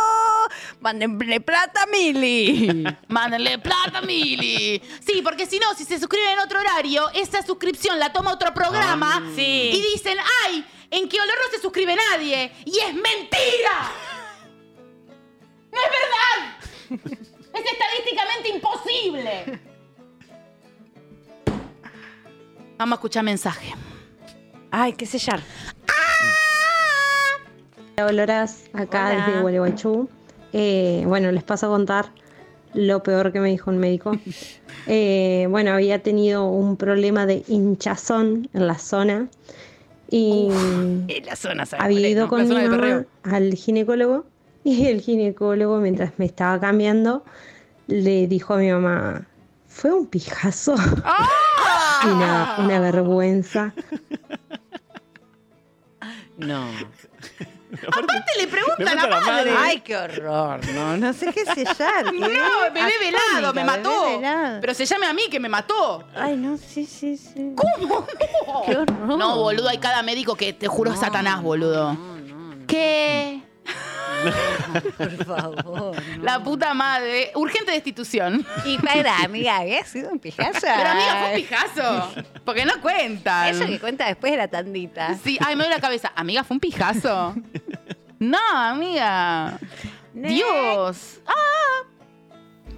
Speaker 7: mándenle plata a Mili.
Speaker 1: Mándenle plata, Mili. Sí, porque si no, si se suscriben en otro horario, esa suscripción la toma otro programa
Speaker 2: sí.
Speaker 1: y dicen, ¡ay! En qué olor no se suscribe nadie. Y es mentira. No es verdad. Es estadísticamente imposible. Vamos a escuchar mensaje.
Speaker 7: Ay, qué sellar.
Speaker 9: Oloras, acá
Speaker 7: Hola.
Speaker 9: desde Gualeguaychú. Eh, bueno, les paso a contar lo peor que me dijo un médico. Eh, bueno, había tenido un problema de hinchazón en la zona y
Speaker 7: En la zona ¿sabes cuál
Speaker 9: había
Speaker 7: es,
Speaker 9: ido
Speaker 7: no?
Speaker 9: con
Speaker 7: La
Speaker 9: mi
Speaker 7: zona del perreo.
Speaker 9: mamá al ginecólogo y el ginecólogo mientras me estaba cambiando le dijo a mi mamá, fue un pijazo.
Speaker 7: ¡Ah!
Speaker 9: Y nada, una vergüenza.
Speaker 2: No.
Speaker 1: Aparte le preguntan
Speaker 3: Le
Speaker 1: a
Speaker 3: pregunta
Speaker 1: la
Speaker 3: a la
Speaker 1: madre.
Speaker 3: madre.
Speaker 7: Ay, qué horror. No, no sé qué sellar.
Speaker 1: No, bebé velado, me mató. Pero se llame a mí que me mató.
Speaker 7: Ay, no, sí, sí, sí.
Speaker 2: Qué horror.
Speaker 1: No, boludo, hay cada médico que te juro es Satanás, boludo. ¿Qué?
Speaker 2: Por favor.
Speaker 1: La puta madre. Urgente destitución.
Speaker 7: Y para, amiga, había sido un pijazo.
Speaker 1: Pero amiga, fue un pijazo. Porque no cuentan.
Speaker 7: Eso que cuenta después de la tandita.
Speaker 1: Sí, ay, me duele la cabeza. Amiga, fue un pijazo. No, amiga.
Speaker 7: Next.
Speaker 1: Dios. Ah,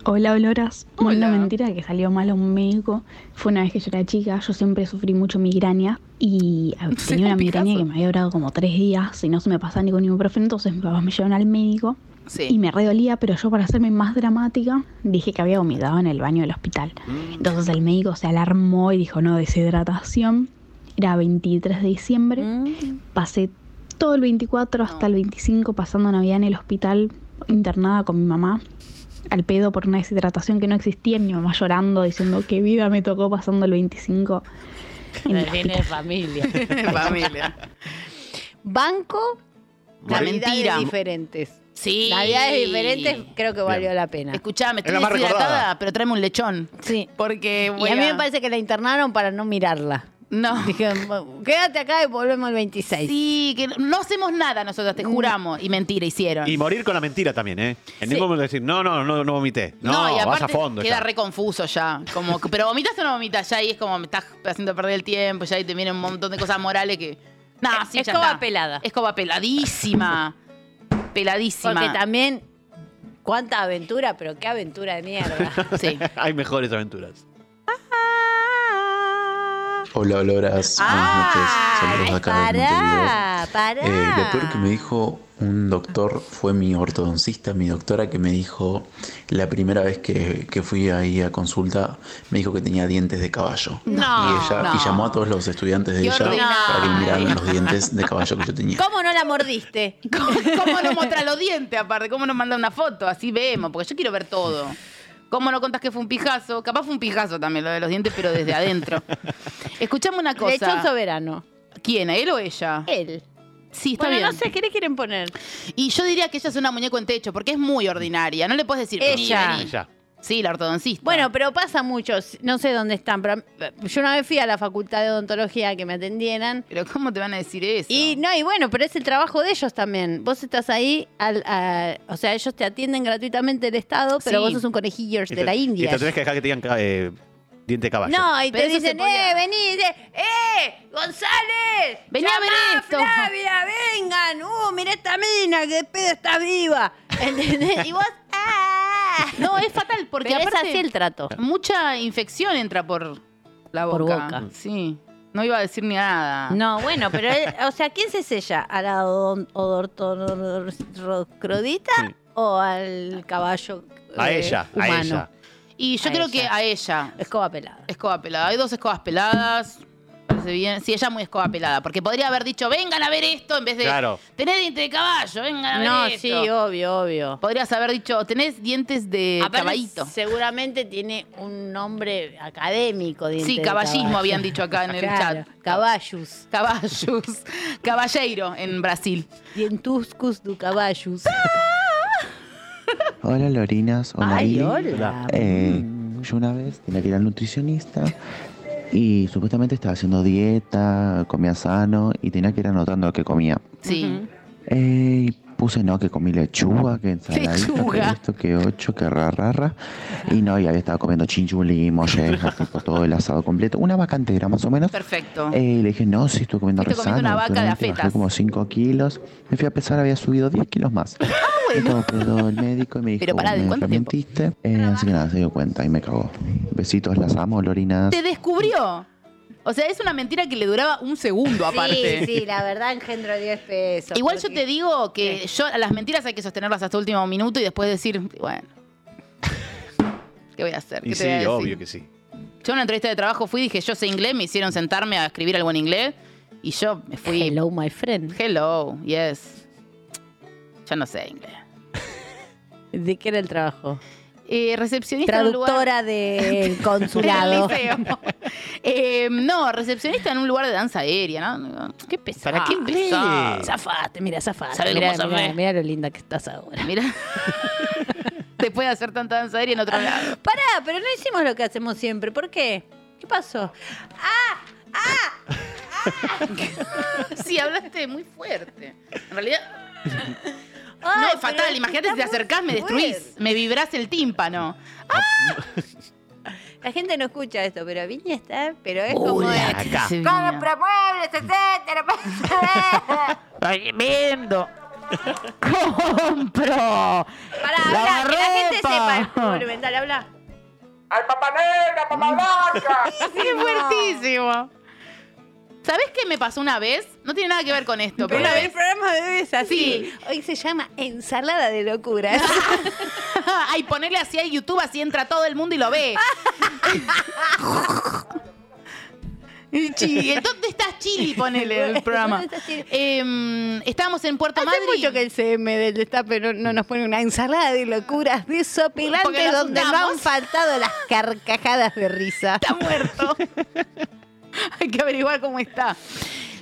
Speaker 11: Hola, Oloras. No es una
Speaker 1: Hola.
Speaker 11: mentira que salió mal a un médico. Fue una vez que yo era chica, yo siempre sufrí mucho migraña y a-
Speaker 1: Sí,
Speaker 11: tenía una
Speaker 1: Picasso.
Speaker 11: migraña que me había durado como tres días y no se me pasaba ni con ibuprofeno, entonces mis papás me llevaron al médico y
Speaker 1: sí.
Speaker 11: me redolía, pero yo para hacerme más dramática dije que había vomitado en el baño del hospital.
Speaker 1: Mm.
Speaker 11: Entonces el médico se
Speaker 12: Mm.
Speaker 11: alarmó y dijo, no, deshidratación. Era 23 de diciembre, pasé todo el 24 hasta el 25 pasando Navidad en el hospital internada con mi mamá al pedo por una deshidratación que no existía, mi mamá llorando diciendo qué vida me tocó pasando el 25 en el
Speaker 6: Viene de
Speaker 11: hospital".
Speaker 6: familia.
Speaker 1: Familia.
Speaker 2: Banco,
Speaker 1: La mentira.
Speaker 2: diferentes.
Speaker 6: Sí.
Speaker 2: Navidades diferentes, creo que valió la pena.
Speaker 1: Escuchame,
Speaker 6: Es la
Speaker 1: estoy
Speaker 6: más
Speaker 1: deshidratada,
Speaker 6: recordada.
Speaker 1: pero tráeme un lechón.
Speaker 2: Sí.
Speaker 1: Porque
Speaker 2: Y
Speaker 1: voy
Speaker 2: a mí me parece que la internaron para no mirarla.
Speaker 1: No.
Speaker 2: Dijeron, "Bueno, quédate acá y volvemos el 26.
Speaker 1: Sí, que no hacemos nada nosotros,
Speaker 2: Mm.
Speaker 1: te juramos. Y mentira, hicieron.
Speaker 3: Y morir con la mentira también, ¿eh? En ningún momento decir, no, no, no, no vomité. No,
Speaker 1: y
Speaker 3: vas
Speaker 1: aparte
Speaker 3: a fondo.
Speaker 1: queda
Speaker 3: ya.
Speaker 1: re confuso ya. Como, que, pero vomitas o no vomitas ya y es como me estás haciendo perder el tiempo, ya y te vienen un montón de cosas morales que. Nah, sí, ya
Speaker 2: Escoba
Speaker 1: está.
Speaker 2: pelada.
Speaker 1: Escoba peladísima. Peladísima.
Speaker 2: Porque también, cuánta aventura, pero qué aventura de mierda.
Speaker 1: Sí.
Speaker 3: Hay mejores aventuras.
Speaker 12: Hola, Oloras.
Speaker 2: Ah.
Speaker 12: Buenas noches. Saludos de acá de Montevideo.
Speaker 2: Pará, pará.
Speaker 12: Eh, lo peor que me dijo un doctor fue mi ortodoncista, mi doctora, que me dijo la primera vez que, que fui ahí a consulta, me dijo que tenía dientes de caballo.
Speaker 2: No,
Speaker 12: y ella
Speaker 2: no.
Speaker 12: y llamó a todos los estudiantes de
Speaker 2: Qué
Speaker 12: ella para que
Speaker 2: ordinario.
Speaker 12: me miraran los dientes de caballo que yo tenía.
Speaker 2: ¿Cómo no la mordiste?
Speaker 1: ¿Cómo, cómo no mostrar los dientes aparte? ¿Cómo nos manda una foto? Así vemos, porque yo quiero ver todo. ¿Cómo no contás que fue un pijazo? Capaz fue un pijazo también lo de los dientes, pero desde adentro. Escuchame una cosa.
Speaker 2: Lechón soberano.
Speaker 1: ¿Quién? ¿Él o ella?
Speaker 2: Él.
Speaker 1: Sí, está
Speaker 2: bueno,
Speaker 1: bien.
Speaker 2: no sé, ¿qué le quieren poner?
Speaker 1: Y yo diría que ella es una muñeca en techo, porque es muy ordinaria. No le puedes decir vení,
Speaker 2: Ella.
Speaker 1: vení. Sí, la ortodoncista.
Speaker 2: Bueno, pero pasa mucho, no sé dónde están, pero eh, yo una vez fui a la facultad de odontología que me atendieran.
Speaker 1: Pero ¿cómo te van a decir eso?
Speaker 2: Y no, y bueno, pero es el trabajo de ellos también. Vos estás ahí, al, a- o sea, ellos te atienden gratuitamente el Estado, pero
Speaker 1: Sí.
Speaker 2: vos sos un conejillo
Speaker 3: Y
Speaker 2: de
Speaker 3: te-
Speaker 2: la India.
Speaker 3: Y te tenés que dejar que te digan ca- eh, diente de caballo.
Speaker 2: No, y
Speaker 1: Pero
Speaker 2: te
Speaker 1: eso se
Speaker 2: dicen,
Speaker 1: podía-
Speaker 2: eh, vení, dice, eh, González,
Speaker 1: Vení a ver
Speaker 2: llamá
Speaker 1: esto".
Speaker 2: Flavia, vengan, uh, mirá esta mina, que de pedo está viva. ¿Entendés? Y vos, ah.
Speaker 1: No, es fatal, porque
Speaker 2: Pero es
Speaker 1: aparte
Speaker 2: así el trato.
Speaker 1: mucha infección entra por la boca.
Speaker 2: Por boca.
Speaker 1: Sí. No iba a decir ni nada.
Speaker 2: No, bueno, pero, él- o sea, ¿quién es ella? ¿A la odon- odontorrocrodita o al caballo
Speaker 3: A
Speaker 2: eh,
Speaker 3: ella,
Speaker 2: humano?
Speaker 3: a ella.
Speaker 1: Y yo
Speaker 2: A
Speaker 1: creo
Speaker 2: ella.
Speaker 1: que a ella,
Speaker 2: Escoba pelada.
Speaker 1: escoba pelada. Hay dos escobas peladas. Parece bien. Sí, ella muy escoba pelada. Porque podría haber dicho, vengan a ver esto, en vez de.
Speaker 3: Claro.
Speaker 1: Tenés dientes de caballo, vengan a ver
Speaker 2: No,
Speaker 1: esto. Eh,
Speaker 2: sí, obvio, obio.
Speaker 1: Podrías haber dicho, tenés dientes de
Speaker 2: Aparte,
Speaker 1: caballito.
Speaker 2: Seguramente tiene un nombre académico. diente
Speaker 1: Sí,
Speaker 2: de
Speaker 1: caballismo
Speaker 2: caballo.
Speaker 1: habían dicho acá en el
Speaker 2: Claro,
Speaker 1: chat.
Speaker 2: Caballos.
Speaker 1: Caballos. Caballeiro en Brasil.
Speaker 2: Dientuscus du caballos.
Speaker 13: Hola Lorinas, hola
Speaker 2: Ay,
Speaker 13: Lili.
Speaker 2: hola.
Speaker 13: Eh, yo una vez tenía que ir al nutricionista y supuestamente estaba haciendo dieta, comía sano y tenía que ir anotando lo que comía.
Speaker 1: Sí.
Speaker 13: Eh, y puse no, que comí lechuga, que ensaladita,
Speaker 1: Lechuga.
Speaker 13: que esto, que ocho, que rara, rara. Y no, y había estado comiendo chinchulín, mollejas, tipo todo el asado completo. Una vaca entera más o menos.
Speaker 1: Perfecto.
Speaker 13: Eh, y le dije, no, sí, estuve comiendo
Speaker 1: Estoy comiendo
Speaker 13: resano.
Speaker 1: una vaca de
Speaker 13: solamente
Speaker 1: afetas.
Speaker 13: Bajé como 5 kilos. Me fui a pesar, había subido 10 kilos más. Ah, bueno. el médico y me dijo,
Speaker 1: Pero pará, ¿de
Speaker 13: me
Speaker 1: cuánto tiempo?
Speaker 14: Ah.
Speaker 13: mentiste. Eh, así que nada, se dio cuenta y me cagó. Besitos, las amo, Lorinas.
Speaker 1: Te descubrió. O sea, es una mentira que le duraba un segundo aparte.
Speaker 2: Sí, sí, la verdad engendro 10 pesos.
Speaker 1: Igual yo te digo que yo a las mentiras hay que sostenerlas hasta el último minuto y después decir, bueno, ¿qué voy a hacer? ¿Qué
Speaker 3: Y
Speaker 1: te voy a
Speaker 3: sí,
Speaker 1: decir?
Speaker 3: obvio que sí.
Speaker 1: Yo en una entrevista de trabajo fui, dije, yo sé inglés, me hicieron sentarme a escribir algo en inglés y yo me fui.
Speaker 2: Hello, my friend.
Speaker 1: Hello, yes. Yo no sé inglés.
Speaker 2: ¿De qué era el trabajo?
Speaker 1: Eh, recepcionista en un lugar-
Speaker 2: Traductora del consulado.
Speaker 1: Del liceo. Eh, no, recepcionista en un lugar de danza aérea, ¿no? Qué pesado.
Speaker 2: ¿Para qué inglés?
Speaker 1: pesado.
Speaker 2: Zafate, mira, zafate.
Speaker 1: ¿Sabés
Speaker 2: Mira,
Speaker 1: cómo zafé?
Speaker 2: mira, mira lo linda que estás ahora.
Speaker 1: Mira. Después de hacer tanta danza aérea en otro lado.
Speaker 2: Pará, pero no hicimos lo que hacemos siempre. ¿Por qué? ¿Qué pasó?
Speaker 1: Sí, hablaste muy fuerte. En realidad,
Speaker 2: Ay,
Speaker 1: no, es
Speaker 2: Ah, pero
Speaker 1: fatal. Imagínate si te
Speaker 2: estamos
Speaker 1: acercás, me destruís. Me vibrás el tímpano.
Speaker 2: La gente no escucha esto, pero Viña está, pero es como
Speaker 1: Hola,
Speaker 2: es.
Speaker 1: acá. Sí, Viña.
Speaker 2: Compra muebles, etcétera.
Speaker 1: Vendo. Compro.
Speaker 2: Pará, habla, que la gente sepa. Monumental, habla.
Speaker 4: ¡Al papá negra,
Speaker 14: Mm.
Speaker 4: papá blanca!
Speaker 1: ¡Qué fuertísimo! ¿Sabés qué me pasó una vez? No tiene nada que ver con esto, pero una
Speaker 2: Pero el
Speaker 1: vez.
Speaker 2: programa de hoy es así.
Speaker 1: Sí.
Speaker 2: Hoy se llama Ensalada de Locuras.
Speaker 1: Ay, ponerle así a YouTube, así entra todo el mundo y lo ve. Chile. ¿Dónde estás Chile? Ponele el programa. Em, estábamos en Puerto
Speaker 2: Hace
Speaker 1: Madrid.
Speaker 2: mucho que el CM del destape no, no nos pone una ensalada de locuras
Speaker 1: Porque
Speaker 2: desopilantes
Speaker 1: nos
Speaker 2: donde no han
Speaker 1: juntamos.
Speaker 2: faltado las carcajadas de risa. Está
Speaker 1: muerto. Hay que averiguar cómo está.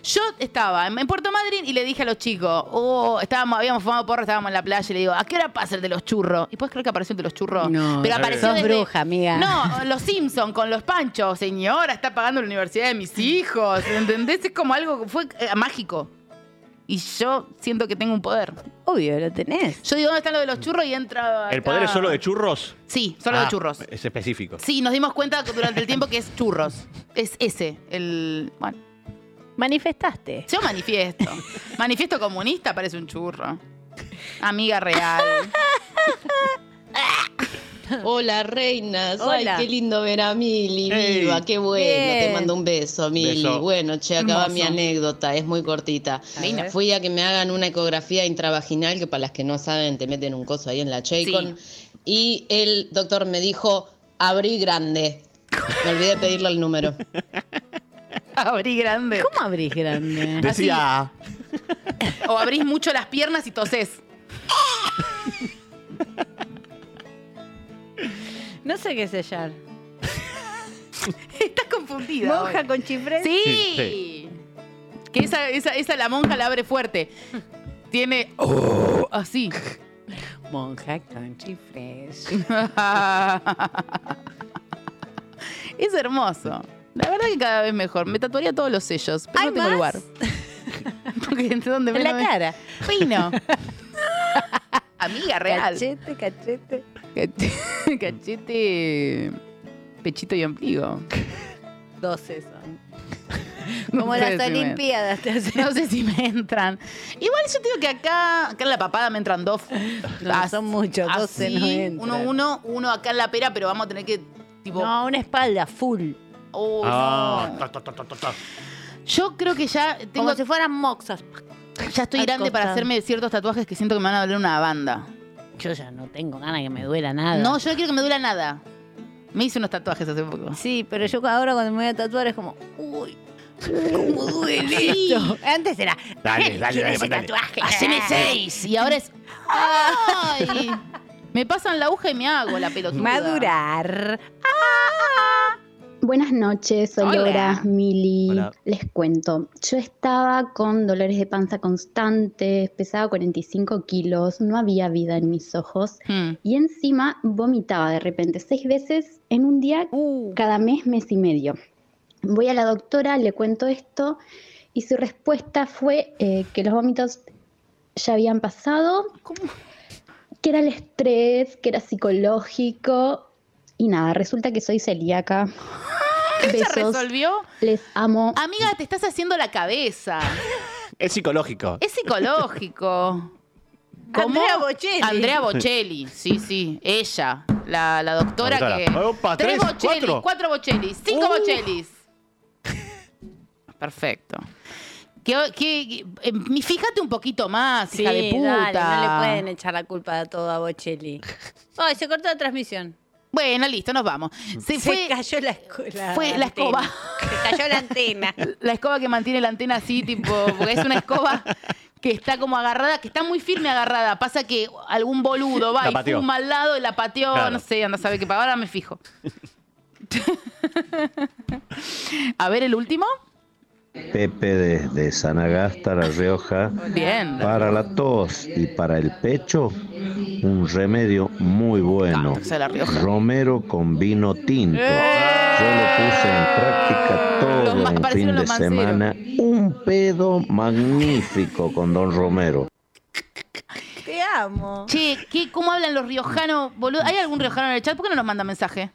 Speaker 1: Yo estaba en en Puerto Madryn y le dije a los chicos, oh, estábamos, habíamos fumado porro, estábamos en la playa y le digo, ¿a qué hora pasa el de los churros? Y puedes creer que apareció el de los churros.
Speaker 2: No,
Speaker 1: pero
Speaker 2: no
Speaker 1: apareció
Speaker 2: creo. Sos
Speaker 1: desde-
Speaker 2: bruja, amiga.
Speaker 1: No, los Simpson con los panchos, señora, está pagando la universidad de mis hijos. ¿Entendés? Es como algo, fue eh, mágico. Y yo siento que tengo un poder.
Speaker 2: Obvio, lo tenés.
Speaker 1: Yo digo, ¿dónde están los de los churros? Y entra.
Speaker 15: ¿El
Speaker 1: acá.
Speaker 15: poder es solo de churros?
Speaker 1: Sí, solo de
Speaker 15: Ah,
Speaker 1: churros.
Speaker 15: Es específico.
Speaker 1: Sí, nos dimos cuenta durante el tiempo que es churros. Es ese, el. Bueno.
Speaker 2: Manifestaste.
Speaker 1: Yo manifiesto. Manifiesto comunista parece un churro. Amiga real.
Speaker 14: Hola, reinas.
Speaker 1: Hola.
Speaker 14: Ay, qué lindo ver a Mili
Speaker 4: Eh.
Speaker 1: Ey.
Speaker 14: viva. Qué bueno.
Speaker 1: Bien.
Speaker 14: Te mando un beso, Mili.
Speaker 1: Beso.
Speaker 14: Bueno, che, acaba
Speaker 1: Hermoso.
Speaker 14: mi anécdota. Es muy cortita.
Speaker 1: A Linda. ver.
Speaker 14: Fui a que me hagan una ecografía intravaginal, que para las que no saben, te meten un coso ahí en la Chaycon. Y el doctor me dijo, abrí grande. Me olvidé de pedirle el número.
Speaker 1: abrí grande.
Speaker 2: ¿Cómo abrís grande?
Speaker 15: Decía.
Speaker 1: O abrís mucho las piernas y tosés.
Speaker 2: No sé qué sellar.
Speaker 1: Estás confundida.
Speaker 2: Monja
Speaker 1: hoy.
Speaker 2: con chifre.
Speaker 1: Sí. Que esa, esa, esa la monja la abre fuerte. Tiene. oh, así.
Speaker 2: Monja con chifres.
Speaker 1: es hermoso. La verdad que cada vez mejor. Me tatuaría todos los sellos, pero no tengo lugar. Porque entre donde
Speaker 2: En la cara.
Speaker 1: Pino. Amiga real.
Speaker 2: Cachete, cachete.
Speaker 1: Cachete, cachete, pechito y ombligo.
Speaker 2: Dos son.
Speaker 1: No
Speaker 2: Como
Speaker 1: sé
Speaker 2: las
Speaker 1: si me-
Speaker 2: olimpiadas. te hacen.
Speaker 1: No sé si me entran. Igual yo te digo que acá, acá en la papada me entran dos.
Speaker 2: No, son muchos, dos se
Speaker 1: así,
Speaker 2: nos entran.
Speaker 1: Uno, uno, uno acá en la pera, pero vamos a tener que, tipo...
Speaker 2: No, una espalda full.
Speaker 1: oh,
Speaker 15: Ah,
Speaker 1: no.
Speaker 15: ta, ta, ta, ta, ta, ta.
Speaker 1: Yo creo que ya tengo...
Speaker 2: Como si fueran moxas.
Speaker 1: ya estoy
Speaker 2: al
Speaker 1: grande para
Speaker 2: costado.
Speaker 1: hacerme ciertos tatuajes que siento que me van a doler una banda.
Speaker 2: Yo ya no tengo ganas que me duela nada.
Speaker 1: No, yo no quiero que me duela nada. Me hice unos tatuajes hace poco.
Speaker 2: Sí, pero yo ahora cuando me voy a tatuar es como, uy, cómo duele
Speaker 1: Sí.
Speaker 2: esto. Antes era, dale,
Speaker 1: Dale,
Speaker 2: dale,
Speaker 1: dale, dale,
Speaker 2: ese
Speaker 1: dale.
Speaker 2: tatuaje.
Speaker 1: Haceme seis. Y ahora es. ¡Ay! Me pasan la aguja y me hago la pelotuda.
Speaker 2: Madurar.
Speaker 16: Buenas noches, soy
Speaker 1: Hola.
Speaker 16: Laura Mili.
Speaker 1: Hola.
Speaker 16: Les cuento, yo estaba con dolores de panza constantes, pesaba 45 kilos, no había vida en mis ojos
Speaker 1: Hmm.
Speaker 16: y encima vomitaba de repente seis veces en un día
Speaker 2: Uh,
Speaker 16: cada mes, mes y medio. Voy a la doctora, le cuento esto y su respuesta fue eh, que los vómitos ya habían pasado, que era el estrés, que era psicológico y nada, resulta que soy celíaca.
Speaker 1: ¿Se
Speaker 16: Besos.
Speaker 1: resolvió?
Speaker 16: Les amo.
Speaker 1: Amiga, te estás haciendo la cabeza.
Speaker 15: Es psicológico.
Speaker 1: Es psicológico.
Speaker 2: Andrea Bocelli.
Speaker 1: Andrea Bocelli, sí, sí. Ella, la, la doctora,
Speaker 15: La
Speaker 1: que.
Speaker 15: doctora. Opa,
Speaker 1: tres
Speaker 15: tres,
Speaker 1: Bocelli, cuatro, Uh.
Speaker 15: cuatro.
Speaker 1: Bocelli, cinco Bocellis. Perfecto. Que, que- eh, mi- fíjate un poquito más, hija de puta.
Speaker 2: dale, no le pueden echar la culpa a todo a Bocelli. Ay, se cortó la transmisión.
Speaker 1: Bueno, listo, nos vamos. Se, fue,
Speaker 2: cayó la escuela.
Speaker 1: fue la escoba.
Speaker 2: Se cayó la antena.
Speaker 1: La escoba que mantiene la antena así, tipo, porque es una escoba que está como agarrada, que está muy firme agarrada. Pasa que algún boludo va
Speaker 15: La
Speaker 1: y
Speaker 15: pateó.
Speaker 1: fuma al lado y la pateó,
Speaker 15: Claro.
Speaker 1: no sé, anda a saber qué pasa. Ahora me fijo. a ver, el último.
Speaker 3: Pepe desde Sanagasta, La Rioja.
Speaker 1: Bien.
Speaker 3: Para la tos y para el pecho, un remedio muy bueno. Romero con vino tinto. Yo lo puse en práctica todo un fin de semana. Un pedo magnífico con Don Romero.
Speaker 2: Te amo.
Speaker 1: Che, ¿qué, ¿cómo hablan los riojanos, boludo? ¿Hay algún riojano en el chat? ¿Por qué no nos manda mensaje?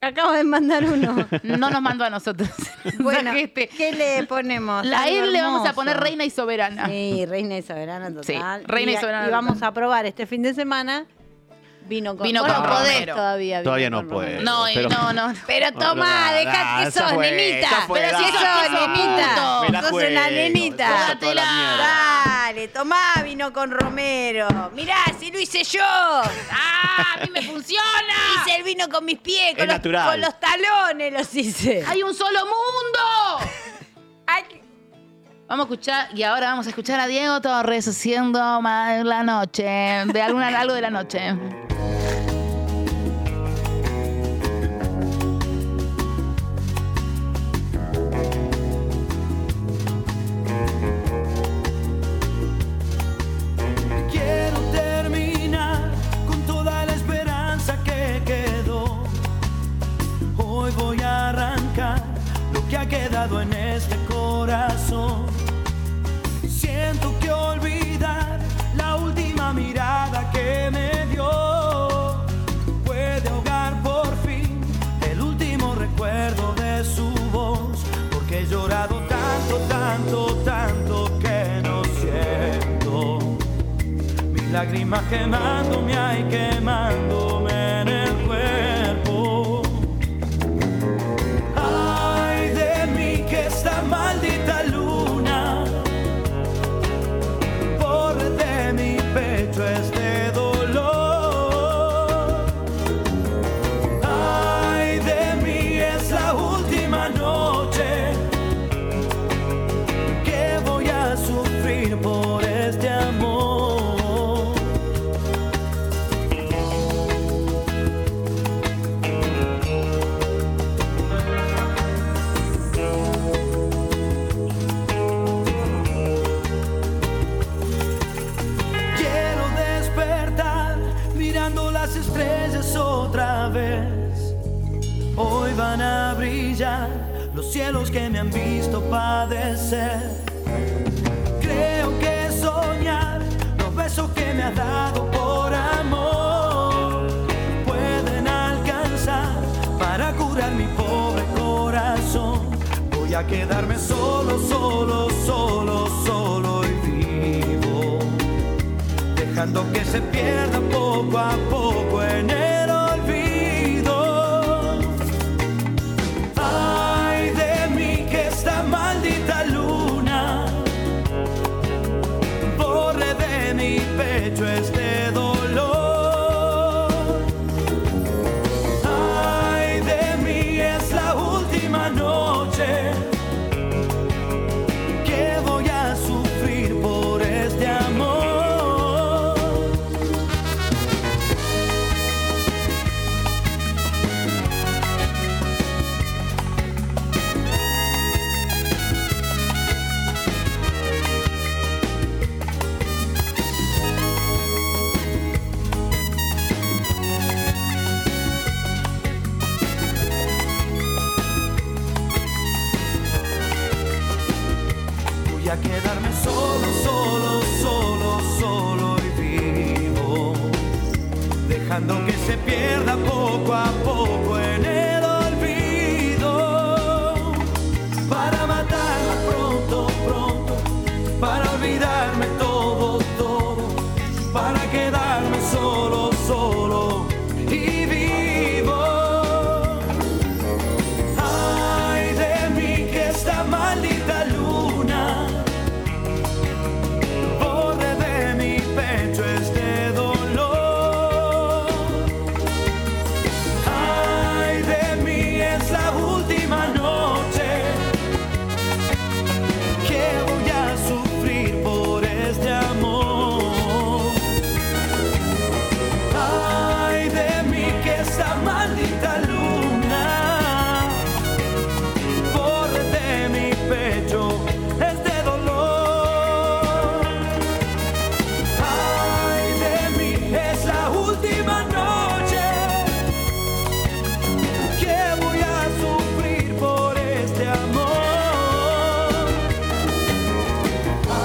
Speaker 2: Acabo de mandar uno.
Speaker 1: No nos mandó a nosotros. este.
Speaker 2: Bueno, ¿qué le ponemos?
Speaker 1: La
Speaker 2: Algo
Speaker 1: L le vamos a
Speaker 2: hermoso.
Speaker 1: poner reina y soberana.
Speaker 2: Ah. Sí, reina y soberana total.
Speaker 1: Sí, reina y soberana
Speaker 2: Y vamos a probar este fin de semana vino con
Speaker 1: Vino
Speaker 2: Vos
Speaker 1: con
Speaker 2: no podés
Speaker 1: romero.
Speaker 2: todavía. vino
Speaker 15: Todavía
Speaker 2: con
Speaker 15: no puede.
Speaker 1: No, y no, no.
Speaker 2: Pero
Speaker 15: No, no,
Speaker 2: toma,
Speaker 15: no,
Speaker 2: dejad
Speaker 15: no,
Speaker 2: que
Speaker 15: esa
Speaker 2: sos,
Speaker 15: fue,
Speaker 2: nenita.
Speaker 15: esa fue,
Speaker 2: Pero si
Speaker 15: dale.
Speaker 2: sos, nenita.
Speaker 15: Me la
Speaker 2: sos una nenita. Dale, tomá vino con Romero. Mirá, si lo hice yo. ¡Ah, a mí me funciona! Hice el vino con mis pies, con, los,
Speaker 3: natural.
Speaker 2: con los talones los hice.
Speaker 6: ¡Hay un solo mundo! Vamos a escuchar, y ahora vamos a escuchar a Diego Torres haciendo Ma- la noche, de alguna, algo de la noche.
Speaker 10: Quiero terminar con toda la esperanza que quedó. Hoy voy a arrancar lo que ha quedado en este corazón. Siento que olvidar la última mirada que me dio. Puede ahogar por fin el último recuerdo de su voz. Porque he llorado tanto, tanto, tanto que no siento. Mis lágrimas quemándome hay quemándome en el cuerpo. Ay de mí que esta maldita luna borre de mi pecho este dolor. Ay de mí es la última noche que voy a sufrir por este amor. Quiero despertar mirando las estrellas otra vez. Hoy van a brillar los cielos que me han visto padecer. Creo que soñar los besos que me ha dado por amor pueden alcanzar para curar mi pobre corazón. Voy a quedarme solo, solo, solo, solo y vivo dejando que se pierda poco a poco en el olvido. Ay de mí que esta maldita luna borre de mi pecho este dolor. Ay de mí es la última noche que voy a sufrir por este amor. Voy a quedarme solo, solo, solo, solo y vivo. Dejando que se pierda poco a poco en el olvido. Para matarla pronto, pronto. Para olvidarme todo, todo. Para quedarme solo, solo y vivo. Ay de mí que esta maldita luna borre de mi pecho este dolor. Ay de mí es la última noche que voy a sufrir por este amor. Ay de mí que esta maldita luna borre de mi pecho este dolor. Ay de mí es la última noche que voy a sufrir por este amor.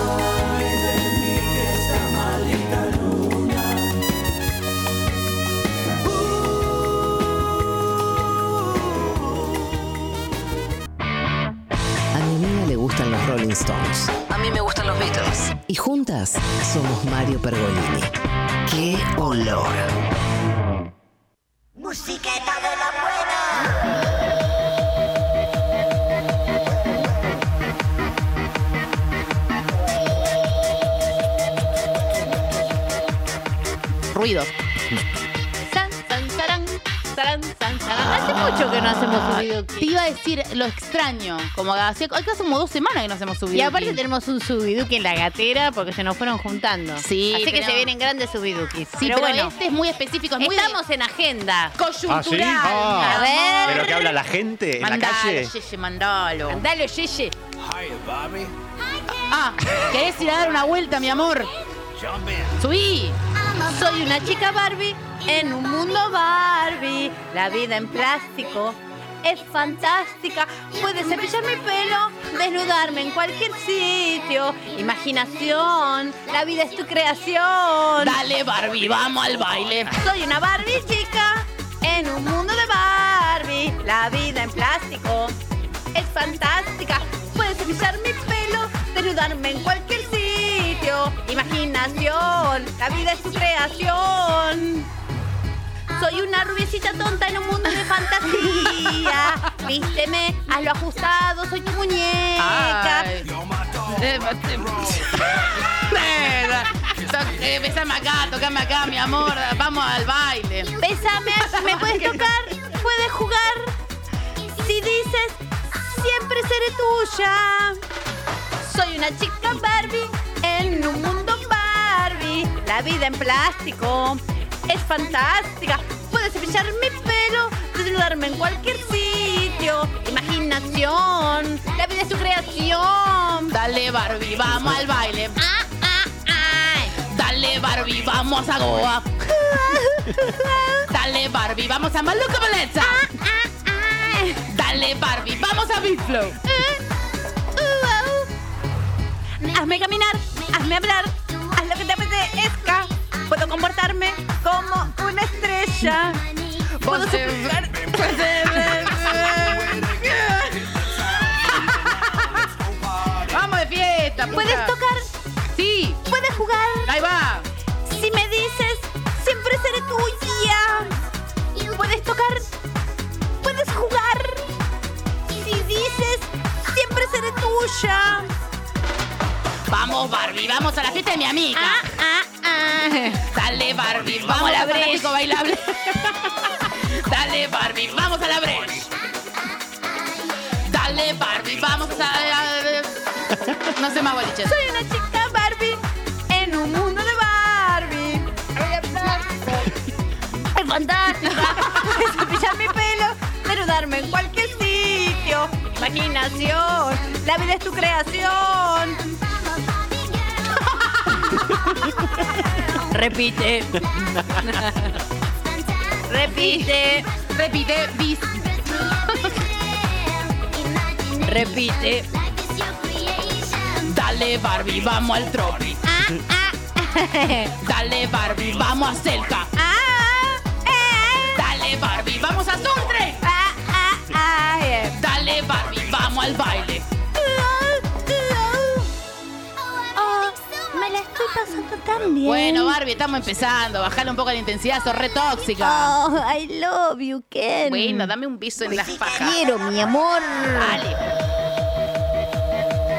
Speaker 10: Ay de mí que esta maldita luna
Speaker 14: A mi amiga le gustan los Rolling Stones.
Speaker 5: A mí me gustan los Beatles.
Speaker 14: Y juntas somos Mario Pergolini. ¡Qué olor!
Speaker 5: Musiqueta de la buena.
Speaker 10: ruidos.
Speaker 2: San, san, sarán, sarán, san, sarán. Hace mucho que no hacemos un
Speaker 10: Ah, Te iba a decir lo extraño. Como hace, acá hace como dos semanas que no hacemos subiduki.
Speaker 2: Y aparte tenemos un subiduki en la gatera porque se nos fueron juntando.
Speaker 10: Sí,
Speaker 2: Así que
Speaker 10: pero-
Speaker 2: se vienen grandes subidukis.
Speaker 10: Sí, pero, este es muy específico. Es muy de-
Speaker 2: Estamos en agenda.
Speaker 10: Coyuntural.
Speaker 3: Ah,
Speaker 2: A ver.
Speaker 3: ¿Pero qué habla la gente en la
Speaker 10: Mandalo,
Speaker 3: calle?
Speaker 10: Yeye, mandalo.
Speaker 2: Mandalo, Yeye.
Speaker 10: Ah, ¿querés ir a dar una vuelta, mi amor? Subí.
Speaker 2: Soy una chica Barbie en un mundo Barbie. La vida en plástico es fantástica. Puedes cepillar mi pelo, desnudarme en cualquier sitio. Imaginación, la vida es tu creación.
Speaker 1: Dale, Barbie, vamos al baile.
Speaker 2: Soy una Barbie chica en un mundo de Barbie. La vida en plástico es fantástica. Puedes cepillar mi pelo, desnudarme en cualquier sitio. Imaginación, la vida es tu creación. Soy una rubiecita tonta en un mundo de fantasía. Vísteme, hazlo ajustado, soy tu muñeca.
Speaker 1: Ay. Eh, bate- Nena, to- eh, Besame acá, tocame acá, mi amor. Vamos al baile.
Speaker 2: Bésame, me puedes tocar, puedes jugar. Si dices, siempre seré tuya. Soy una chica Barbie en un mundo Barbie. La vida en plástico es fantástica. Puedes cepillar mi pelo, desnudarme en cualquier sitio. Imaginación, la vida es tu creación.
Speaker 1: Dale, Barbie, vamos al baile. Dale, Barbie, vamos a Goa. Dale, Barbie, vamos a Maluca Valenza.
Speaker 2: Ah,
Speaker 1: Dale, Barbie, vamos a Big Flow.
Speaker 2: Hazme caminar, hazme hablar, haz lo que te apetezca. Puedo comportarme como una estrella. Puedo superar-
Speaker 1: Vamos de fiesta. puta.
Speaker 2: Puedes tocar,
Speaker 1: Sí.
Speaker 2: puedes jugar.
Speaker 1: Ahí va.
Speaker 2: Si me dices, siempre seré tuya. Puedes tocar, puedes jugar. Si dices, siempre seré tuya.
Speaker 1: Vamos, Barbie, vamos a la fiesta de mi amiga. ah, Dale, Barbie, vamos,
Speaker 2: Vamos
Speaker 1: a
Speaker 2: a
Speaker 1: la
Speaker 2: la
Speaker 1: fantástico bailable. Dale, Barbie, vamos a la brecha. Dale, Barbie, vamos a... a- a- No sé más boliches.
Speaker 2: Soy una chica Barbie en un mundo de Barbie. Es fantástica. Puedes cepillar mi pelo, desnudarme en cualquier sitio. Imaginación, la vida es tu creación. Repite. Repite.
Speaker 1: Repite, bis.
Speaker 2: Repite.
Speaker 1: Dale, Barbie, vamos al tropi. ah. Dale, Barbie, vamos a Celta. Dale, Barbie, vamos a Suntre. ah, eh. Dale, Barbie, vamos al baile.
Speaker 2: Oh, me la estoy pasando tan bien.
Speaker 1: Bueno, Barbie, estamos empezando. Bajale un poco la intensidad, sos re tóxica.
Speaker 2: Oh, I love you, Ken.
Speaker 1: Bueno, dame un beso en las pajas.
Speaker 2: Quiero, mi amor.
Speaker 1: Dale.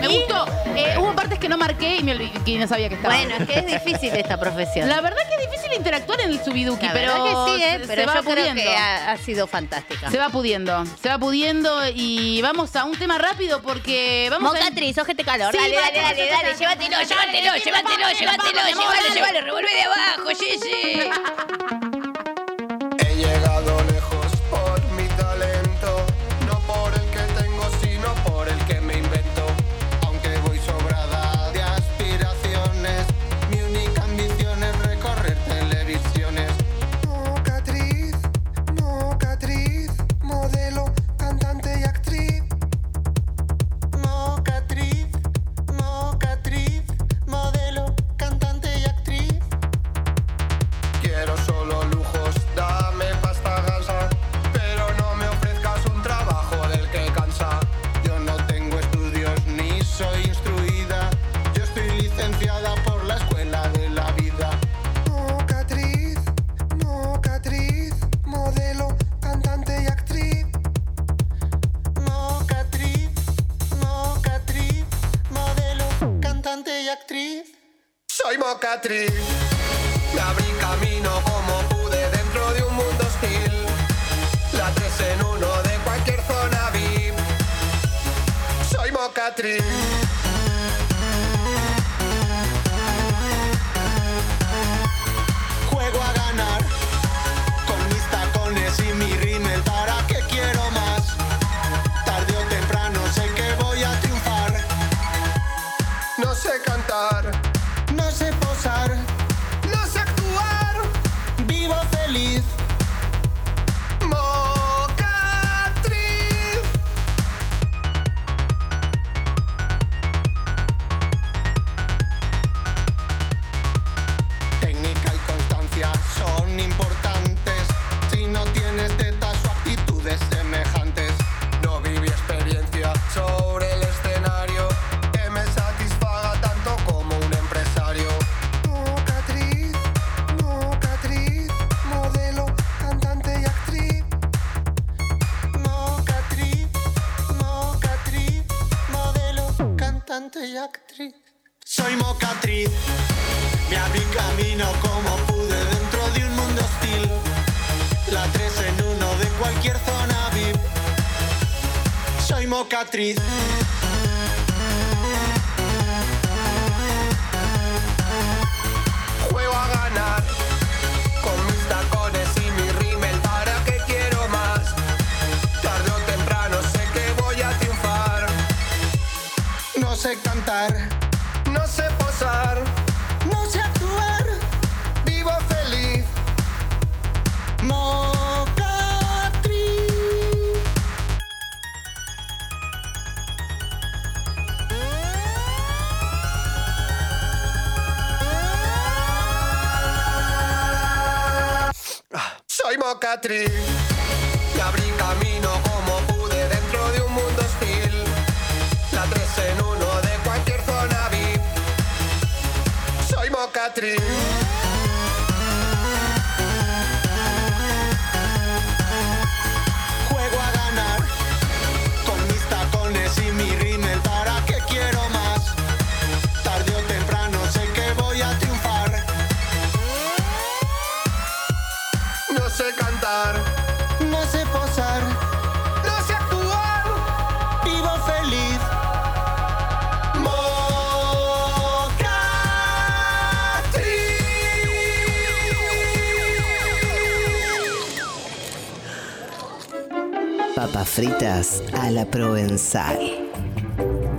Speaker 1: Me gustó. Eh, hubo partes que no marqué y, me olvidé- que no sabía que estaba.
Speaker 2: Bueno, es que es difícil esta profesión.
Speaker 1: La verdad que es difícil interactuar en el subiduki,
Speaker 2: La
Speaker 1: pero
Speaker 2: verdad que sí, ¿eh?
Speaker 1: se-
Speaker 2: pero
Speaker 1: se va
Speaker 2: yo creo
Speaker 1: pudiendo.
Speaker 2: que ah, ha, ha sido fantástica.
Speaker 1: Se va pudiendo, se va pudiendo y vamos a un tema rápido porque vamos
Speaker 2: Mocatriz, ojete calor.
Speaker 1: Sí,
Speaker 2: dale,
Speaker 1: vamos,
Speaker 2: dale,
Speaker 1: vamos,
Speaker 2: dale,
Speaker 1: vamos,
Speaker 2: dale, llévatelo,
Speaker 1: vamos,
Speaker 2: llévatelo,
Speaker 1: vamos,
Speaker 2: llévatelo,
Speaker 1: vamos,
Speaker 2: llévatelo,
Speaker 1: vamos,
Speaker 2: llévalo,
Speaker 1: vamos.
Speaker 2: llévalo, revuelve de abajo, Gigi.
Speaker 8: He llegado lejos por mi talento, no por el que tengo, sino por el que me invento. Aunque voy sobrada de aspiraciones, mi única ambición es recorrer televisiones. Mocatriz, mocatriz, modelo, cantante y actriz. Mocatriz, mocatriz, modelo, cantante y actriz. Quiero solo lujos, dame pasta gasa, pero no me ofrezcas un trabajo del que cansa. Yo no tengo estudios ni soy instruida, yo estoy licenciada por la escuela de la vida. Mocatriz, mocatriz, modelo, cantante y actriz. Mocatriz, mocatriz, modelo, cantante y actriz. Soy mocatriz. Me abrí camino Catriz. Juego a ganar con mis tacones y mi rímel. ¿Para qué quiero más? Tarde o temprano sé que voy a triunfar. No sé cantar, no sé posar, no sé actuar. Vivo feliz. Mocatriz. Técnica y constancia son importantes. Si no tienes tetas o actitudes semejantes, no viví experiencia sobre el escenario que me satisfaga tanto como un empresario. Mocatriz, mocatriz, modelo, cantante y actriz. Mocatriz, mocatriz, modelo, cantante y actriz. Soy mocatriz. Me abrí camino como pude dentro de un mundo hostil. La tres en uno de cualquier zona VIP. Soy mocatriz. Juego a ganar con mis tacones y mi rímel. ¿Para qué quiero más? Tarde o temprano sé que voy a triunfar. No sé cantar, no sé posar. No sé actuar, vivo feliz. Mocatriz. Ah, Soy Mocatriz. Y abrí camino como pude dentro de un mundo hostil. La tres en uno de cualquier zona VIP. Soy Mocatriz. Juego a ganar con mis tacones y mi rímel. ¿Para qué quiero más? Tarde o temprano sé que voy a triunfar. No sé cantar, no sé posar, no sé actuar. Vivo feliz.
Speaker 14: Papas fritas a la provenzal.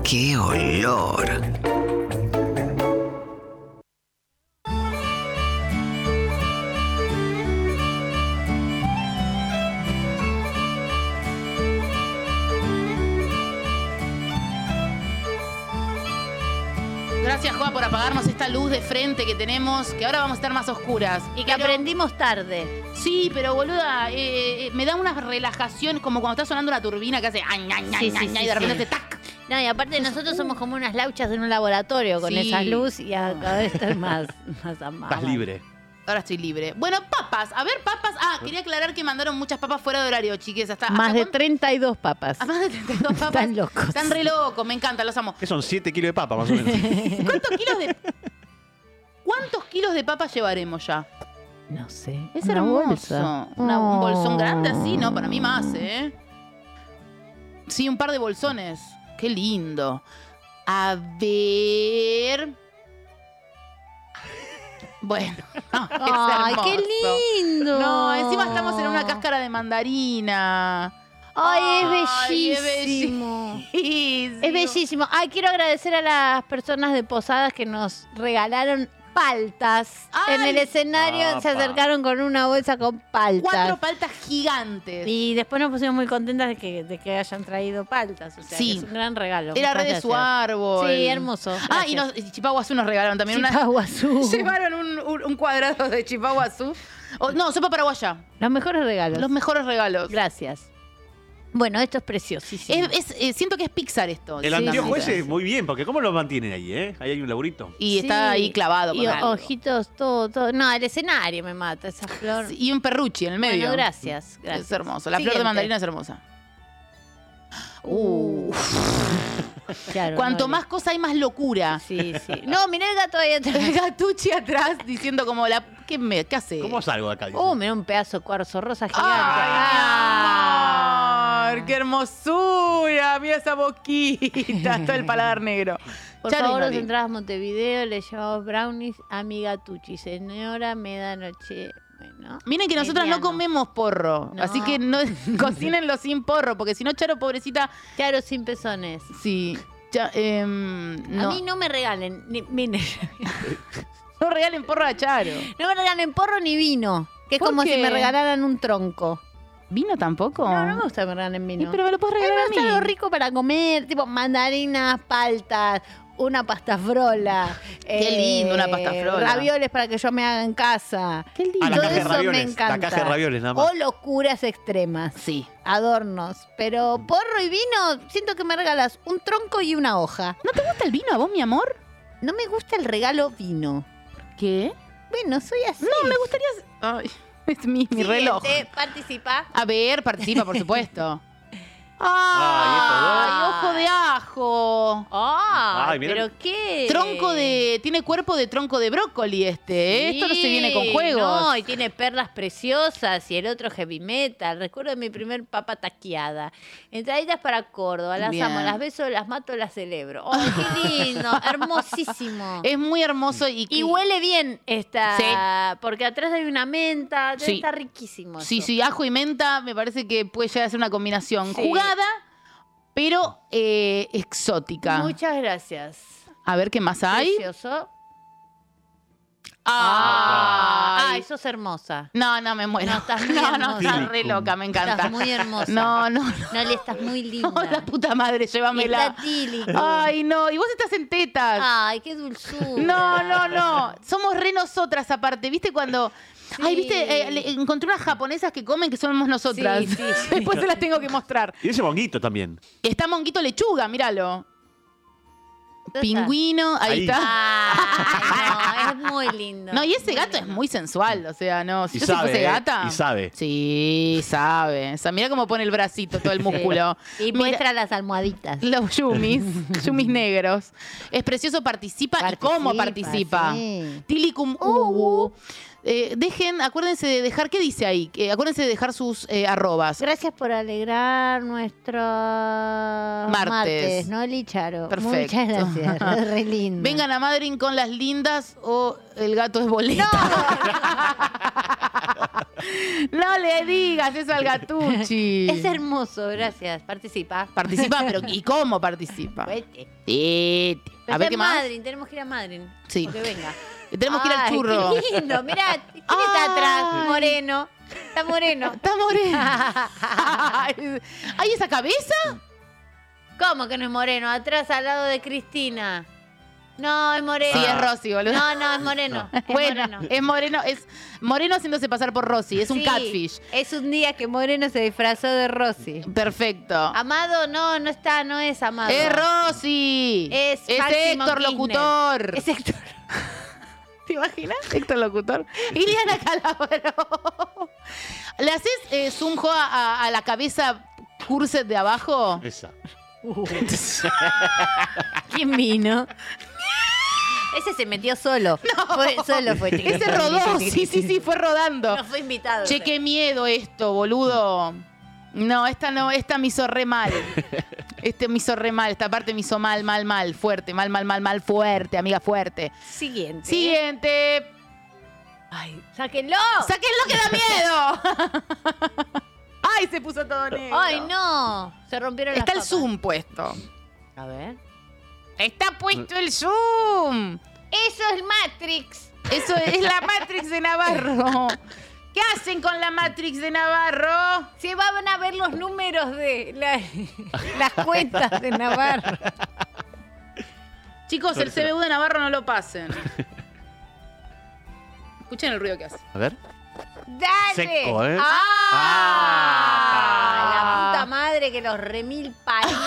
Speaker 14: ¡Qué olor!
Speaker 1: Gracias, Juan, por apagarnos esta luz de frente que tenemos, que ahora vamos a estar más oscuras.
Speaker 2: Y que aprendimos tarde.
Speaker 1: Sí, pero boluda, eh, eh, me da una relajación como cuando está sonando una turbina que hace añ, añ,
Speaker 2: Sí,
Speaker 1: añ,
Speaker 2: sí,
Speaker 1: añ,
Speaker 2: sí,
Speaker 1: y de repente
Speaker 2: sí.
Speaker 1: hace tac.
Speaker 2: No, y aparte nosotros somos como unas lauchas en un laboratorio con
Speaker 1: Sí.
Speaker 2: esas luces y a- cada vez estás más, más amables.
Speaker 3: Estás libre.
Speaker 1: Ahora estoy libre. Bueno, papas, a ver, papas. Ah, quería aclarar que mandaron muchas papas fuera de horario, chiques. Hasta,
Speaker 2: Más
Speaker 1: hasta Ah,
Speaker 2: de 32 papas.
Speaker 1: más de 32 papas.
Speaker 2: Están locos.
Speaker 1: Están re locos, me encanta, los amo.
Speaker 3: Que son 7 kilos de papa, más o menos.
Speaker 1: ¿Cuántos kilos de. ¿Cuántos kilos de papas llevaremos ya?
Speaker 2: No sé.
Speaker 1: Es
Speaker 2: una
Speaker 1: hermoso.
Speaker 2: bolsa.
Speaker 1: Una- un bolsón grande así, ¿no? Para mí más, ¿eh? Sí, un par de bolsones. Qué lindo. A ver. Bueno. no, es
Speaker 2: Ay, qué
Speaker 1: hermoso.
Speaker 2: lindo.
Speaker 1: No, encima estamos en una cáscara de mandarina.
Speaker 2: Ay,
Speaker 1: Ay,
Speaker 2: es
Speaker 1: es
Speaker 2: bellísimo. Es bellísimo. Ay, quiero agradecer a las personas de Posadas que nos regalaron paltas. En el escenario se
Speaker 1: Apa.
Speaker 2: acercaron con una bolsa con paltas.
Speaker 1: Cuatro paltas gigantes.
Speaker 2: Y después nos pusimos muy contentas de que, de que hayan traído paltas. O sea,
Speaker 1: Sí.
Speaker 2: que es un gran regalo.
Speaker 1: Era
Speaker 2: Muchas
Speaker 1: re de su
Speaker 2: gracias.
Speaker 1: árbol.
Speaker 2: Sí, hermoso.
Speaker 1: Ah, y, nos,
Speaker 2: Gracias.
Speaker 1: y Chipaguazú nos regalaron también una.
Speaker 2: Chipaguazú.
Speaker 1: Llevaron un, un- un cuadrado de Chipaguazú. O- no, sopa paraguaya.
Speaker 2: Los mejores regalos.
Speaker 1: Los mejores regalos.
Speaker 2: Gracias. Bueno, esto es preciosísimo.
Speaker 1: siento que es Pixar esto.
Speaker 3: El anteojo ese, muy bien, porque ¿cómo lo mantienen ahí, eh? Ahí hay un laburito.
Speaker 1: Y está ahí clavado con
Speaker 2: Y
Speaker 1: algo.
Speaker 2: ojitos, todo, todo. No, el escenario me mata, esa flor.
Speaker 1: Y un perruchi en el medio.
Speaker 2: Bueno, gracias, gracias.
Speaker 1: Es hermoso. La flor
Speaker 2: Siguiente.
Speaker 1: de mandarina es hermosa. Uh.
Speaker 2: Claro,
Speaker 1: Cuanto
Speaker 2: no,
Speaker 1: más cosa hay, más locura.
Speaker 2: Sí, sí. No, mirá el gato ahí atrás.
Speaker 1: El gatuchi atrás diciendo como la... ¿Qué, me, qué hace?
Speaker 2: Uh,
Speaker 3: ¿Cómo salgo de acá?
Speaker 2: Oh, mirá un pedazo de cuarzo rosa gigante.
Speaker 1: Ay, amor, qué hermosura. Mira esa boquita, todo el paladar negro.
Speaker 2: Por
Speaker 1: Charlie
Speaker 2: favor, os
Speaker 1: Nori.
Speaker 2: entradas a Montevideo, le llevamos brownies a Migatuchi. Señora, me da noche. Bueno.
Speaker 1: Miren que nosotras no comemos porro,
Speaker 2: No.
Speaker 1: así que no cocínenlo sin porro, porque si no, Charo, pobrecita.
Speaker 2: Charo sin pezones.
Speaker 1: Sí. Cha- em, no.
Speaker 2: A mí no me regalen, ni, miren,
Speaker 1: no regalen porro a Charo.
Speaker 2: no me regalen porro ni vino. Que es
Speaker 1: ¿Por
Speaker 2: como
Speaker 1: qué?
Speaker 2: si me regalaran un tronco.
Speaker 1: ¿Vino tampoco?
Speaker 2: No, no me gusta que me regalen vino.
Speaker 1: Y, pero me lo puedes regalar a
Speaker 2: me gusta
Speaker 1: mí.
Speaker 2: algo rico para comer, tipo mandarinas, paltas, una pasta frola. eh,
Speaker 1: Qué lindo, una pasta frola.
Speaker 2: Ravioles para que yo me haga en casa. Qué lindo.
Speaker 3: Ah, la
Speaker 2: Todo
Speaker 3: caja de
Speaker 2: eso
Speaker 3: ravioles,
Speaker 2: me
Speaker 3: la
Speaker 2: encanta.
Speaker 3: caja de ravioles, nada más.
Speaker 2: O locuras extremas.
Speaker 1: Sí.
Speaker 2: Adornos. Pero porro y vino, siento que me regalas un tronco y una hoja.
Speaker 1: ¿No te gusta el vino a vos, mi amor?
Speaker 2: No me gusta el regalo vino.
Speaker 1: ¿Qué?
Speaker 2: Bueno, soy así.
Speaker 1: No, me gustaría. Ay, es mi, mi
Speaker 2: Siguiente,
Speaker 1: reloj.
Speaker 2: Participa.
Speaker 1: A ver, participa, por supuesto.
Speaker 2: Ay,
Speaker 1: ¡Ay, ojo de ajo!
Speaker 2: ¡Ay,
Speaker 1: Ay, mirá.
Speaker 2: Ah, pero qué!
Speaker 1: Tronco de. Tiene cuerpo de tronco de brócoli este. ¿eh? Esto no se viene con
Speaker 2: Sí,
Speaker 1: juegos.
Speaker 2: No, y tiene perlas preciosas y el otro heavy metal. Recuerdo mi primer papa taqueada. Entraditas para Córdoba, las
Speaker 1: Bien.
Speaker 2: amo, las beso, las mato, las celebro. ¡Ay, qué lindo! Hermosísimo.
Speaker 1: Es muy hermoso y.
Speaker 2: y huele bien esta, porque atrás hay una menta,
Speaker 1: Sí.
Speaker 2: está riquísimo. eso.
Speaker 1: Sí, sí, ajo y menta me parece que puede llegar a ser una combinación
Speaker 2: Sí.
Speaker 1: jugada, pero eh, exótica.
Speaker 2: Muchas gracias.
Speaker 1: A ver qué más hay.
Speaker 2: Precioso. Ay, sos hermosa.
Speaker 1: No, no me muero.
Speaker 2: No, estás muy
Speaker 1: no, no,
Speaker 2: hermosa.
Speaker 1: estás re loca, me encanta.
Speaker 2: Estás muy hermosa.
Speaker 1: No, no, no.
Speaker 2: Nali, estás muy linda.
Speaker 1: Oh, la puta madre,
Speaker 2: Y
Speaker 1: llévamela.
Speaker 2: está tílico. Ah.
Speaker 1: Ay, no, y vos estás en tetas.
Speaker 2: Ay, qué dulzura.
Speaker 1: No, no, no. Somos re nosotras aparte. ¿Viste cuando.? Ay, viste, Eh, le- encontré unas japonesas que comen que somos nosotras.
Speaker 3: Sí, sí, sí.
Speaker 1: Después se las tengo que mostrar.
Speaker 3: Y ese bonguito también.
Speaker 1: Está monguito lechuga, míralo.
Speaker 2: está?
Speaker 1: Pingüino, ahí,
Speaker 3: Ahí.
Speaker 1: está.
Speaker 2: Ay, Ah, no, es muy lindo.
Speaker 1: No, y ese gato es muy sensual, o sea, no. Si
Speaker 3: Y
Speaker 1: yo si
Speaker 3: sabe,
Speaker 1: fuese
Speaker 3: ¿eh?
Speaker 1: gata.
Speaker 3: Y sabe.
Speaker 1: Sí, sabe. O sea, mira cómo pone el bracito, todo el músculo.
Speaker 2: Sí. Y muestra las almohaditas.
Speaker 1: Los yumis, yumis negros. Es precioso, participa, y cómo participa.
Speaker 2: sí. Uh,
Speaker 1: Tilicum ugu. Eh, dejen, acuérdense de dejar, ¿qué dice ahí? Que acuérdense de dejar sus eh, arrobas.
Speaker 2: Gracias por alegrar nuestro martes, ¿no, Licharo?
Speaker 1: Perfecto.
Speaker 2: Muchas gracias. Re lindo.
Speaker 1: Vengan a Madrid con las lindas o el gato es boleta. No, le digas eso al gatuchi.
Speaker 2: Es hermoso, gracias. Participa.
Speaker 1: Participa, pero ¿y cómo participa?
Speaker 2: Vete.
Speaker 1: Tete.
Speaker 2: Pero
Speaker 1: A ver
Speaker 2: está
Speaker 1: qué
Speaker 2: en
Speaker 1: más.
Speaker 2: Madrid, tenemos que ir a Madrid.
Speaker 1: Sí.
Speaker 2: Que venga.
Speaker 1: Tenemos que ir al
Speaker 2: Ay,
Speaker 1: churro.
Speaker 2: Qué lindo, mirá, ¿quién está atrás? Moreno. Está moreno.
Speaker 1: Está moreno. ¿Hay esa cabeza?
Speaker 2: ¿Cómo que no es moreno? Atrás al lado de Cristina. No, es moreno.
Speaker 1: Sí, es Rosy, boludo.
Speaker 2: No, no, es moreno. Es
Speaker 1: bueno,
Speaker 2: moreno.
Speaker 1: es moreno, es moreno haciéndose pasar por Rosy, es un
Speaker 2: Sí,
Speaker 1: catfish.
Speaker 2: Es un día que Moreno se disfrazó de Rosy.
Speaker 1: Perfecto.
Speaker 2: Amado, no, no está, no es Amado.
Speaker 1: ¡Es Rosy!
Speaker 2: Es Máximo
Speaker 1: Héctor
Speaker 2: Kirchner.
Speaker 1: Locutor.
Speaker 2: Es Héctor.
Speaker 1: ¿Te imaginas? Héctor Locutor. Iliana Calabro. ¿Le haces eh, zoom jo, a, a la cabeza curset de abajo?
Speaker 3: Esa.
Speaker 2: ¿Quién vino? Ese se metió solo. Fue, solo fue.
Speaker 1: Ese rodó, sí, sí, sí, fue rodando.
Speaker 2: No fue invitado.
Speaker 1: Che, qué miedo esto, boludo. No, esta no, esta me hizo re mal. Este me hizo re mal, esta parte me hizo mal, mal, mal, fuerte, mal, mal, mal, mal, fuerte, amiga, fuerte.
Speaker 2: Siguiente.
Speaker 1: Siguiente.
Speaker 2: Ay, sáquenlo.
Speaker 1: ¡Sáquenlo que da miedo! ¡Ay, se puso todo negro!
Speaker 2: Ay, no. Se rompieron
Speaker 1: Está el
Speaker 2: las papas.
Speaker 1: Zoom puesto.
Speaker 2: A ver.
Speaker 1: Está puesto el Zoom.
Speaker 2: Eso es Matrix.
Speaker 1: Eso es, es la Matrix de Navarro. ¿Qué hacen con la Matrix de Navarro?
Speaker 2: Se van a ver los números de la- las cuentas de Navarro.
Speaker 1: Chicos, el CBU de Navarro no lo pasen. Escuchen el ruido que hace.
Speaker 3: A ver.
Speaker 2: ¡Dale!
Speaker 3: Seco, ¿eh?
Speaker 2: ¡Ah!
Speaker 3: Ah.
Speaker 2: La puta madre que los remil parió.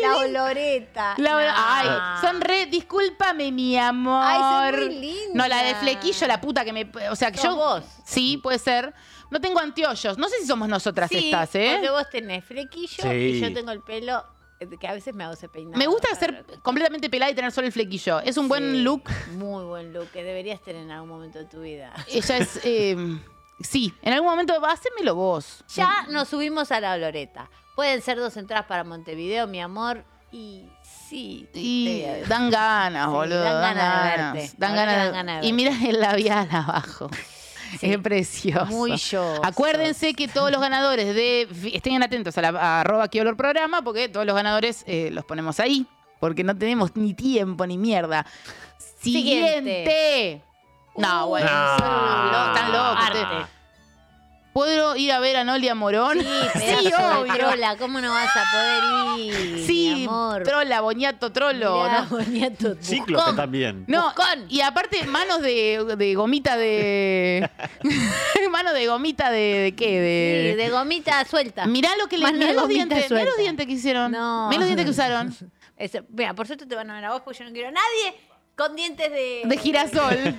Speaker 2: la oloreta.
Speaker 1: La-
Speaker 2: Nah.
Speaker 1: Ay, son re, discúlpame, mi amor.
Speaker 2: Ay, son muy lindas.
Speaker 1: No, la de flequillo, la puta que me. O sea, que
Speaker 2: Sos
Speaker 1: yo.
Speaker 2: vos.
Speaker 1: Sí, puede ser. No tengo anteojos. No sé si somos nosotras
Speaker 2: Sí,
Speaker 1: estas, ¿eh?
Speaker 2: Porque vos tenés flequillo
Speaker 1: Sí.
Speaker 2: y yo tengo el pelo eh, que a veces me hago ese peinado.
Speaker 1: Me gusta ser completamente pelada y tener solo el flequillo. Es un buen look.
Speaker 2: Muy buen look que deberías tener en algún momento de tu vida.
Speaker 1: Ella es. eh, sí, en algún momento, hacémelo vos.
Speaker 2: Ya nos subimos a la oloreta. Pueden ser dos entradas para Montevideo, mi amor. Y sí.
Speaker 1: Y dan ganas, boludo.
Speaker 2: dan ganas de verte.
Speaker 1: Dan
Speaker 2: Ahorita
Speaker 1: ganas,
Speaker 2: dan ganas de
Speaker 1: Y mira el labial abajo. Es precioso.
Speaker 2: Muy yo.
Speaker 1: Acuérdense que todos los ganadores de. Estén atentos a la a arroba que olor programa, porque todos los ganadores eh, los ponemos ahí. Porque no tenemos ni tiempo ni mierda. Siguiente.
Speaker 2: Siguiente.
Speaker 1: No, bueno,
Speaker 2: No.
Speaker 1: son unos lo- están locos.
Speaker 2: Arte.
Speaker 1: ustedes. ¿Puedo ir a ver a Nolia Morón?
Speaker 2: pedazo de trola, ¿cómo no vas a poder ir?
Speaker 1: Sí, trola, boñato, trolo.
Speaker 2: Mirá,
Speaker 1: ¿no?
Speaker 2: boñato,
Speaker 3: Cíclope también.
Speaker 1: No, y aparte manos de, de gomita de... manos de gomita de, de qué? De,
Speaker 2: Sí, de gomita suelta.
Speaker 1: Mirá lo que le-
Speaker 2: Mano de
Speaker 1: mirá los
Speaker 2: gomita
Speaker 1: dientes, mirá
Speaker 2: suelta.
Speaker 1: los dientes que hicieron.
Speaker 2: No.
Speaker 1: Mirá los dientes que usaron.
Speaker 2: Eso, mira, por suerte te van a ver a vos porque yo no quiero a nadie con dientes de...
Speaker 1: De girasol.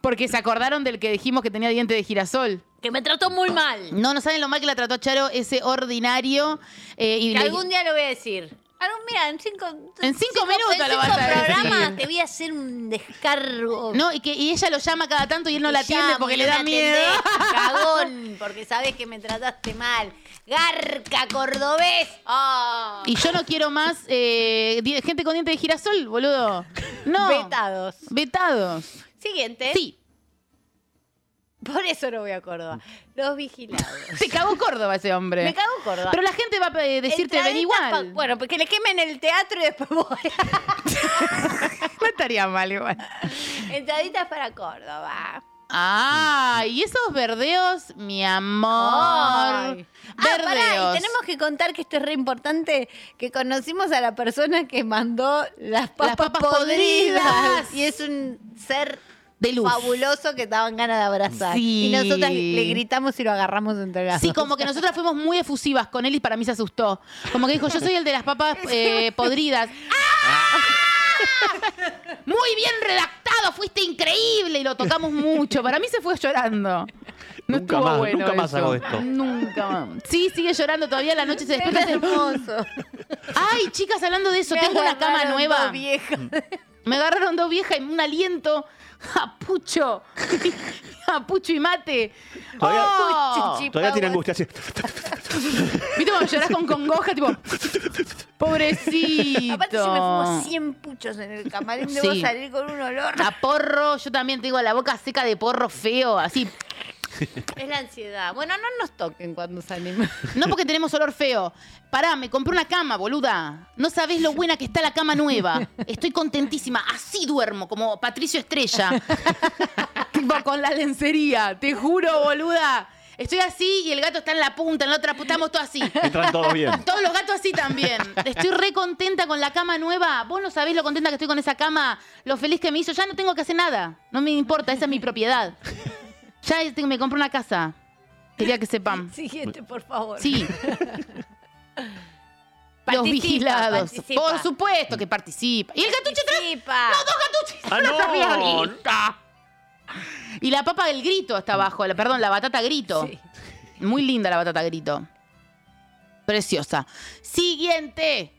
Speaker 1: Porque se acordaron del que dijimos que tenía diente de girasol.
Speaker 2: Que me trató muy mal.
Speaker 1: No, no saben lo mal que la trató Charo, ese ordinario. eh, y
Speaker 2: Que
Speaker 1: le-
Speaker 2: algún día lo voy a decir. Algún, mira, en cinco...
Speaker 1: En cinco minutos
Speaker 2: en
Speaker 1: lo
Speaker 2: cinco
Speaker 1: vas a decir.
Speaker 2: programas te voy a hacer un descargo.
Speaker 1: No, y que y ella lo llama cada tanto y él no la atiende
Speaker 2: llamo,
Speaker 1: porque
Speaker 2: no
Speaker 1: le
Speaker 2: me
Speaker 1: da
Speaker 2: atendés,
Speaker 1: miedo.
Speaker 2: Cagón, porque sabés que me trataste mal. Garca cordobés. Oh.
Speaker 1: Y yo no quiero más eh, di- gente con diente de girasol, boludo. No.
Speaker 2: Vetados.
Speaker 1: Vetados.
Speaker 2: Siguiente.
Speaker 1: Sí.
Speaker 2: Por eso no voy a Córdoba. Los vigilados.
Speaker 1: Se cagó Córdoba ese hombre.
Speaker 2: Me cago en Córdoba.
Speaker 1: Pero la gente va a eh, decirte, ven
Speaker 2: Entraditas
Speaker 1: igual.
Speaker 2: pa- bueno, porque le quemen el teatro y después voy.
Speaker 1: No estaría mal igual.
Speaker 2: Entraditas para Córdoba.
Speaker 1: Ah, y esos verdeos, mi amor.
Speaker 2: Ay. Ah, pará, y tenemos que contar que esto es re importante, que conocimos a la persona que mandó las papas,
Speaker 1: papas
Speaker 2: podridas.
Speaker 1: podridas.
Speaker 2: Y es un ser
Speaker 1: De luz.
Speaker 2: fabuloso que daban ganas de abrazar.
Speaker 1: Sí.
Speaker 2: Y nosotras le gritamos y lo agarramos entre las
Speaker 1: Sí, como que nosotras fuimos muy efusivas con él y para mí se asustó. Como que dijo, yo soy el de las papas eh, podridas. ¡Ah! Muy bien redactado, fuiste increíble y lo tocamos mucho. Para mí se fue llorando. No
Speaker 3: Nunca
Speaker 1: estuvo
Speaker 3: más,
Speaker 1: bueno
Speaker 3: nunca más
Speaker 1: eso.
Speaker 3: hago esto.
Speaker 1: Nunca más. Sí, sigue llorando todavía, la noche se despierta.
Speaker 2: Es hermoso.
Speaker 1: Ay, chicas, hablando de eso,
Speaker 2: Me
Speaker 1: tengo una cama
Speaker 2: agarraron
Speaker 1: nueva.
Speaker 2: dos viejas.
Speaker 1: Me agarraron dos viejas y un aliento a pucho. A pucho y mate.
Speaker 3: Todavía,
Speaker 1: Oh.
Speaker 3: todavía tiene angustia. así.
Speaker 1: ¿Viste cuando lloras con congoja? Tipo, pobrecito.
Speaker 2: Aparte yo me fumo 100 puchos en el camarín, debo
Speaker 1: Sí.
Speaker 2: salir con un olor.
Speaker 1: A porro, yo también tengo la boca seca de porro feo, así.
Speaker 2: Es la ansiedad. Bueno, no nos toquen cuando salimos.
Speaker 1: No porque tenemos olor feo. Pará, me compré una cama, boluda. No sabés lo buena que está la cama nueva. Estoy contentísima. Así duermo, como Patricio Estrella. tipo con la lencería, te juro, boluda. Estoy así y el gato está en la punta, en la otra punta, estamos todos así.
Speaker 3: Entran todos bien.
Speaker 1: Todos los gatos así también. Estoy re contenta con la cama nueva. Vos no sabés lo contenta que estoy con esa cama, lo feliz que me hizo. Ya no tengo que hacer nada. No me importa, esa es mi propiedad. Ya este- me compré una casa. Quería que sepan.
Speaker 2: Siguiente, por favor.
Speaker 1: Sí. los
Speaker 2: Participa,
Speaker 1: vigilados.
Speaker 2: participa.
Speaker 1: Por supuesto que participa. Y el gatucho atrás.
Speaker 2: Participa.
Speaker 1: No, dos gatuchos.
Speaker 3: Ah, no.
Speaker 1: Y la papa del grito está abajo. La, perdón, la batata grito. Muy linda la batata grito. Preciosa. Siguiente.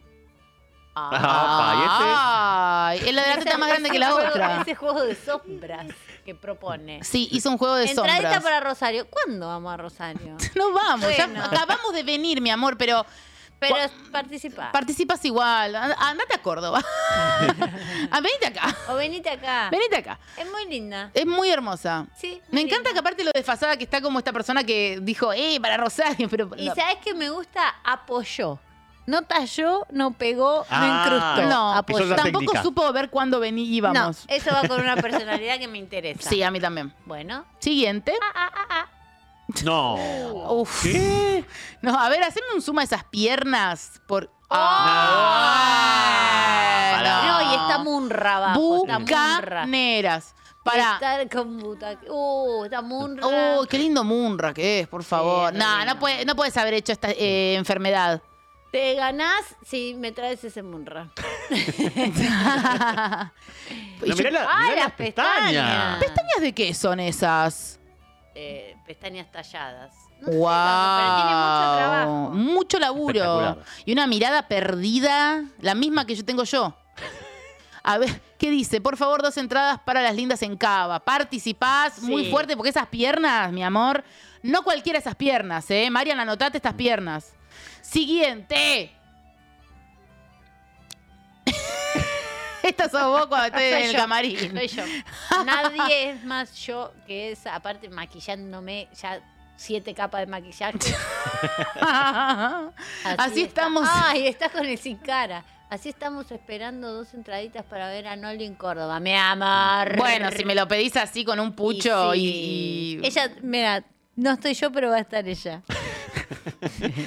Speaker 2: Ah,
Speaker 3: este?
Speaker 1: Ay, es la de la
Speaker 2: Ese-
Speaker 1: teta más grande
Speaker 2: ese
Speaker 1: que la
Speaker 2: juego-
Speaker 1: otra.
Speaker 2: Ese juego de sombras que propone.
Speaker 1: Sí, hizo un juego de
Speaker 2: Entradita
Speaker 1: sombras.
Speaker 2: para Rosario. ¿Cuándo vamos a Rosario?
Speaker 1: No vamos, ya
Speaker 2: Bueno.
Speaker 1: acabamos de venir, mi amor, pero
Speaker 2: Pero participa.
Speaker 1: participas igual. An- Andate a Córdoba. Ah, venite acá.
Speaker 2: o venite acá.
Speaker 1: Venite acá.
Speaker 2: Es muy linda.
Speaker 1: Es muy hermosa.
Speaker 2: Sí,
Speaker 1: Me encanta que aparte lo desfasada que está como esta persona que dijo, eh, para Rosario, pero...
Speaker 2: Y
Speaker 1: no.
Speaker 2: sabes que me gusta apoyó. No talló, no pegó,
Speaker 1: Ah,
Speaker 2: no incrustó.
Speaker 1: no,
Speaker 2: apoyó.
Speaker 1: tampoco supo ver cuándo vení íbamos.
Speaker 2: No, eso va con una personalidad que me interesa.
Speaker 1: Sí, a mí también.
Speaker 2: Bueno.
Speaker 1: Siguiente.
Speaker 2: Ah.
Speaker 3: No.
Speaker 1: Uf. No, a ver, haceme un suma de esas piernas. Por...
Speaker 2: Oh.
Speaker 1: Ah.
Speaker 2: No, y está Munra abajo. está Munra.
Speaker 1: Bucaneras. Para.
Speaker 2: Estar con butaca. Uh, está Munra.
Speaker 1: Oh, qué lindo Munra que es, por favor. no, no, puede- no puedes haber hecho esta eh, enfermedad.
Speaker 2: Te ganás si me traes ese Munra.
Speaker 1: Y yo-
Speaker 2: Ay, Ah, las pestañas.
Speaker 1: ¿Pestañas de qué son esas?
Speaker 2: Eh, pestañas talladas.
Speaker 1: wow.
Speaker 2: trabajo.
Speaker 1: Mucho laburo.
Speaker 2: Espectacular.
Speaker 1: Y una mirada perdida, la misma que yo tengo yo. A ver, ¿qué dice? Por favor, dos entradas para las lindas en Cava. Participás muy
Speaker 2: Sí.
Speaker 1: fuerte porque esas piernas, mi amor, no cualquiera esas piernas, ¿eh? Marian, anotate estas piernas. Siguiente. Esta sos vos cuando estés en
Speaker 2: Soy
Speaker 1: el
Speaker 2: yo,
Speaker 1: camarín.
Speaker 2: soy yo. Nadie es más yo que esa, aparte maquillándome ya siete capas de maquillaje.
Speaker 1: Así
Speaker 2: está. Ah,
Speaker 1: estamos.
Speaker 2: Ay, estás con el sin cara. Así estamos esperando dos entraditas para ver a Noli en Córdoba. Me amar.
Speaker 1: Bueno, si me lo pedís así con un pucho y. y-
Speaker 2: Ella, mira, no estoy yo, pero va a estar ella.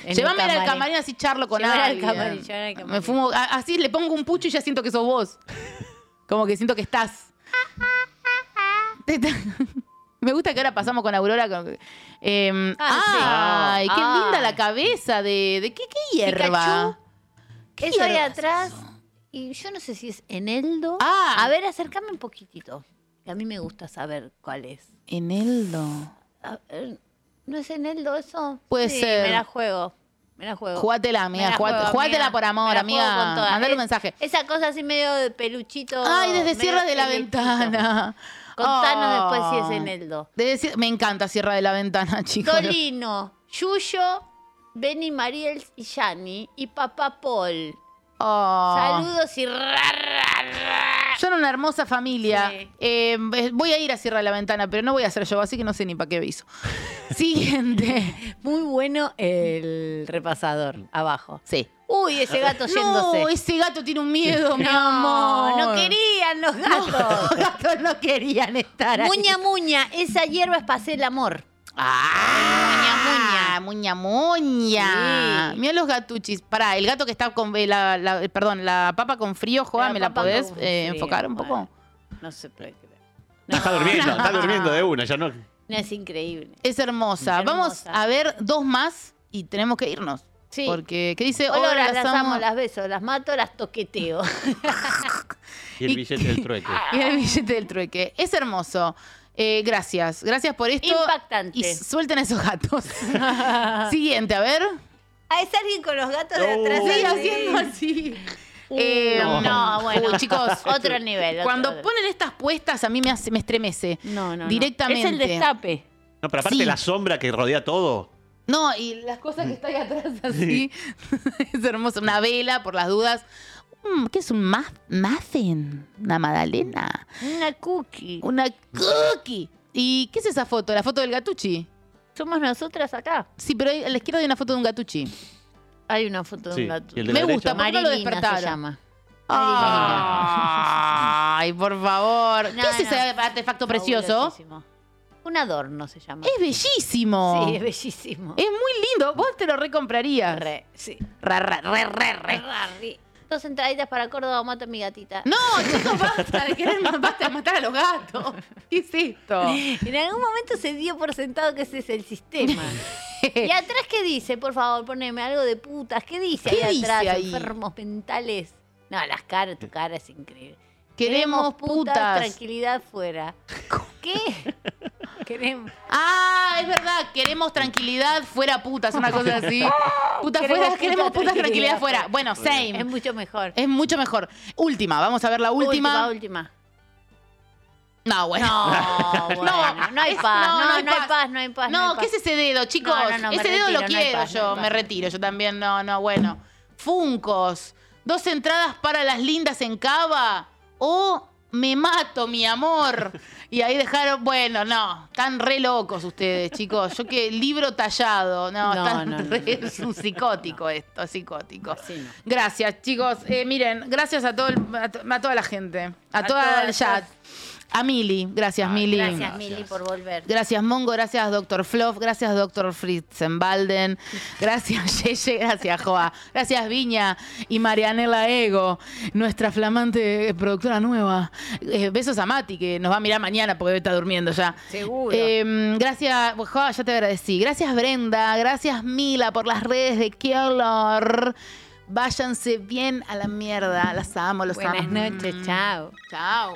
Speaker 2: el
Speaker 1: Llévame al
Speaker 2: camarín.
Speaker 1: camarín así charlo con
Speaker 2: Llévala al
Speaker 1: alguien.
Speaker 2: camarín, llévala al camarín.
Speaker 1: Me fumo, a- así le pongo un pucho y ya siento que sos vos. Como que siento que estás. Te- te- Me gusta que ahora pasamos con Aurora. con- eh,
Speaker 2: Ah, sí.
Speaker 1: ay, qué
Speaker 2: Ah.
Speaker 1: linda la cabeza de, de qué, qué hierba. ¿Qué
Speaker 2: Eso ahí
Speaker 1: hierba
Speaker 2: atrás. Y yo no sé si es Eneldo. Ah. A ver, acércame un poquitito. Que a mí me gusta saber cuál es.
Speaker 1: Eneldo.
Speaker 2: A ver, ¿No es Eneldo eso?
Speaker 1: Puede
Speaker 2: Sí,
Speaker 1: ser.
Speaker 2: Me la juego. Me la juego.
Speaker 1: Jugátela,
Speaker 2: Me
Speaker 1: amiga.
Speaker 2: la
Speaker 1: jugate-
Speaker 2: juego,
Speaker 1: Jugátela
Speaker 2: amiga.
Speaker 1: por amor,
Speaker 2: Me la juego
Speaker 1: amiga.
Speaker 2: con todas.
Speaker 1: Mandale un
Speaker 2: Es-
Speaker 1: mensaje.
Speaker 2: Esa cosa así medio de peluchito.
Speaker 1: Ay, desde
Speaker 2: medio
Speaker 1: Sierra de la
Speaker 2: pelechito.
Speaker 1: Ventana.
Speaker 2: Contanos
Speaker 1: Oh.
Speaker 2: después si es Eneldo.
Speaker 1: Desde Cier- me encanta Sierra de la Ventana, chicos.
Speaker 2: Tolino, Yuyo, Benny Mariel y Yani y Papá Paul.
Speaker 1: Oh.
Speaker 2: Saludos y ra, ra,
Speaker 1: Son una hermosa familia.
Speaker 2: Sí.
Speaker 1: Eh, voy a ir a Sierra de la Ventana, pero no voy a hacer yo, así que no sé ni para qué aviso. Siguiente.
Speaker 2: Muy bueno el repasador abajo.
Speaker 1: Sí.
Speaker 2: Uy, ese gato yéndose.
Speaker 1: No, ese gato tiene un miedo, mi
Speaker 2: No,
Speaker 1: amor.
Speaker 2: no querían los gatos.
Speaker 1: Los gatos no querían estar ahí.
Speaker 2: Muña, muña, esa hierba es para hacer el amor.
Speaker 1: Ah, muña, muña. Muña,
Speaker 2: Sí.
Speaker 1: Mira los gatuchis. Pará, el gato que está con eh, la, la- eh, perdón, la papa con frío, Joa,
Speaker 2: La
Speaker 1: ¿me la
Speaker 2: papa
Speaker 1: podés
Speaker 2: con
Speaker 1: eh,
Speaker 2: frío,
Speaker 1: enfocar un poco?
Speaker 2: No se puede creer.
Speaker 3: Está durmiendo, está durmiendo de una, ya no.
Speaker 2: No, es increíble.
Speaker 1: Es hermosa.
Speaker 2: Hermosa.
Speaker 1: Vamos a ver dos más y tenemos que irnos.
Speaker 2: Sí.
Speaker 1: Porque, ¿qué dice?
Speaker 2: Hola,
Speaker 1: Hola,
Speaker 2: las, amo, las beso, las mato, las toqueteo.
Speaker 3: Y el billete del trueque.
Speaker 1: Y el billete del trueque. Es hermoso. Eh, gracias. Gracias por esto.
Speaker 2: Impactante.
Speaker 1: Y suelten esos gatos. Siguiente, a ver.
Speaker 2: Ah, es alguien con los gatos de atrás.
Speaker 1: Sí, haciendo así. Eh,
Speaker 2: Uh, no.
Speaker 1: no, bueno,
Speaker 2: Uy,
Speaker 1: chicos.
Speaker 2: otro nivel, otro
Speaker 1: cuando
Speaker 2: nivel.
Speaker 1: ponen estas puestas, a mí me, hace- me estremece.
Speaker 2: No, no, no.
Speaker 1: Directamente.
Speaker 2: Es el destape.
Speaker 3: No, pero aparte
Speaker 1: Sí.
Speaker 3: la sombra que rodea todo.
Speaker 1: No, y las cosas que está ahí atrás así. es hermoso. Una vela, por las dudas. Mm, ¿Qué es un ma- muffin? Una magdalena.
Speaker 2: Una cookie.
Speaker 1: Una cookie. ¿Y qué es esa foto? ¿La foto del gatuchi?
Speaker 2: Somos nosotras acá.
Speaker 1: Sí, pero ahí a la izquierda hay una foto de un gatuchi.
Speaker 2: Hay una foto de
Speaker 1: Sí,
Speaker 2: un gato.
Speaker 1: y el de la Me gusta, derecha. ¿por qué no lo
Speaker 2: Marilina se
Speaker 1: despertaron?
Speaker 2: llama.
Speaker 1: Ay, por favor.
Speaker 2: No,
Speaker 1: ¿Qué es
Speaker 2: no.
Speaker 1: ese artefacto precioso?
Speaker 2: Fabulosísimo. Un adorno se llama.
Speaker 1: Es bellísimo.
Speaker 2: Sí, es bellísimo.
Speaker 1: Es muy lindo. Vos te lo recomprarías.
Speaker 2: Re, sí.
Speaker 1: Ra, ra, re, re, re.
Speaker 2: Ferrari. Dos entraditas para Córdoba, mato a mi gatita.
Speaker 1: No, chicos, basta de querer ma- basta de matar a los gatos. ¿Qué es esto?
Speaker 2: En algún momento se dio por sentado que ese es el sistema. ¿Y atrás qué dice? Por favor, poneme algo de putas. ¿Qué dice
Speaker 1: ¿Qué
Speaker 2: ahí
Speaker 1: dice
Speaker 2: atrás?
Speaker 1: ahí?
Speaker 2: Enfermos mentales. No, las caras, tu cara es increíble.
Speaker 1: Queremos putas.
Speaker 2: tranquilidad fuera. ¿Qué? Queremos.
Speaker 1: Ah, es verdad, queremos tranquilidad fuera putas, una cosa así. Putas
Speaker 2: Queremos
Speaker 1: fuera,
Speaker 2: puta,
Speaker 1: queremos putas,
Speaker 2: tranquilidad
Speaker 1: tranquilidad fuera.
Speaker 2: fuera.
Speaker 1: Bueno,
Speaker 2: Muy bien.
Speaker 1: same.
Speaker 2: Es mucho mejor.
Speaker 1: Es mucho mejor. Última, vamos a ver la última.
Speaker 2: Última, última.
Speaker 1: No, bueno.
Speaker 2: No, Ah, bueno, no hay
Speaker 1: es-
Speaker 2: paz, no, no hay paz, no hay paz, no
Speaker 1: No,
Speaker 2: hay
Speaker 1: ¿qué es
Speaker 2: paz.
Speaker 1: ese dedo, chicos?
Speaker 2: No, no, no, me
Speaker 1: ese dedo
Speaker 2: retiro,
Speaker 1: lo
Speaker 2: no hay
Speaker 1: quiero
Speaker 2: paz, no
Speaker 1: yo,
Speaker 2: hay paz.
Speaker 1: me retiro, yo también, no, no, bueno. Funcos, dos entradas para las lindas en Cava o me mato, mi amor. Y ahí dejaron, bueno, no, están re locos ustedes, chicos. Yo que libro tallado, no,
Speaker 2: No,
Speaker 1: están
Speaker 2: no, no,
Speaker 1: re- es un psicótico esto, psicótico. Gracias, chicos. Eh, miren, gracias a todo el- a, to- a toda la gente, a,
Speaker 2: A
Speaker 1: todo el
Speaker 2: todas,
Speaker 1: chat. A Mili, gracias Mili.
Speaker 2: Gracias, Mili, por volver.
Speaker 1: Gracias Mongo, gracias Dr. Floff, gracias Dr. Fritzenbalden, gracias Yeye, gracias Joa, gracias Viña y Marianela Ego, nuestra flamante productora nueva. Eh, besos a Mati, que nos va a mirar mañana porque está durmiendo ya.
Speaker 2: Seguro.
Speaker 1: Eh, gracias, bueno, Joa, ya te agradecí. Gracias Brenda, gracias Mila por las redes de Qué olor. Váyanse bien a la mierda, las amo, los
Speaker 2: Buenas
Speaker 1: amo.
Speaker 2: noches, chao.
Speaker 1: Chao.